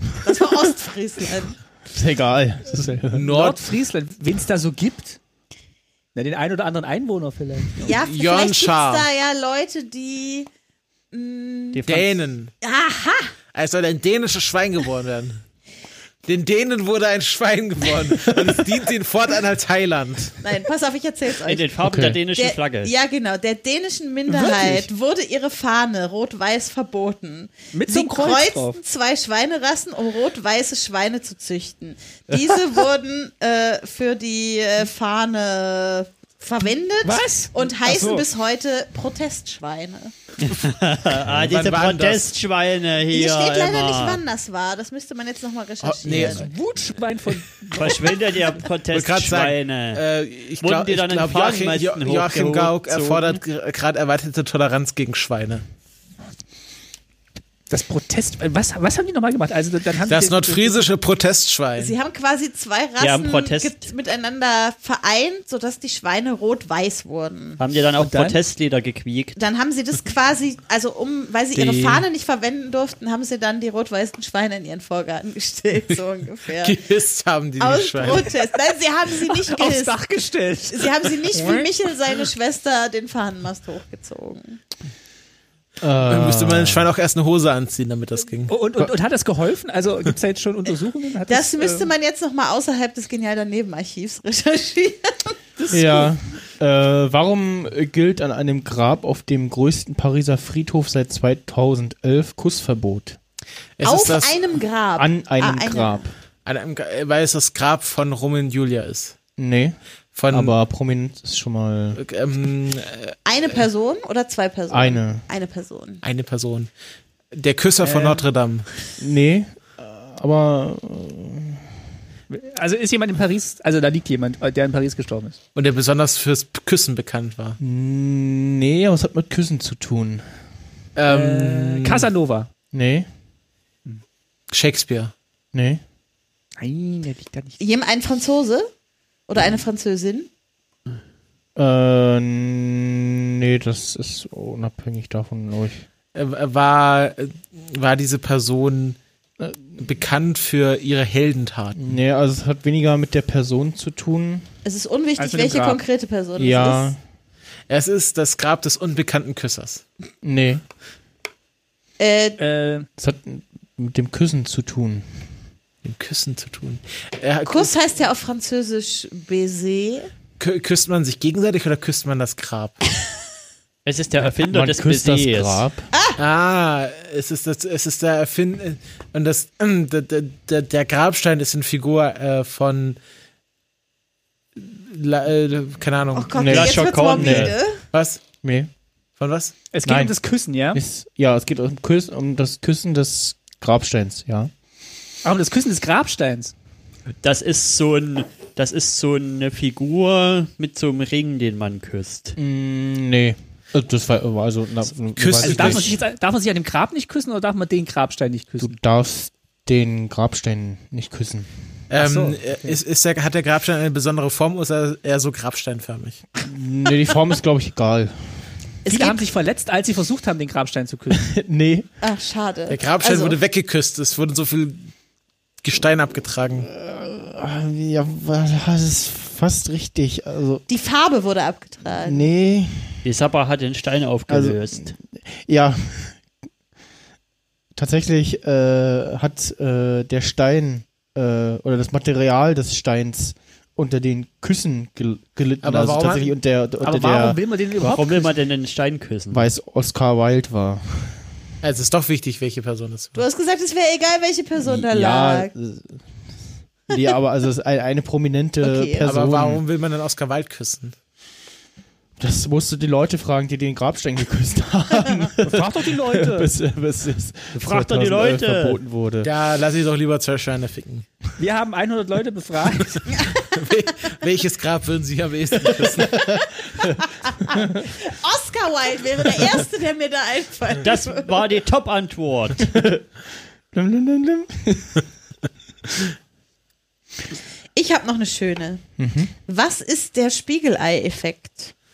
[SPEAKER 2] [laughs] Das war Ostfriesland.
[SPEAKER 6] Ist egal. Das ist ja-
[SPEAKER 3] Nord.
[SPEAKER 4] Nordfriesland, wen es da so gibt. Na, den ein oder anderen Einwohner vielleicht.
[SPEAKER 2] Ja,
[SPEAKER 3] Jörn
[SPEAKER 2] vielleicht gibt's
[SPEAKER 3] Schaar.
[SPEAKER 2] da ja Leute, die
[SPEAKER 5] Die Franz-
[SPEAKER 3] Dänen. Aha. Es soll ein dänisches Schwein geboren werden. Den Dänen wurde ein Schwein geboren. Und es dient ihnen fortan als Heiland.
[SPEAKER 2] Nein, pass auf, ich erzähl's euch.
[SPEAKER 5] In den Farben
[SPEAKER 6] Okay.
[SPEAKER 5] der dänischen
[SPEAKER 2] der,
[SPEAKER 5] Flagge.
[SPEAKER 2] Ja, genau. Der dänischen Minderheit wurde ihre Fahne rot-weiß verboten.
[SPEAKER 4] Mit so
[SPEAKER 2] Sie
[SPEAKER 4] einem Kreuz
[SPEAKER 2] kreuzten
[SPEAKER 4] drauf.
[SPEAKER 2] zwei Schweinerassen, um rot-weiße Schweine zu züchten. Diese [laughs] wurden äh, für die äh, Fahne verwendet
[SPEAKER 4] Was?
[SPEAKER 2] und
[SPEAKER 4] Ach
[SPEAKER 2] heißen
[SPEAKER 4] so.
[SPEAKER 2] bis heute Protestschweine.
[SPEAKER 5] Ah, diese
[SPEAKER 3] Wann war denn das?
[SPEAKER 5] Protestschweine hier.
[SPEAKER 2] Hier steht leider
[SPEAKER 5] immer.
[SPEAKER 2] nicht, wann das war. Das müsste man jetzt
[SPEAKER 4] Ah,
[SPEAKER 2] nochmal
[SPEAKER 5] Oh,
[SPEAKER 2] recherchieren.
[SPEAKER 5] also,
[SPEAKER 3] nee.
[SPEAKER 4] Wutschwein von
[SPEAKER 5] Verschwindet ihr
[SPEAKER 3] wollte gerade sagen,
[SPEAKER 5] Protestschweine.
[SPEAKER 3] äh, ich
[SPEAKER 5] Wurden
[SPEAKER 3] glaube,
[SPEAKER 5] die dann in
[SPEAKER 3] glaub, Joachim,
[SPEAKER 5] Fahnenmasten
[SPEAKER 3] jo Joachim
[SPEAKER 5] hochgehoben?
[SPEAKER 3] Gauck erfordert ge- gerade erweiterte Toleranz gegen Schweine.
[SPEAKER 4] Das Protest. Was, was haben die nochmal gemacht? Also, dann haben
[SPEAKER 3] Das
[SPEAKER 4] die,
[SPEAKER 3] nordfriesische Protestschwein.
[SPEAKER 2] Sie haben quasi zwei
[SPEAKER 5] haben
[SPEAKER 2] Rassen
[SPEAKER 5] Protest-
[SPEAKER 2] get- miteinander vereint, sodass die Schweine rot-weiß wurden.
[SPEAKER 5] Haben die dann auch
[SPEAKER 4] Und dann?
[SPEAKER 5] Protestlieder gequiekt?
[SPEAKER 2] Dann haben sie das quasi, also um, weil sie ihre
[SPEAKER 3] Die-
[SPEAKER 2] Fahne nicht verwenden durften, haben sie dann die rot-weißen Schweine in ihren Vorgarten gestellt, so ungefähr.
[SPEAKER 3] [laughs] Gehisst haben [laughs] die, die
[SPEAKER 2] Aus
[SPEAKER 3] Schweine.
[SPEAKER 2] Protest. Nein, sie haben sie nicht
[SPEAKER 4] Aufs
[SPEAKER 2] gehisst.
[SPEAKER 4] Dach gestellt.
[SPEAKER 2] Sie haben sie nicht wie Michel, seine Schwester, den Fahnenmast hochgezogen.
[SPEAKER 3] Dann müsste man dem Schwein auch erst eine Hose anziehen, damit das ging.
[SPEAKER 4] Und, und, und hat das geholfen? Also gibt es da jetzt schon Untersuchungen? Hat
[SPEAKER 2] Das müsste
[SPEAKER 4] ähm,
[SPEAKER 2] man jetzt nochmal außerhalb des Genial daneben Archivs [laughs] recherchieren.
[SPEAKER 1] Ja. Äh, warum äh, gilt an einem Grab auf dem größten Pariser Friedhof seit 2011 Kussverbot?
[SPEAKER 3] Es
[SPEAKER 2] Auf
[SPEAKER 3] ist das,
[SPEAKER 2] einem Grab.
[SPEAKER 1] An einem
[SPEAKER 2] Ah, eine-
[SPEAKER 1] Grab.
[SPEAKER 3] an einem, Gra- weil es das Grab von Roman Julia ist.
[SPEAKER 1] Nee,
[SPEAKER 2] Hm.
[SPEAKER 3] Von,
[SPEAKER 1] aber prominent ist schon
[SPEAKER 2] Äh,
[SPEAKER 1] mal
[SPEAKER 3] ähm,
[SPEAKER 2] Eine Person oder zwei Personen?
[SPEAKER 1] eine.
[SPEAKER 2] Eine Person.
[SPEAKER 3] eine Person. Der Küsser
[SPEAKER 5] Äh.
[SPEAKER 3] von Notre Dame.
[SPEAKER 1] Nee, äh, aber
[SPEAKER 4] Also ist jemand in Paris, also da liegt jemand, äh, der in Paris gestorben ist.
[SPEAKER 3] Und der besonders fürs Küssen bekannt war.
[SPEAKER 5] Hm.
[SPEAKER 1] nee, aber es hat mit Küssen zu tun.
[SPEAKER 3] Ähm,
[SPEAKER 4] Casanova.
[SPEAKER 1] Nee,
[SPEAKER 3] Shakespeare.
[SPEAKER 1] nee.
[SPEAKER 4] Nein, der liegt da nicht.
[SPEAKER 2] Jem ein Franzose oder eine Französin?
[SPEAKER 1] Äh, nee, das ist unabhängig davon, glaube ich.
[SPEAKER 3] Äh, war, äh, war diese Person äh, bekannt für ihre Heldentaten.
[SPEAKER 1] Nee, also es hat weniger mit der Person zu tun.
[SPEAKER 2] Es ist unwichtig,
[SPEAKER 4] Also dem
[SPEAKER 2] welche
[SPEAKER 4] Grab.
[SPEAKER 2] konkrete Person es
[SPEAKER 1] ja,
[SPEAKER 2] ist.
[SPEAKER 3] Es ist das Grab des unbekannten Küssers.
[SPEAKER 1] nee.
[SPEAKER 2] Äh,
[SPEAKER 4] Äh,
[SPEAKER 1] Es hat mit dem Küssen zu tun.
[SPEAKER 3] Mit Küssen zu tun. Äh,
[SPEAKER 2] Kuss heißt ja auf Französisch Baiser.
[SPEAKER 3] kü- Küsst man sich gegenseitig oder küsst man das Grab?
[SPEAKER 5] Es ist der Erfinder
[SPEAKER 1] Man
[SPEAKER 5] des
[SPEAKER 1] küsst das
[SPEAKER 5] Baises.
[SPEAKER 1] Grab.
[SPEAKER 3] Ah, es ist, das, es ist der Erfind und das [clears throat] ähm, der, der- der, der Grabstein ist eine Figur äh, von La, äh, keine Ahnung
[SPEAKER 2] Oh Gott,
[SPEAKER 1] Nee.
[SPEAKER 2] jetzt wird's
[SPEAKER 5] Lachacorn,
[SPEAKER 2] morbide.
[SPEAKER 3] was
[SPEAKER 1] Nee.
[SPEAKER 3] von was?
[SPEAKER 4] es geht
[SPEAKER 1] Nein.
[SPEAKER 4] um das Küssen, ja?
[SPEAKER 1] Ist, ja, es geht um, Küss, um das Küssen des Grabsteins, ja.
[SPEAKER 4] Ah, um das Küssen des Grabsteins.
[SPEAKER 5] Das ist so ein, das ist so eine Figur mit so einem Ring, den man küsst.
[SPEAKER 1] Mm, nee. Äh, Das war war also. Na,
[SPEAKER 3] Küsst
[SPEAKER 1] weiß
[SPEAKER 4] Also
[SPEAKER 1] ich
[SPEAKER 4] darf
[SPEAKER 1] nicht.
[SPEAKER 4] man, sich jetzt, darf man sich an dem Grab nicht küssen oder darf man den Grabstein nicht
[SPEAKER 1] Du
[SPEAKER 4] küssen?
[SPEAKER 1] darfst den Grabstein nicht küssen.
[SPEAKER 3] Ähm,
[SPEAKER 4] so,
[SPEAKER 3] äh, ist, ist der, hat der Grabstein eine besondere Form oder ist er eher so Grabsteinförmig?
[SPEAKER 1] Nee, die Form ist, glaube ich, egal.
[SPEAKER 2] Es
[SPEAKER 4] Viele haben
[SPEAKER 2] gibt,
[SPEAKER 4] sich verletzt, als sie versucht haben, den Grabstein zu küssen.
[SPEAKER 1] [laughs] nee.
[SPEAKER 2] ach, schade.
[SPEAKER 3] Der Grabstein
[SPEAKER 2] also,
[SPEAKER 3] wurde weggeküsst. Es wurde so viel Gestein abgetragen.
[SPEAKER 1] Ah, Ja, wa- das ist fast richtig. Also,
[SPEAKER 2] Die Farbe wurde abgetragen.
[SPEAKER 1] nee.
[SPEAKER 5] Die Sapper hat den Stein aufgelöst.
[SPEAKER 1] Ja. Tatsächlich äh, hat äh, der Stein äh, oder das Material des Steins unter den Küssen gel gelitten.
[SPEAKER 3] Aber
[SPEAKER 1] also
[SPEAKER 3] warum
[SPEAKER 1] tatsächlich und der, unter
[SPEAKER 4] Aber
[SPEAKER 1] der
[SPEAKER 4] warum will man den überhaupt?
[SPEAKER 5] Warum will man denn den Stein küssen?
[SPEAKER 1] weil es Oscar Wilde war.
[SPEAKER 3] Also ist doch wichtig, welche Person es
[SPEAKER 2] Du
[SPEAKER 3] war.
[SPEAKER 2] hast gesagt, es wäre egal, welche Person da
[SPEAKER 1] ja,
[SPEAKER 2] lag.
[SPEAKER 1] äh, nee, aber also es ist ein, eine prominente
[SPEAKER 2] Okay.
[SPEAKER 1] Person.
[SPEAKER 3] Aber warum will man dann Oscar Wilde küssen?
[SPEAKER 1] Das musst du die Leute fragen, die den Grabstein geküsst haben,
[SPEAKER 4] Frag doch die [laughs] Leute.
[SPEAKER 1] bis, bis es
[SPEAKER 5] Frag doch die
[SPEAKER 1] 2011
[SPEAKER 5] Leute.
[SPEAKER 1] verboten wurde.
[SPEAKER 3] Da lass ich doch lieber zwei Schweine ficken.
[SPEAKER 4] Wir haben 100 Leute [laughs] befragt.
[SPEAKER 3] Wel- Welches Grab würden Sie am ehesten küssen?
[SPEAKER 2] Oscar Wilde wäre der Erste, der mir da einfällt.
[SPEAKER 5] Das war die Top-Antwort.
[SPEAKER 1] Lim, lim, lim, lim.
[SPEAKER 2] Ich habe noch eine schöne.
[SPEAKER 1] Mhm.
[SPEAKER 2] Was ist der Spiegelei-Effekt?
[SPEAKER 3] [laughs]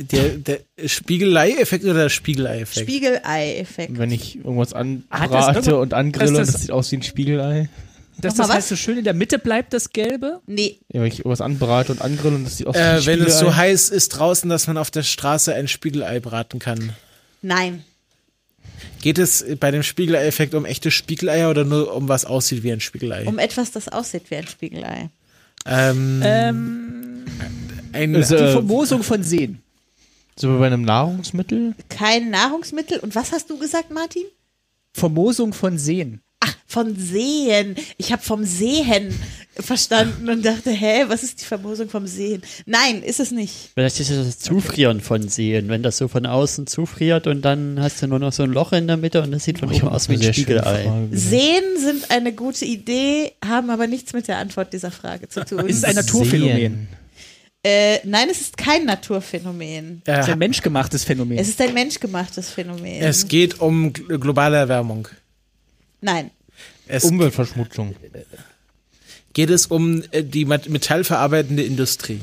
[SPEAKER 3] Der, der Spiegelei-Effekt oder der Spiegelei-Effekt?
[SPEAKER 2] Spiegelei-Effekt.
[SPEAKER 1] Wenn ich irgendwas
[SPEAKER 4] Hat das
[SPEAKER 1] anbrate
[SPEAKER 4] irgendwas-
[SPEAKER 1] und angrille,
[SPEAKER 4] ist
[SPEAKER 1] das,
[SPEAKER 4] das-
[SPEAKER 1] das sieht aus wie ein Spiegelei.
[SPEAKER 2] Nochmal
[SPEAKER 4] Dass das
[SPEAKER 2] was?
[SPEAKER 4] heißt, so schön in der Mitte bleibt das Gelbe.
[SPEAKER 2] Nee,
[SPEAKER 1] Ja, wenn ich irgendwas anbrate und angrille und das sieht aus wie ein
[SPEAKER 3] Äh, wenn
[SPEAKER 1] Spiegelei.
[SPEAKER 3] es so heiß ist draußen, dass man auf der Straße ein Spiegelei braten kann.
[SPEAKER 2] nein.
[SPEAKER 3] Geht es bei dem Spiegelei-Effekt um echte Spiegeleier oder nur um was aussieht wie ein Spiegelei?
[SPEAKER 2] Um etwas, das aussieht wie ein Spiegelei.
[SPEAKER 3] ähm, also-
[SPEAKER 4] Ähm,
[SPEAKER 3] ein,
[SPEAKER 1] ist,
[SPEAKER 4] die
[SPEAKER 1] äh,
[SPEAKER 4] Vermosung von Seen.
[SPEAKER 1] Sind wir bei einem Nahrungsmittel?
[SPEAKER 5] Oh,
[SPEAKER 2] Kein Nahrungsmittel. Und was hast du gesagt, Martin?
[SPEAKER 4] Vermosung von Seen.
[SPEAKER 2] Ach, von Sehen. Ich habe vom Sehen verstanden und dachte, hä, was ist die Vermosung vom Sehen? Nein, ist es nicht.
[SPEAKER 5] Vielleicht ist das das Zufrieren von Seen, wenn das so von außen zufriert und dann hast du nur noch so ein Loch in der Mitte und das sieht von oben aus wie ein
[SPEAKER 1] Sehr schöne
[SPEAKER 5] Spiegelei.
[SPEAKER 1] Frage.
[SPEAKER 2] Seen sind eine gute Idee, haben aber nichts mit der Antwort dieser Frage zu tun.
[SPEAKER 4] Ist es ein Naturphänomen?
[SPEAKER 1] Sehen.
[SPEAKER 2] Äh, nein, es ist kein Naturphänomen.
[SPEAKER 4] Das ist
[SPEAKER 3] Äh,
[SPEAKER 4] ein menschgemachtes Phänomen.
[SPEAKER 2] Es ist ein menschgemachtes Phänomen.
[SPEAKER 3] es geht um gl- globale Erwärmung.
[SPEAKER 2] nein.
[SPEAKER 3] Es
[SPEAKER 1] Umweltverschmutzung.
[SPEAKER 3] geht es um äh, die Mat- metallverarbeitende Industrie.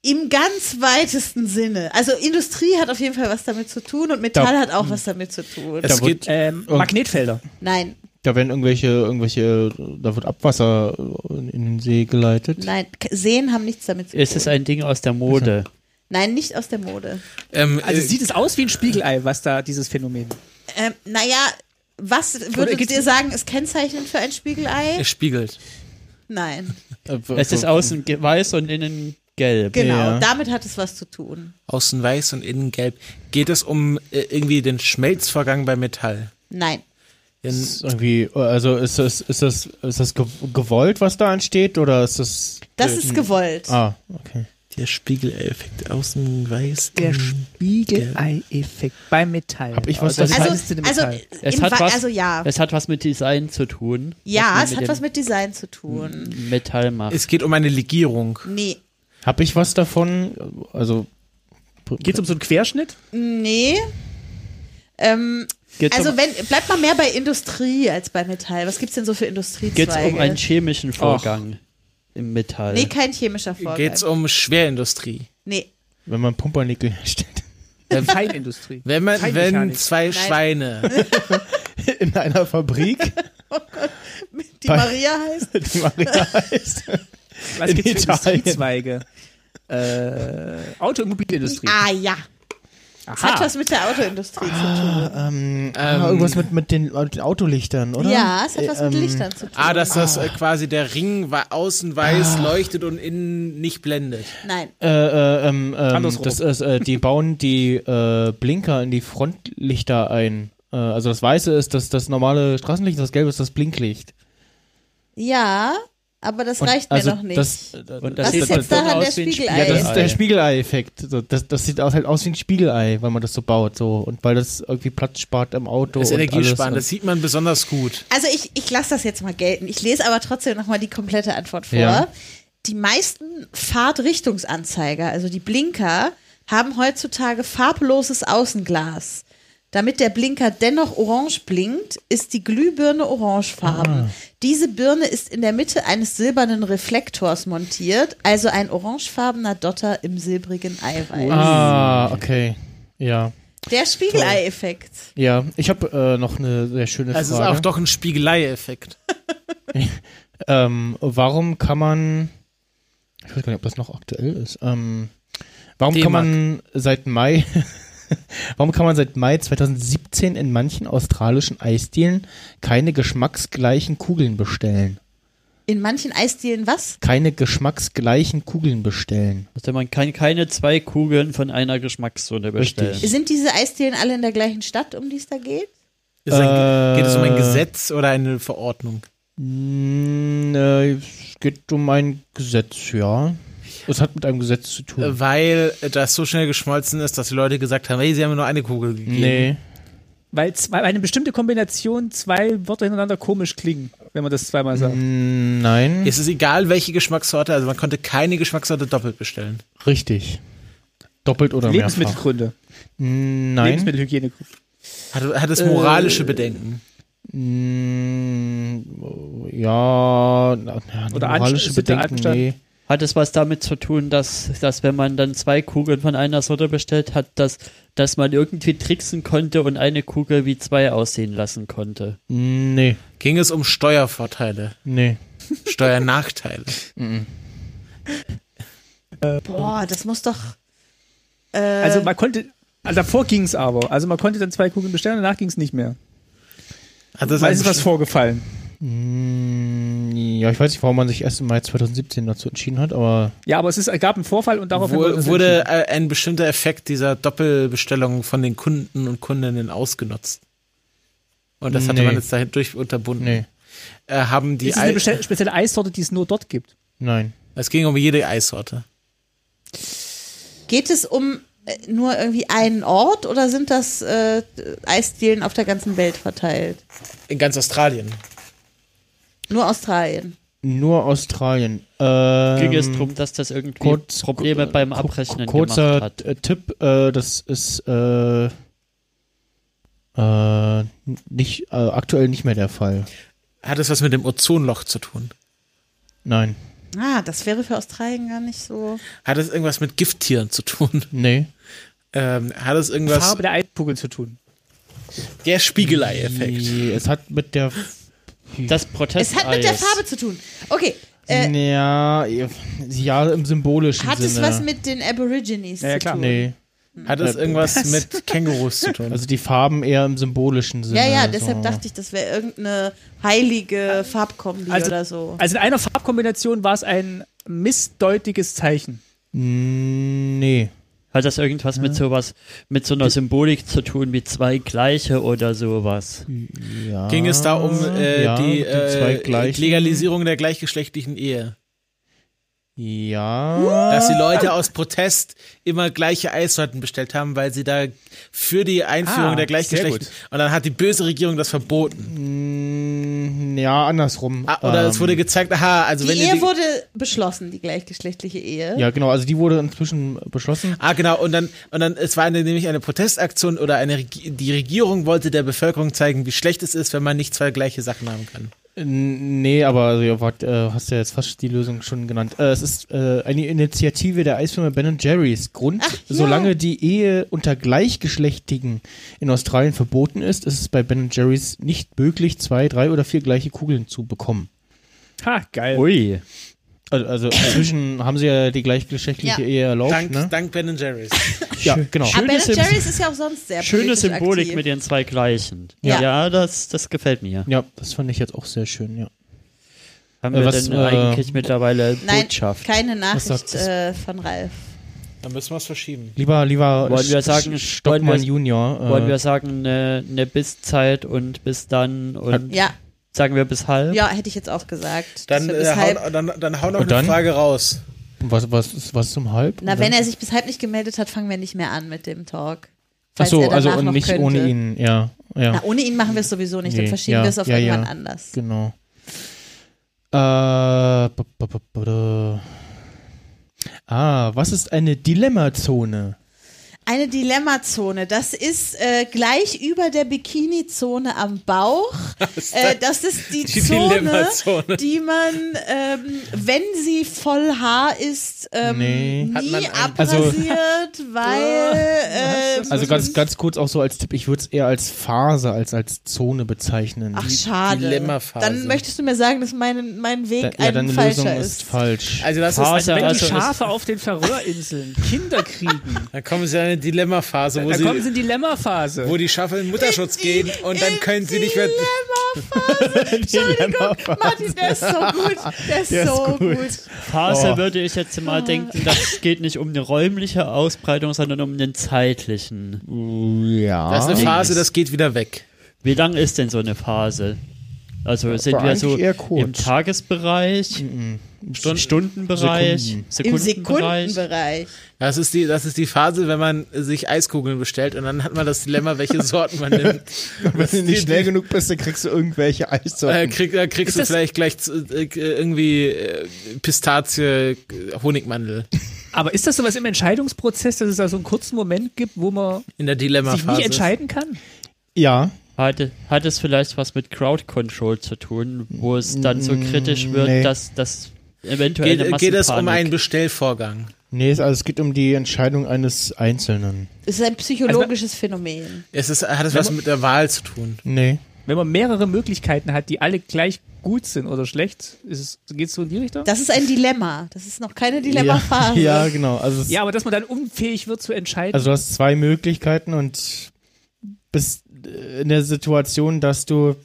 [SPEAKER 2] Im ganz weitesten Sinne. Also Industrie hat auf jeden Fall was damit zu tun und Metall
[SPEAKER 1] Da-
[SPEAKER 2] hat auch was damit zu tun.
[SPEAKER 3] Es
[SPEAKER 1] wird-
[SPEAKER 3] geht
[SPEAKER 4] ähm, Magnetfelder.
[SPEAKER 2] nein,
[SPEAKER 1] Da werden irgendwelche, irgendwelche, da wird Abwasser in in den See geleitet.
[SPEAKER 2] nein. K- Seen haben nichts damit zu
[SPEAKER 5] Es
[SPEAKER 2] tun.
[SPEAKER 5] ist ein Ding aus der Mode.
[SPEAKER 2] nein, nicht aus der Mode.
[SPEAKER 3] ähm,
[SPEAKER 4] Also
[SPEAKER 3] äh,
[SPEAKER 4] sieht es aus wie ein Spiegelei, was da dieses Phänomen.
[SPEAKER 2] Ähm, naja, was würdet
[SPEAKER 4] geht's-
[SPEAKER 2] ihr sagen, ist kennzeichnend für ein Spiegelei?
[SPEAKER 3] es spiegelt.
[SPEAKER 2] Nein.
[SPEAKER 1] Äh,
[SPEAKER 5] Es ist außen ge- weiß und innen gelb.
[SPEAKER 2] Genau,
[SPEAKER 1] Ja.
[SPEAKER 2] damit hat es was zu tun.
[SPEAKER 3] Außen weiß und innen gelb. Geht es um äh, irgendwie den Schmelzvorgang bei Metall?
[SPEAKER 2] Nein.
[SPEAKER 3] In,
[SPEAKER 1] Ist irgendwie, also ist das, ist das, ist das ge- gewollt, was da ansteht, oder ist das,
[SPEAKER 2] Das ist gewollt.
[SPEAKER 1] ah, okay.
[SPEAKER 3] der Spiegeleffekt außen weiß.
[SPEAKER 4] Spiegelei-Effekt beim Metall.
[SPEAKER 1] Hab ich was
[SPEAKER 4] das
[SPEAKER 1] das
[SPEAKER 2] also,
[SPEAKER 4] feinste
[SPEAKER 2] also,
[SPEAKER 4] Metall.
[SPEAKER 5] Es
[SPEAKER 2] im
[SPEAKER 5] hat
[SPEAKER 2] Wa-
[SPEAKER 5] was-
[SPEAKER 2] also ja.
[SPEAKER 5] Es hat was mit Design zu tun.
[SPEAKER 2] ja,
[SPEAKER 5] man
[SPEAKER 2] es hat
[SPEAKER 5] dem
[SPEAKER 2] was mit Design zu tun.
[SPEAKER 5] Metall macht.
[SPEAKER 3] Es geht um eine Legierung.
[SPEAKER 2] Nee.
[SPEAKER 1] Hab ich was davon? Also,
[SPEAKER 4] Geht es um so einen Querschnitt?
[SPEAKER 2] Nee. Ähm,
[SPEAKER 5] Geht's
[SPEAKER 2] also
[SPEAKER 5] um,
[SPEAKER 2] wenn, bleibt mal mehr bei Industrie als bei Metall. Was gibt's denn so für Industriezweige?
[SPEAKER 5] geht's um einen chemischen
[SPEAKER 2] Oh.
[SPEAKER 5] Vorgang im Metall.
[SPEAKER 2] nee, kein chemischer Vorgang.
[SPEAKER 3] Geht es um Schwerindustrie?
[SPEAKER 2] nee.
[SPEAKER 1] wenn man Pumpernickel herstellt. [laughs]
[SPEAKER 4] Äh, Feinindustrie.
[SPEAKER 3] Wenn man, wenn
[SPEAKER 4] Feinmechanik.
[SPEAKER 3] zwei Schweine,
[SPEAKER 1] In einer Fabrik,
[SPEAKER 2] Die
[SPEAKER 1] Bei-
[SPEAKER 2] Maria heißt.
[SPEAKER 1] die
[SPEAKER 5] [laughs]
[SPEAKER 1] Maria heißt.
[SPEAKER 4] Was
[SPEAKER 1] in
[SPEAKER 4] gibt es für
[SPEAKER 1] Italien.
[SPEAKER 4] Industriezweige? äh, Automobilindustrie.
[SPEAKER 2] Ah ja. Es hat
[SPEAKER 4] Aha.
[SPEAKER 2] was mit der Autoindustrie zu tun.
[SPEAKER 1] Ähm, ah, irgendwas mit, mit den mit den Autolichtern, oder?
[SPEAKER 2] Ja, es hat was mit
[SPEAKER 1] Ähm,
[SPEAKER 2] Lichtern zu tun.
[SPEAKER 3] ah, dass das äh, quasi der Ring war außen weiß leuchtet und innen nicht blendet.
[SPEAKER 2] Nein.
[SPEAKER 1] Äh, äh, ähm, ähm,
[SPEAKER 4] Andersrum.
[SPEAKER 1] das ist, äh, die bauen die äh, Blinker in die Frontlichter ein. Äh, also das Weiße ist das, das normale Straßenlicht, das Gelbe ist das Blinklicht.
[SPEAKER 2] Ja, aber das
[SPEAKER 1] Und
[SPEAKER 2] reicht
[SPEAKER 1] also
[SPEAKER 2] mir noch nicht.
[SPEAKER 1] Das, äh,
[SPEAKER 5] Und
[SPEAKER 2] Was
[SPEAKER 5] das sieht
[SPEAKER 2] ist jetzt
[SPEAKER 5] dann
[SPEAKER 2] daran
[SPEAKER 5] aus
[SPEAKER 2] der
[SPEAKER 5] wie ein
[SPEAKER 2] Spiegelei?
[SPEAKER 1] ja, das ist
[SPEAKER 5] Spiegelei.
[SPEAKER 1] der Spiegelei-Effekt. So, das, das sieht aus, halt aus wie ein Spiegelei, weil man das so baut. So. Und weil das irgendwie Platz spart im Auto.
[SPEAKER 3] Das ist
[SPEAKER 1] und
[SPEAKER 3] energiesparend, das
[SPEAKER 1] alles.
[SPEAKER 3] sieht man besonders gut.
[SPEAKER 2] Also ich, ich lasse das jetzt mal gelten. Ich lese aber trotzdem nochmal die komplette Antwort vor.
[SPEAKER 1] Ja.
[SPEAKER 2] Die meisten Fahrtrichtungsanzeiger, also die Blinker, haben heutzutage farbloses Außenglas. Damit der Blinker dennoch orange blinkt, ist die Glühbirne
[SPEAKER 1] Ah.
[SPEAKER 2] orangefarben. Diese Birne ist in der Mitte eines silbernen Reflektors montiert, also ein orangefarbener Dotter im silbrigen Eiweiß.
[SPEAKER 1] Und ah, okay. Ja,
[SPEAKER 2] Der Spiegelei-Effekt.
[SPEAKER 1] ja. Ich habe äh, noch eine sehr schöne
[SPEAKER 3] Also es ist
[SPEAKER 1] Frage.
[SPEAKER 3] auch doch ein Spiegelei-Effekt.
[SPEAKER 1] Ähm, warum kann man, ich weiß gar nicht, ob das noch aktuell ist, ähm, warum kann man seit Mai, [laughs] warum kann man seit Mai 2017 in manchen australischen Eisdielen keine geschmacksgleichen Kugeln bestellen?
[SPEAKER 2] In manchen Eisdielen was?
[SPEAKER 1] Keine geschmacksgleichen Kugeln bestellen.
[SPEAKER 5] Also man kann keine zwei Kugeln von einer Geschmackszone bestellen.
[SPEAKER 1] Richtig.
[SPEAKER 2] Sind diese Eisdielen alle in der gleichen Stadt, um die es da geht?
[SPEAKER 3] Ist ein,
[SPEAKER 1] Äh,
[SPEAKER 3] geht es um ein Gesetz oder eine Verordnung?
[SPEAKER 1] Hm, äh, es geht um ein Gesetz, ja. Es hat mit einem Gesetz zu
[SPEAKER 3] Äh,
[SPEAKER 1] tun.
[SPEAKER 3] Weil äh, das so schnell geschmolzen ist, dass die Leute gesagt haben, hey, sie haben mir nur eine Kugel gegeben.
[SPEAKER 1] nee.
[SPEAKER 4] Weil zwei, eine bestimmte Kombination zwei Wörter hintereinander komisch klingen, wenn man das zweimal sagt.
[SPEAKER 1] Hm, Nein.
[SPEAKER 3] Es ist egal, welche Geschmackssorte, also man konnte keine Geschmackssorte doppelt bestellen.
[SPEAKER 1] richtig. Doppelt oder mehrfach.
[SPEAKER 4] Lebensmittelgründe.
[SPEAKER 1] Hm, Nein.
[SPEAKER 4] Lebensmittelhygiene.
[SPEAKER 3] Hat, hat es moralische
[SPEAKER 1] Äh.
[SPEAKER 3] Bedenken?
[SPEAKER 1] Mm, ja, na, na,
[SPEAKER 4] Oder
[SPEAKER 1] moralische
[SPEAKER 4] Anst- Sitte,
[SPEAKER 1] Bedenken,
[SPEAKER 4] Anstand.
[SPEAKER 1] nee.
[SPEAKER 5] Hat es was damit zu tun, dass, dass wenn man dann zwei Kugeln von einer Sorte bestellt hat, dass, dass man irgendwie tricksen konnte und eine Kugel wie zwei aussehen lassen konnte?
[SPEAKER 1] Hm, Nee,
[SPEAKER 3] Ging es um Steuervorteile,
[SPEAKER 1] nee. [laughs]
[SPEAKER 3] Steuernachteile?
[SPEAKER 2] Boah, das muss doch. Äh,
[SPEAKER 4] Also man konnte, also davor ging es aber. Also man konnte dann zwei Kugeln bestellen, danach ging es nicht mehr.
[SPEAKER 3] Hat das
[SPEAKER 4] Weil
[SPEAKER 3] ein
[SPEAKER 4] es ist was
[SPEAKER 3] besti-
[SPEAKER 4] vorgefallen.
[SPEAKER 1] Mm, Ja, ich weiß nicht, warum man sich erst im Mai 2017 dazu entschieden hat, aber
[SPEAKER 4] Ja, aber es ist, gab einen Vorfall und darauf
[SPEAKER 3] Wo, wurde äh, ein bestimmter Effekt dieser Doppelbestellung von den Kunden und Kundinnen ausgenutzt? Und das hatte
[SPEAKER 1] Nee.
[SPEAKER 3] man jetzt dadurch unterbunden.
[SPEAKER 1] nee,
[SPEAKER 3] Äh, haben die
[SPEAKER 4] ist es eine
[SPEAKER 3] Ei
[SPEAKER 4] bestell- spezielle Eissorte, die es nur dort gibt.
[SPEAKER 1] nein.
[SPEAKER 3] es ging um jede Eissorte.
[SPEAKER 2] geht es um äh, nur irgendwie einen Ort oder sind das äh, Eisdielen auf der ganzen Welt verteilt?
[SPEAKER 3] In ganz Australien.
[SPEAKER 2] Nur Australien.
[SPEAKER 1] Nur Australien. Ähm,
[SPEAKER 5] Ging es darum, dass das irgendwie
[SPEAKER 1] kurz- äh,
[SPEAKER 5] Probleme beim
[SPEAKER 1] ku-
[SPEAKER 5] Abrechnen
[SPEAKER 1] kurzer
[SPEAKER 5] gemacht hat.
[SPEAKER 1] äh, Tipp, äh, das ist äh, äh, nicht, äh, aktuell nicht mehr der Fall.
[SPEAKER 3] Hat es was mit dem Ozonloch zu tun?
[SPEAKER 1] Nein.
[SPEAKER 2] Ah, das wäre für Australien gar nicht so.
[SPEAKER 3] Hat es irgendwas mit Gifttieren zu tun?
[SPEAKER 1] Nee.
[SPEAKER 3] [laughs] Ähm, hat es irgendwas.
[SPEAKER 4] Farbe der Eidpugel zu tun.
[SPEAKER 3] Der Spiegelei-Effekt.
[SPEAKER 1] Die, es hat mit der.
[SPEAKER 5] Das Protest
[SPEAKER 2] Es hat mit der Farbe zu tun. Okay. Äh,
[SPEAKER 1] ja, ja, im symbolischen
[SPEAKER 2] Hat
[SPEAKER 1] Sinne.
[SPEAKER 2] es was mit den Aborigines
[SPEAKER 4] Ja, ja,
[SPEAKER 2] zu
[SPEAKER 4] klar.
[SPEAKER 2] tun?
[SPEAKER 1] Nee.
[SPEAKER 3] Hat es irgendwas mit Kängurus zu tun?
[SPEAKER 1] Also die Farben eher im symbolischen Sinne.
[SPEAKER 2] Ja, ja, deshalb
[SPEAKER 1] so.
[SPEAKER 2] dachte ich, das wäre irgendeine heilige Farbkombi
[SPEAKER 4] Also-
[SPEAKER 2] oder so.
[SPEAKER 4] Also in einer Farbkombination war es ein missdeutiges Zeichen.
[SPEAKER 1] Mm, Nee.
[SPEAKER 5] Hat das irgendwas mit sowas, mit so einer Symbolik zu tun, wie zwei gleiche oder sowas?
[SPEAKER 1] Ja.
[SPEAKER 3] Ging es da um äh,
[SPEAKER 1] ja,
[SPEAKER 3] die,
[SPEAKER 1] die zwei
[SPEAKER 3] äh,
[SPEAKER 1] gleichen.
[SPEAKER 3] Legalisierung der gleichgeschlechtlichen Ehe?
[SPEAKER 1] Ja.
[SPEAKER 3] Dass die Leute aus Protest immer gleiche Eissorten bestellt haben, weil sie da für die Einführung
[SPEAKER 4] Ah,
[SPEAKER 3] der
[SPEAKER 4] sehr gut.
[SPEAKER 3] Gleichgeschlechtlichen. Und dann hat die böse Regierung das verboten.
[SPEAKER 1] Mm, Ja, andersrum.
[SPEAKER 3] Ah, oder es
[SPEAKER 1] Ähm,
[SPEAKER 3] wurde gezeigt, aha, also
[SPEAKER 2] Die
[SPEAKER 3] wenn ihr.
[SPEAKER 2] Ehe
[SPEAKER 3] Die,
[SPEAKER 2] wurde beschlossen, die gleichgeschlechtliche Ehe.
[SPEAKER 1] Ja, genau. Also die wurde inzwischen beschlossen.
[SPEAKER 3] Ah, genau. Und dann, und dann, es war eine, nämlich eine Protestaktion oder eine, Regi- die Regierung wollte der Bevölkerung zeigen, wie schlecht es ist, wenn man nicht zwei gleiche Sachen haben kann.
[SPEAKER 1] N- Nee, aber also, ja, wart, äh, hast ja jetzt fast die Lösung schon genannt. Äh, es ist äh, eine Initiative der Eisfirma Ben Jerry's. Grund, solange die Ehe unter Gleichgeschlechtigen in Australien verboten ist, ist es bei Ben Jerry's nicht möglich, zwei, drei oder vier gleiche Kugeln zu bekommen.
[SPEAKER 4] Ha, geil.
[SPEAKER 5] Ui.
[SPEAKER 1] Also, also inzwischen
[SPEAKER 3] [coughs]
[SPEAKER 1] haben sie ja die gleichgeschlechtliche
[SPEAKER 2] Ja.
[SPEAKER 1] Ehe erlaubt.
[SPEAKER 3] Dank,
[SPEAKER 1] ne?
[SPEAKER 3] dank Ben Jerry's.
[SPEAKER 1] Ja, genau.
[SPEAKER 2] Aber Ben
[SPEAKER 5] Symb-
[SPEAKER 2] Jerry's ist ja auch sonst sehr
[SPEAKER 5] Schöne
[SPEAKER 2] politisch
[SPEAKER 5] Symbolik
[SPEAKER 2] aktiv.
[SPEAKER 5] mit den zwei gleichen.
[SPEAKER 2] Ja.
[SPEAKER 5] Ja, das, das gefällt mir.
[SPEAKER 1] Ja, das fand ich jetzt auch sehr schön, ja.
[SPEAKER 5] Haben
[SPEAKER 1] Äh,
[SPEAKER 5] wir
[SPEAKER 1] was,
[SPEAKER 5] denn
[SPEAKER 1] äh,
[SPEAKER 5] eigentlich mittlerweile
[SPEAKER 2] Nein,
[SPEAKER 5] Botschaft?
[SPEAKER 2] keine
[SPEAKER 1] sagt
[SPEAKER 2] Nachricht
[SPEAKER 1] das?
[SPEAKER 2] äh, von Ralf.
[SPEAKER 3] Dann müssen wir es verschieben.
[SPEAKER 1] Lieber, lieber
[SPEAKER 5] Wollen wir
[SPEAKER 1] Sch-
[SPEAKER 5] sagen,
[SPEAKER 1] Sch- Stockmann
[SPEAKER 5] wollen wir-
[SPEAKER 1] Junior. Äh,
[SPEAKER 5] Wollen wir sagen, eine ne, Bis-Zeit und bis dann und
[SPEAKER 2] Ja,
[SPEAKER 5] sagen wir bis halb?
[SPEAKER 2] ja, hätte ich jetzt auch gesagt.
[SPEAKER 3] Dann,
[SPEAKER 2] Dass wir
[SPEAKER 3] äh,
[SPEAKER 2] bis halb,
[SPEAKER 3] hau, dann, dann hau noch
[SPEAKER 1] Und dann?
[SPEAKER 3] eine Frage raus.
[SPEAKER 1] was, was, ist was zum Halb?
[SPEAKER 2] na,
[SPEAKER 1] Oder?
[SPEAKER 2] wenn er sich bis halb nicht gemeldet hat, fangen wir nicht mehr an mit dem
[SPEAKER 1] Ach
[SPEAKER 2] Talk. Falls
[SPEAKER 1] so,
[SPEAKER 2] er
[SPEAKER 1] also
[SPEAKER 2] danach
[SPEAKER 1] und
[SPEAKER 2] noch
[SPEAKER 1] nicht
[SPEAKER 2] könnte.
[SPEAKER 1] ohne ihn, ja. ja.
[SPEAKER 2] Na, ohne ihn machen wir es sowieso nicht, dann
[SPEAKER 1] Nee,
[SPEAKER 2] verschieben
[SPEAKER 1] ja,
[SPEAKER 2] wir es auf
[SPEAKER 1] ja, ja.
[SPEAKER 2] irgendwann anders.
[SPEAKER 1] Genau. Äh, b- b- b- b- da. ah, was ist eine Dilemmazone?
[SPEAKER 2] Eine Dilemmazone. Das ist äh, gleich über der Bini-Zone am Bauch. Äh, das ist die,
[SPEAKER 3] Die
[SPEAKER 2] Zone,
[SPEAKER 3] Dilemmazone.
[SPEAKER 2] die man, ähm, wenn sie voll Haar ist, ähm,
[SPEAKER 1] Nee.
[SPEAKER 3] Hat man
[SPEAKER 2] nie
[SPEAKER 3] ein-
[SPEAKER 2] abrasiert, weil. Ähm,
[SPEAKER 1] Also ganz, ganz kurz auch so als Tipp, ich würde es eher als Phase als als Zone bezeichnen.
[SPEAKER 2] ach, schade.
[SPEAKER 3] Dilemmaphase.
[SPEAKER 2] Dann möchtest du mir sagen, dass mein, mein
[SPEAKER 1] Da-
[SPEAKER 2] Weg
[SPEAKER 1] ja,
[SPEAKER 2] ein
[SPEAKER 1] deine Lösung
[SPEAKER 2] falscher
[SPEAKER 1] ist
[SPEAKER 2] ist.
[SPEAKER 1] falsch.
[SPEAKER 3] Also das
[SPEAKER 5] Phase,
[SPEAKER 3] ist,
[SPEAKER 4] Wenn
[SPEAKER 5] also
[SPEAKER 4] die
[SPEAKER 5] es-
[SPEAKER 4] Schafe auf den Färöerinseln Kinder kriegen,
[SPEAKER 3] dann kommen sie in eine Dilemmaphase, wo,
[SPEAKER 4] dann kommen sie
[SPEAKER 3] sie,
[SPEAKER 4] in die Dilemma-Phase.
[SPEAKER 3] wo die Schafe in den Mutterschutz gehen und dann
[SPEAKER 2] in
[SPEAKER 3] können sie nicht mehr.
[SPEAKER 2] [laughs] Entschuldigung, Martin, der ist so gut. Der ist so gut.
[SPEAKER 5] Phase würde ich jetzt mal denken, das geht nicht um eine räumliche Ausbreitung, sondern um einen zeitlichen.
[SPEAKER 1] ja.
[SPEAKER 3] Das ist eine Phase, das geht wieder weg.
[SPEAKER 5] Wie lang ist denn so eine Phase? Also sind wir
[SPEAKER 1] eigentlich
[SPEAKER 5] so
[SPEAKER 1] eher kurz. Mm,
[SPEAKER 5] im Tagesbereich, Stunden Stundenbereich,
[SPEAKER 1] Sekunden.
[SPEAKER 2] Im
[SPEAKER 5] Sekundenbereich.
[SPEAKER 2] Sekundenbereich.
[SPEAKER 3] Das ist, die, das ist die Phase, wenn man sich Eiskugeln bestellt und dann hat man das Dilemma,
[SPEAKER 1] [laughs]
[SPEAKER 3] welche Sorten man nimmt.
[SPEAKER 1] Wenn du nicht schnell genug bist, dann kriegst du irgendwelche
[SPEAKER 3] Äh,
[SPEAKER 1] Eissorten.
[SPEAKER 3] krieg, äh, kriegst du
[SPEAKER 4] das-
[SPEAKER 3] vielleicht gleich zu- äh, irgendwie äh, Pistazie, äh, Honigmandel
[SPEAKER 4] Aber ist das sowas im Entscheidungsprozess, dass es da so einen kurzen Moment gibt, wo man
[SPEAKER 3] in der
[SPEAKER 4] sich nicht
[SPEAKER 3] Dilemmaphase.
[SPEAKER 4] entscheiden kann?
[SPEAKER 1] ja.
[SPEAKER 5] Hat, hat es vielleicht was mit Crowd Control zu tun, wo es dann so kritisch wird,
[SPEAKER 1] Mm, nee.
[SPEAKER 5] dass das eventuell eine
[SPEAKER 3] Geht, geht es um
[SPEAKER 5] Massenpanik-
[SPEAKER 3] einen Bestellvorgang?
[SPEAKER 1] Nee, es- also es geht um die Entscheidung eines Einzelnen.
[SPEAKER 2] Es ist ein psychologisches Phänomen.
[SPEAKER 3] Es ist, hat es was mit der Wahl zu tun?
[SPEAKER 1] Nee.
[SPEAKER 4] Wenn man mehrere Möglichkeiten hat, die alle gleich gut sind oder schlecht, ist es, geht es so in die Richtung?
[SPEAKER 2] Das ist ein Dilemma. Das ist noch keine Dilemma-Phase.
[SPEAKER 1] Ja, [laughs] ja, genau. Also, es,
[SPEAKER 4] ja, aber dass man dann unfähig wird zu entscheiden.
[SPEAKER 1] also du hast zwei Möglichkeiten und bist äh, in der Situation, dass du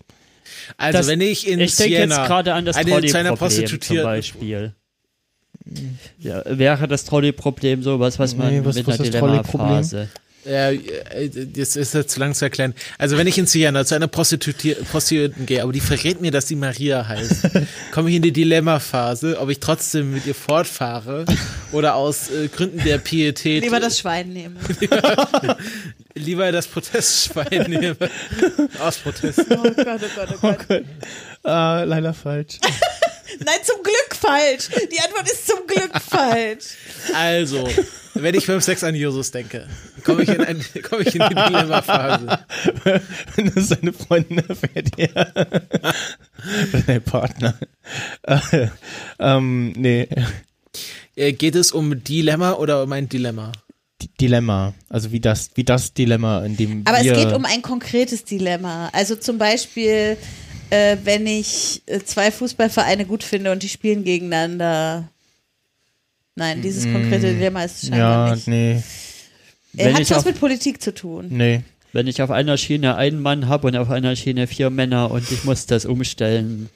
[SPEAKER 3] Also
[SPEAKER 5] Das-
[SPEAKER 3] wenn ich in
[SPEAKER 5] Ich denke jetzt
[SPEAKER 3] Siena
[SPEAKER 5] gerade an das
[SPEAKER 3] eine, zu einer
[SPEAKER 5] Trolley-Problem zum
[SPEAKER 3] Prostituierten
[SPEAKER 5] Beispiel. Ja, wäre das Trolley-Problem sowas, was man
[SPEAKER 1] Nee, was-
[SPEAKER 5] mit
[SPEAKER 1] was
[SPEAKER 5] einer
[SPEAKER 1] ist das Trolley-Problem?
[SPEAKER 5] Dilemma-Phase...
[SPEAKER 3] Ja, äh, das ist jetzt zu lang zu erklären. Also wenn ich in Siena zu einer Prostituier- Prostituierten gehe, aber die verrät mir, dass sie Maria heißt,
[SPEAKER 5] [laughs]
[SPEAKER 3] komme ich in die Dilemma-Phase, ob ich trotzdem mit ihr fortfahre oder aus äh, Gründen der Pietät
[SPEAKER 2] Lieber das Schwein nehmen.
[SPEAKER 3] lieber das [laughs] Protestschwein nehme. aus Protest.
[SPEAKER 1] [laughs]
[SPEAKER 2] Oh Gott, oh Gott, oh Gott.
[SPEAKER 1] äh, leider Ah, falsch.
[SPEAKER 2] [laughs]
[SPEAKER 1] [laughs]
[SPEAKER 2] Nein, zum Glück falsch. Die Antwort ist zum [laughs] Glück falsch.
[SPEAKER 3] Also, wenn ich beim Sex an Jesus denke, komme ich in, ein, komm ich in die Dilemma-Phase.
[SPEAKER 1] Wenn das seine Freundin erfährt, ja. [laughs] Oder dein Partner. [laughs] Äh, ähm, nee,
[SPEAKER 3] Äh, Geht es um Dilemma oder um ein Dilemma?
[SPEAKER 1] D- Dilemma. Also wie das, wie das Dilemma, in dem
[SPEAKER 2] Aber
[SPEAKER 1] wir
[SPEAKER 2] es geht um ein konkretes Dilemma. Also zum Beispiel, äh, wenn ich äh, zwei Fußballvereine gut finde und die spielen gegeneinander. Nein, dieses konkrete Dilemma ist es scheinbar
[SPEAKER 1] Ja,
[SPEAKER 2] nicht.
[SPEAKER 1] nee,
[SPEAKER 2] Er
[SPEAKER 5] Wenn
[SPEAKER 2] hat
[SPEAKER 5] ich
[SPEAKER 2] was
[SPEAKER 5] auf-
[SPEAKER 2] mit Politik zu tun.
[SPEAKER 1] nee.
[SPEAKER 5] Wenn ich auf einer Schiene einen Mann habe und auf einer Schiene vier Männer und ich muss das umstellen,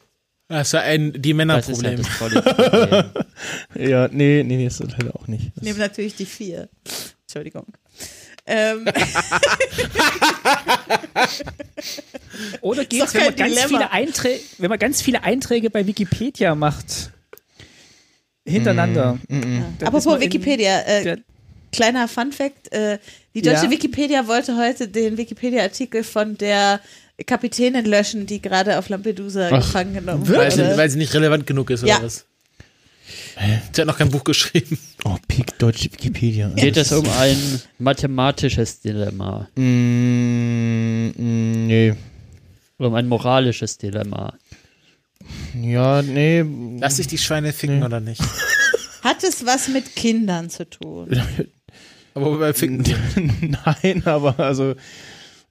[SPEAKER 3] Das ist ja Also ein
[SPEAKER 5] das ist ja
[SPEAKER 3] Die-Männer-Problem.
[SPEAKER 5] das volle Problem.
[SPEAKER 1] Ja, nee, nee, nee, ist leider auch nicht.
[SPEAKER 2] Nehmen natürlich die vier. Entschuldigung. Ähm,
[SPEAKER 4] Oder geht
[SPEAKER 2] doch
[SPEAKER 4] es, wenn, man
[SPEAKER 2] kein
[SPEAKER 4] ganz
[SPEAKER 2] Dilemma.
[SPEAKER 4] viele Einträ- wenn man ganz viele Einträge bei Wikipedia macht? Hintereinander. Dann
[SPEAKER 2] aber
[SPEAKER 4] ist man
[SPEAKER 2] vor
[SPEAKER 4] in-
[SPEAKER 2] Wikipedia, äh,
[SPEAKER 4] der-
[SPEAKER 2] kleiner Fun Fact, äh, die deutsche
[SPEAKER 4] Ja.
[SPEAKER 2] Wikipedia wollte heute den Wikipedia-Artikel von der Kapitänin löschen, die gerade auf Lampedusa gefangen genommen
[SPEAKER 3] Weil sie,
[SPEAKER 2] wurde.
[SPEAKER 3] weil sie nicht relevant genug ist,
[SPEAKER 2] Ja.
[SPEAKER 3] oder was? Sie hat noch kein Buch geschrieben.
[SPEAKER 1] Oh, Peak Deutsche Wikipedia.
[SPEAKER 5] Geht es um ein mathematisches Dilemma
[SPEAKER 1] Mm, mm, nee.
[SPEAKER 5] oder um ein moralisches Dilemma?
[SPEAKER 1] Ja, nee. [laughs]
[SPEAKER 3] Lass dich die Schweine ficken oder nicht?
[SPEAKER 2] Hat es was mit Kindern zu tun?
[SPEAKER 3] Aber wobei ficken.
[SPEAKER 1] Hm. Nein, aber also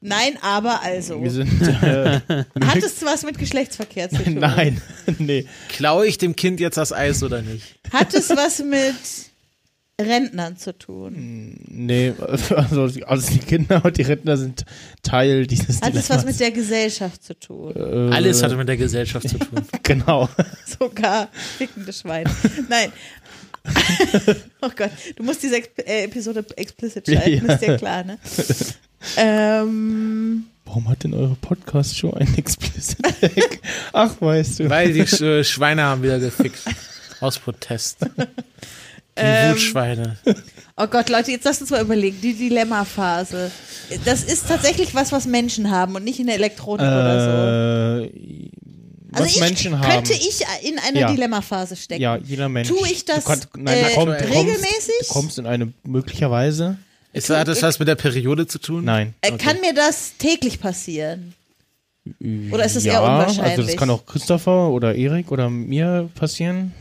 [SPEAKER 2] Nein, aber also.
[SPEAKER 1] wir sind. Äh,
[SPEAKER 2] Hat es was mit Geschlechtsverkehr zu tun?
[SPEAKER 1] nein, [laughs] nee.
[SPEAKER 3] Klaue ich dem Kind jetzt das Eis oder nicht?
[SPEAKER 2] Hat es was mit Rentnern zu tun?
[SPEAKER 1] Nee, also, die- also die Kinder und die Rentner sind Teil dieses
[SPEAKER 2] Hat es was
[SPEAKER 1] Dilemmas.
[SPEAKER 2] mit der Gesellschaft zu tun?
[SPEAKER 1] Äh,
[SPEAKER 3] Alles hat mit der Gesellschaft zu tun.
[SPEAKER 1] Genau.
[SPEAKER 2] [laughs] Sogar fickende Schweine.
[SPEAKER 1] [laughs]
[SPEAKER 2] Nein. oh Gott, du musst diese Ex- äh, Episode explicit schalten,
[SPEAKER 1] Ja.
[SPEAKER 2] ist dir klar,
[SPEAKER 1] [laughs]
[SPEAKER 2] ne? ähm,
[SPEAKER 1] Warum hat denn eure Podcast-Show einen explicit Tag? Ach, weißt du.
[SPEAKER 3] Weil die Sch äh, Schweine haben wieder gefickt. Aus Protest. Die Wutschweine.
[SPEAKER 2] oh Gott, Leute, jetzt lasst uns mal überlegen. Die Dilemma-Phase. Das ist tatsächlich was, was Menschen haben und nicht in der Elektronik oder so.
[SPEAKER 1] Äh, was
[SPEAKER 2] Also ich,
[SPEAKER 1] Menschen haben.
[SPEAKER 2] könnte ich in einer
[SPEAKER 1] Ja.
[SPEAKER 2] Dilemma-Phase stecken.
[SPEAKER 1] ja, jeder Mensch.
[SPEAKER 2] Tue ich das,
[SPEAKER 1] du kannst, nein,
[SPEAKER 2] äh,
[SPEAKER 1] du komm, du
[SPEAKER 2] regelmäßig?
[SPEAKER 1] Kommst, du kommst in eine möglicherweise.
[SPEAKER 3] Ist, hat das was mit der Periode zu tun?
[SPEAKER 1] Nein.
[SPEAKER 2] Äh, Kann mir das täglich passieren? Oder ist das
[SPEAKER 1] ja,
[SPEAKER 2] eher unwahrscheinlich?
[SPEAKER 1] Also das kann auch Christopher oder Erik oder mir passieren.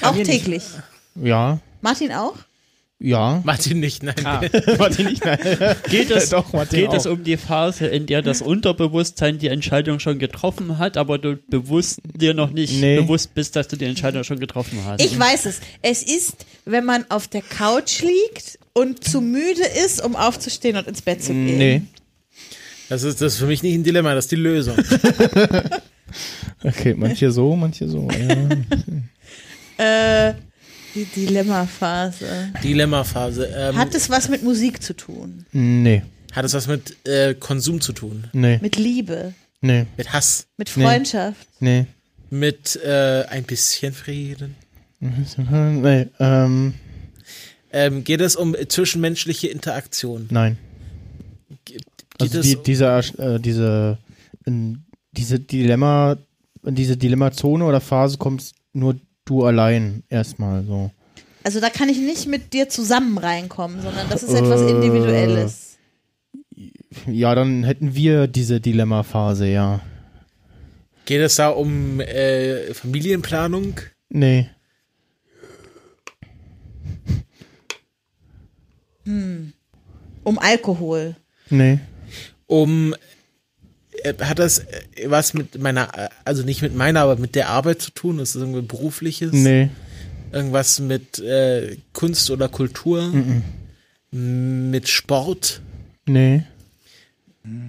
[SPEAKER 2] auch täglich.
[SPEAKER 1] Ja,
[SPEAKER 2] Martin auch?
[SPEAKER 1] ja. [laughs]
[SPEAKER 3] Martin nicht, nein.
[SPEAKER 1] Warte nicht, nein.
[SPEAKER 5] Geht es,
[SPEAKER 1] Doch, Martin
[SPEAKER 5] geht es
[SPEAKER 1] auch.
[SPEAKER 5] um die Phase, in der das Unterbewusstsein die Entscheidung schon getroffen hat, aber du bewusst dir noch nicht
[SPEAKER 1] Nee.
[SPEAKER 5] bewusst bist, dass du die Entscheidung schon getroffen hast?
[SPEAKER 2] Ich weiß es. Es ist, wenn man auf der Couch liegt und zu müde ist, um aufzustehen und ins Bett zu gehen.
[SPEAKER 1] Nee.
[SPEAKER 3] Das ist, das ist für mich nicht ein Dilemma, das ist die Lösung.
[SPEAKER 1] Okay, manche so, manche so. Ja.
[SPEAKER 2] Äh, die Dilemma-Phase.
[SPEAKER 3] Dilemma-Phase. Ähm,
[SPEAKER 2] Hat es was mit Musik zu tun?
[SPEAKER 1] [laughs] nee,
[SPEAKER 3] hat es was mit äh, Konsum zu tun?
[SPEAKER 1] nee,
[SPEAKER 2] Mit Liebe?
[SPEAKER 1] nee,
[SPEAKER 3] Mit Hass?
[SPEAKER 2] Mit
[SPEAKER 1] Nee.
[SPEAKER 2] Freundschaft?
[SPEAKER 1] nee.
[SPEAKER 3] Mit äh, ein bisschen Frieden?
[SPEAKER 1] Nee, ähm,
[SPEAKER 3] Ähm, geht es um zwischenmenschliche Interaktion?
[SPEAKER 1] nein.
[SPEAKER 3] Ge- Geht
[SPEAKER 1] Also
[SPEAKER 3] es um,
[SPEAKER 1] die, diese, Ersch- äh, diese, in diese Dilemma, in diese Dilemmazone oder Phase kommst nur du allein erstmal so.
[SPEAKER 2] Also da kann ich nicht mit dir zusammen reinkommen, sondern das ist etwas Individuelles.
[SPEAKER 1] Ja, dann hätten wir diese Dilemma-Phase, ja.
[SPEAKER 3] Geht es da um äh, Familienplanung?
[SPEAKER 1] Nee.
[SPEAKER 2] Um Alkohol.
[SPEAKER 1] Nee.
[SPEAKER 3] Um äh, hat das äh, was mit meiner, äh, also nicht mit meiner, aber mit der Arbeit zu tun? Ist das irgendwas berufliches?
[SPEAKER 1] Nee.
[SPEAKER 3] Irgendwas mit äh, Kunst oder Kultur? M- Mit Sport?
[SPEAKER 1] Nee.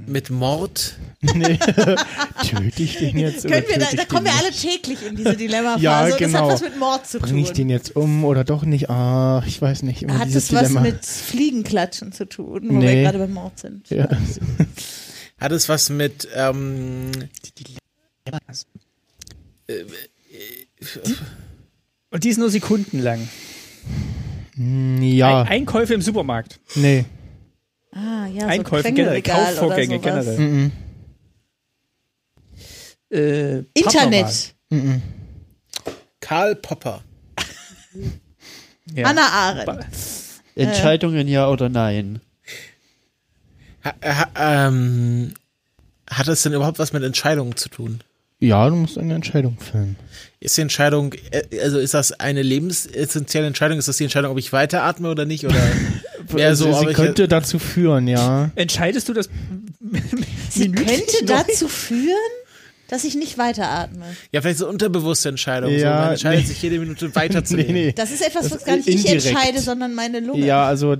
[SPEAKER 3] Mit Mord?
[SPEAKER 1] Nee. Töte ich den jetzt?
[SPEAKER 2] Können
[SPEAKER 1] oder
[SPEAKER 2] wir
[SPEAKER 1] töte Äh,
[SPEAKER 2] da,
[SPEAKER 1] ich
[SPEAKER 2] da
[SPEAKER 1] den
[SPEAKER 2] kommen wir
[SPEAKER 1] nicht?
[SPEAKER 2] alle täglich in
[SPEAKER 1] [laughs]
[SPEAKER 2] diese Dilemma-Phase
[SPEAKER 1] Ja,
[SPEAKER 2] und das hat
[SPEAKER 1] genau.
[SPEAKER 2] was mit Mord zu
[SPEAKER 1] Bring ich
[SPEAKER 2] tun.
[SPEAKER 1] den jetzt um oder doch nicht? Ah, ich weiß nicht. Immer
[SPEAKER 2] Hat
[SPEAKER 1] dieses
[SPEAKER 2] es was
[SPEAKER 1] Dilemma.
[SPEAKER 2] mit Fliegenklatschen zu tun, wo wir
[SPEAKER 1] Nee.
[SPEAKER 2] gerade beim Mord sind?
[SPEAKER 1] Ja.
[SPEAKER 3] Hat es was mit ähm,
[SPEAKER 4] Und die ist nur sekundenlang.
[SPEAKER 1] Mm, ja.
[SPEAKER 4] Ein Einkäufe im Supermarkt.
[SPEAKER 1] nee.
[SPEAKER 2] Ah, ja, so
[SPEAKER 4] Einkäufe generell,
[SPEAKER 2] Quengelregal oder
[SPEAKER 4] Kaufvorgänge
[SPEAKER 2] sowas.
[SPEAKER 4] generell.
[SPEAKER 1] Mhm.
[SPEAKER 4] Äh, Partnerwahl.
[SPEAKER 2] Internet.
[SPEAKER 3] Karl Popper.
[SPEAKER 4] Ja.
[SPEAKER 2] Hannah Arendt.
[SPEAKER 1] Äh.
[SPEAKER 5] Entscheidungen ja oder nein.
[SPEAKER 3] Ha, äh, ha, ähm, hat das denn überhaupt was mit Entscheidungen zu tun?
[SPEAKER 1] Ja, du musst eine Entscheidung fällen.
[SPEAKER 3] Ist die Entscheidung, äh, also ist das eine lebensessentielle Entscheidung? Ist das die Entscheidung, ob ich weiteratme oder
[SPEAKER 1] [laughs]
[SPEAKER 3] nicht? Oder mehr so,
[SPEAKER 1] sie
[SPEAKER 3] ob ich,
[SPEAKER 1] könnte dazu führen, ja.
[SPEAKER 4] Entscheidest du das?
[SPEAKER 2] Sie
[SPEAKER 4] Minütlich
[SPEAKER 2] könnte
[SPEAKER 4] neu?
[SPEAKER 2] dazu führen, dass ich nicht weiteratme.
[SPEAKER 3] ja, vielleicht so unterbewusste Entscheidung. so,
[SPEAKER 1] Ja,
[SPEAKER 3] man entscheidet
[SPEAKER 1] nee.
[SPEAKER 3] sich jede Minute
[SPEAKER 1] [laughs]
[SPEAKER 3] weiterzunehmen.
[SPEAKER 2] Das ist etwas, was
[SPEAKER 1] ist
[SPEAKER 2] gar nicht
[SPEAKER 1] indirekt.
[SPEAKER 2] ich entscheide, sondern meine Lunge.
[SPEAKER 1] Ja, also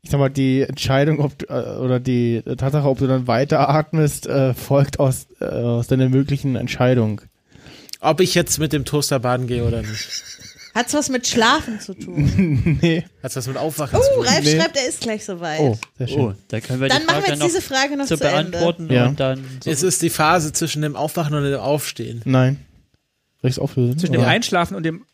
[SPEAKER 1] ich sag mal, die Entscheidung ob, du- äh, oder die Tatsache, ob du dann weiteratmest, äh, folgt aus, äh, aus deiner möglichen Entscheidung.
[SPEAKER 3] Ob ich jetzt mit dem Toaster baden gehe oder nicht.
[SPEAKER 2] Hat's was mit Schlafen zu tun?
[SPEAKER 1] [laughs] nee.
[SPEAKER 3] Hat's was mit Aufwachen zu
[SPEAKER 2] Oh,
[SPEAKER 3] tun?
[SPEAKER 2] Ralf
[SPEAKER 1] Nee.
[SPEAKER 2] schreibt, er ist gleich soweit.
[SPEAKER 1] Oh, sehr schön.
[SPEAKER 5] Oh, da können wir
[SPEAKER 2] Dann
[SPEAKER 5] die
[SPEAKER 2] machen
[SPEAKER 5] Frage
[SPEAKER 2] wir jetzt
[SPEAKER 5] noch
[SPEAKER 2] diese Frage noch
[SPEAKER 5] zu
[SPEAKER 2] zu, Ende.
[SPEAKER 5] beantworten
[SPEAKER 1] Ja.
[SPEAKER 5] und dann so
[SPEAKER 3] Es ist die Phase zwischen dem Aufwachen und dem Aufstehen.
[SPEAKER 1] Nein. Soll ich es auflösen?
[SPEAKER 4] Zwischen dem
[SPEAKER 1] Oder
[SPEAKER 4] Einschlafen und dem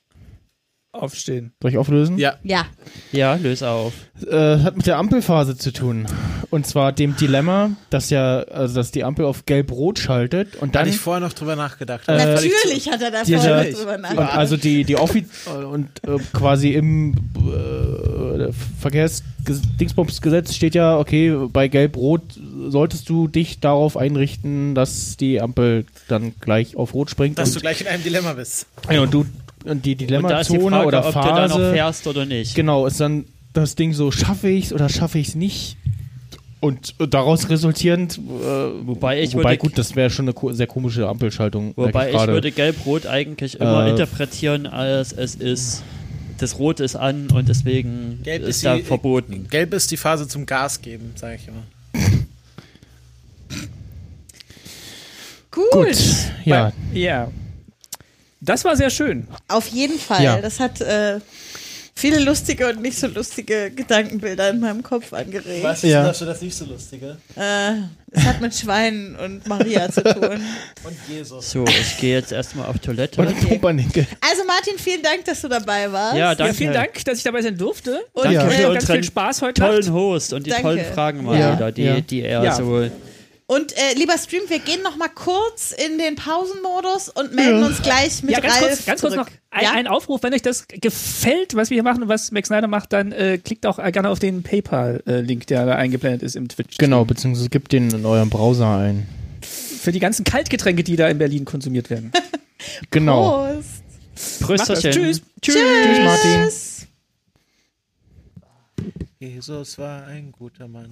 [SPEAKER 4] Aufstehen.
[SPEAKER 1] Soll ich auflösen?
[SPEAKER 3] Ja.
[SPEAKER 2] Ja,
[SPEAKER 5] Ja, löse auf.
[SPEAKER 1] äh, hat mit der Ampelphase zu tun. Und zwar dem Dilemma, dass ja, also dass die Ampel auf gelb-rot schaltet und
[SPEAKER 3] Da
[SPEAKER 1] dann
[SPEAKER 3] hatte ich vorher noch drüber nachgedacht.
[SPEAKER 1] Äh,
[SPEAKER 2] natürlich hat er da
[SPEAKER 1] dieser-
[SPEAKER 2] vorher drüber
[SPEAKER 1] und
[SPEAKER 2] nachgedacht.
[SPEAKER 1] also die die Offi äh, und äh, quasi im äh, Verkehrsdingsbumsgesetz steht ja, okay, bei gelb-rot solltest du dich darauf einrichten, dass die Ampel dann gleich auf rot springt
[SPEAKER 3] dass du
[SPEAKER 1] und,
[SPEAKER 3] gleich in einem Dilemma bist.
[SPEAKER 1] ja, und du und die
[SPEAKER 5] Und da ist die
[SPEAKER 1] Dilemmazone
[SPEAKER 5] Frage,
[SPEAKER 1] oder
[SPEAKER 5] ob
[SPEAKER 1] Phase
[SPEAKER 5] du da noch fährst oder nicht.
[SPEAKER 1] Genau, ist dann das Ding so, schaffe ich es oder schaffe ich es nicht? Und äh, daraus resultierend, äh,
[SPEAKER 5] Wobei ich
[SPEAKER 1] wobei
[SPEAKER 5] würde-
[SPEAKER 1] gut, das wäre schon eine ko sehr komische Ampelschaltung. merke
[SPEAKER 5] Wobei ich
[SPEAKER 1] gerade.
[SPEAKER 5] würde Gelb-Rot eigentlich immer
[SPEAKER 1] Äh,
[SPEAKER 5] interpretieren, als es ist, das Rot ist an und deswegen
[SPEAKER 3] Gelb
[SPEAKER 5] ist,
[SPEAKER 3] ist
[SPEAKER 5] da
[SPEAKER 3] die-
[SPEAKER 5] verboten.
[SPEAKER 3] Gelb ist die Phase zum Gas geben, sage ich immer.
[SPEAKER 2] Gut.
[SPEAKER 1] Gut, ja,
[SPEAKER 4] Ja. Das war sehr schön.
[SPEAKER 2] Auf jeden Fall.
[SPEAKER 1] Ja.
[SPEAKER 2] Das hat äh, viele lustige und nicht so lustige Gedankenbilder in meinem Kopf angeregt.
[SPEAKER 3] Was
[SPEAKER 1] Ja.
[SPEAKER 3] ist das nicht so Lustige?
[SPEAKER 2] Äh, es hat mit Schweinen und Maria zu tun.
[SPEAKER 3] Und Jesus.
[SPEAKER 5] So, ich gehe jetzt erstmal auf Toilette.
[SPEAKER 1] und [laughs] Pumpernickel.
[SPEAKER 2] Also Martin, vielen Dank, dass du dabei warst.
[SPEAKER 5] ja, danke.
[SPEAKER 4] Ja, vielen Dank, dass ich dabei sein durfte.
[SPEAKER 2] Und
[SPEAKER 5] Danke
[SPEAKER 1] Ja.
[SPEAKER 2] äh,
[SPEAKER 5] für
[SPEAKER 4] Ganz
[SPEAKER 5] unseren
[SPEAKER 4] viel Spaß heute
[SPEAKER 5] tollen
[SPEAKER 4] Nacht.
[SPEAKER 5] Host und die
[SPEAKER 2] Danke.
[SPEAKER 5] tollen Fragen mal
[SPEAKER 1] Ja.
[SPEAKER 5] wieder, die,
[SPEAKER 1] Ja.
[SPEAKER 5] die er
[SPEAKER 4] Ja.
[SPEAKER 5] so.
[SPEAKER 2] Und äh, lieber Stream, wir gehen noch mal kurz in den Pausenmodus und melden uns gleich mit
[SPEAKER 4] Ja, ganz
[SPEAKER 2] Ralf
[SPEAKER 4] kurz, ganz kurz
[SPEAKER 2] zurück.
[SPEAKER 4] noch ein,
[SPEAKER 2] ja?
[SPEAKER 4] ein Aufruf. Wenn euch das gefällt, was wir hier machen und was Max Snyder macht, dann äh, klickt auch gerne auf den PayPal-Link, der da eingeblendet ist im Twitch.
[SPEAKER 1] Genau, beziehungsweise gebt den in eurem Browser ein.
[SPEAKER 4] Für die ganzen Kaltgetränke, die da in Berlin konsumiert werden.
[SPEAKER 5] Oh.
[SPEAKER 1] Genau.
[SPEAKER 2] Prost.
[SPEAKER 5] Prösterchen.
[SPEAKER 4] Tschüss.
[SPEAKER 1] Tschüss, Martin.
[SPEAKER 3] Jesus war ein guter Mann.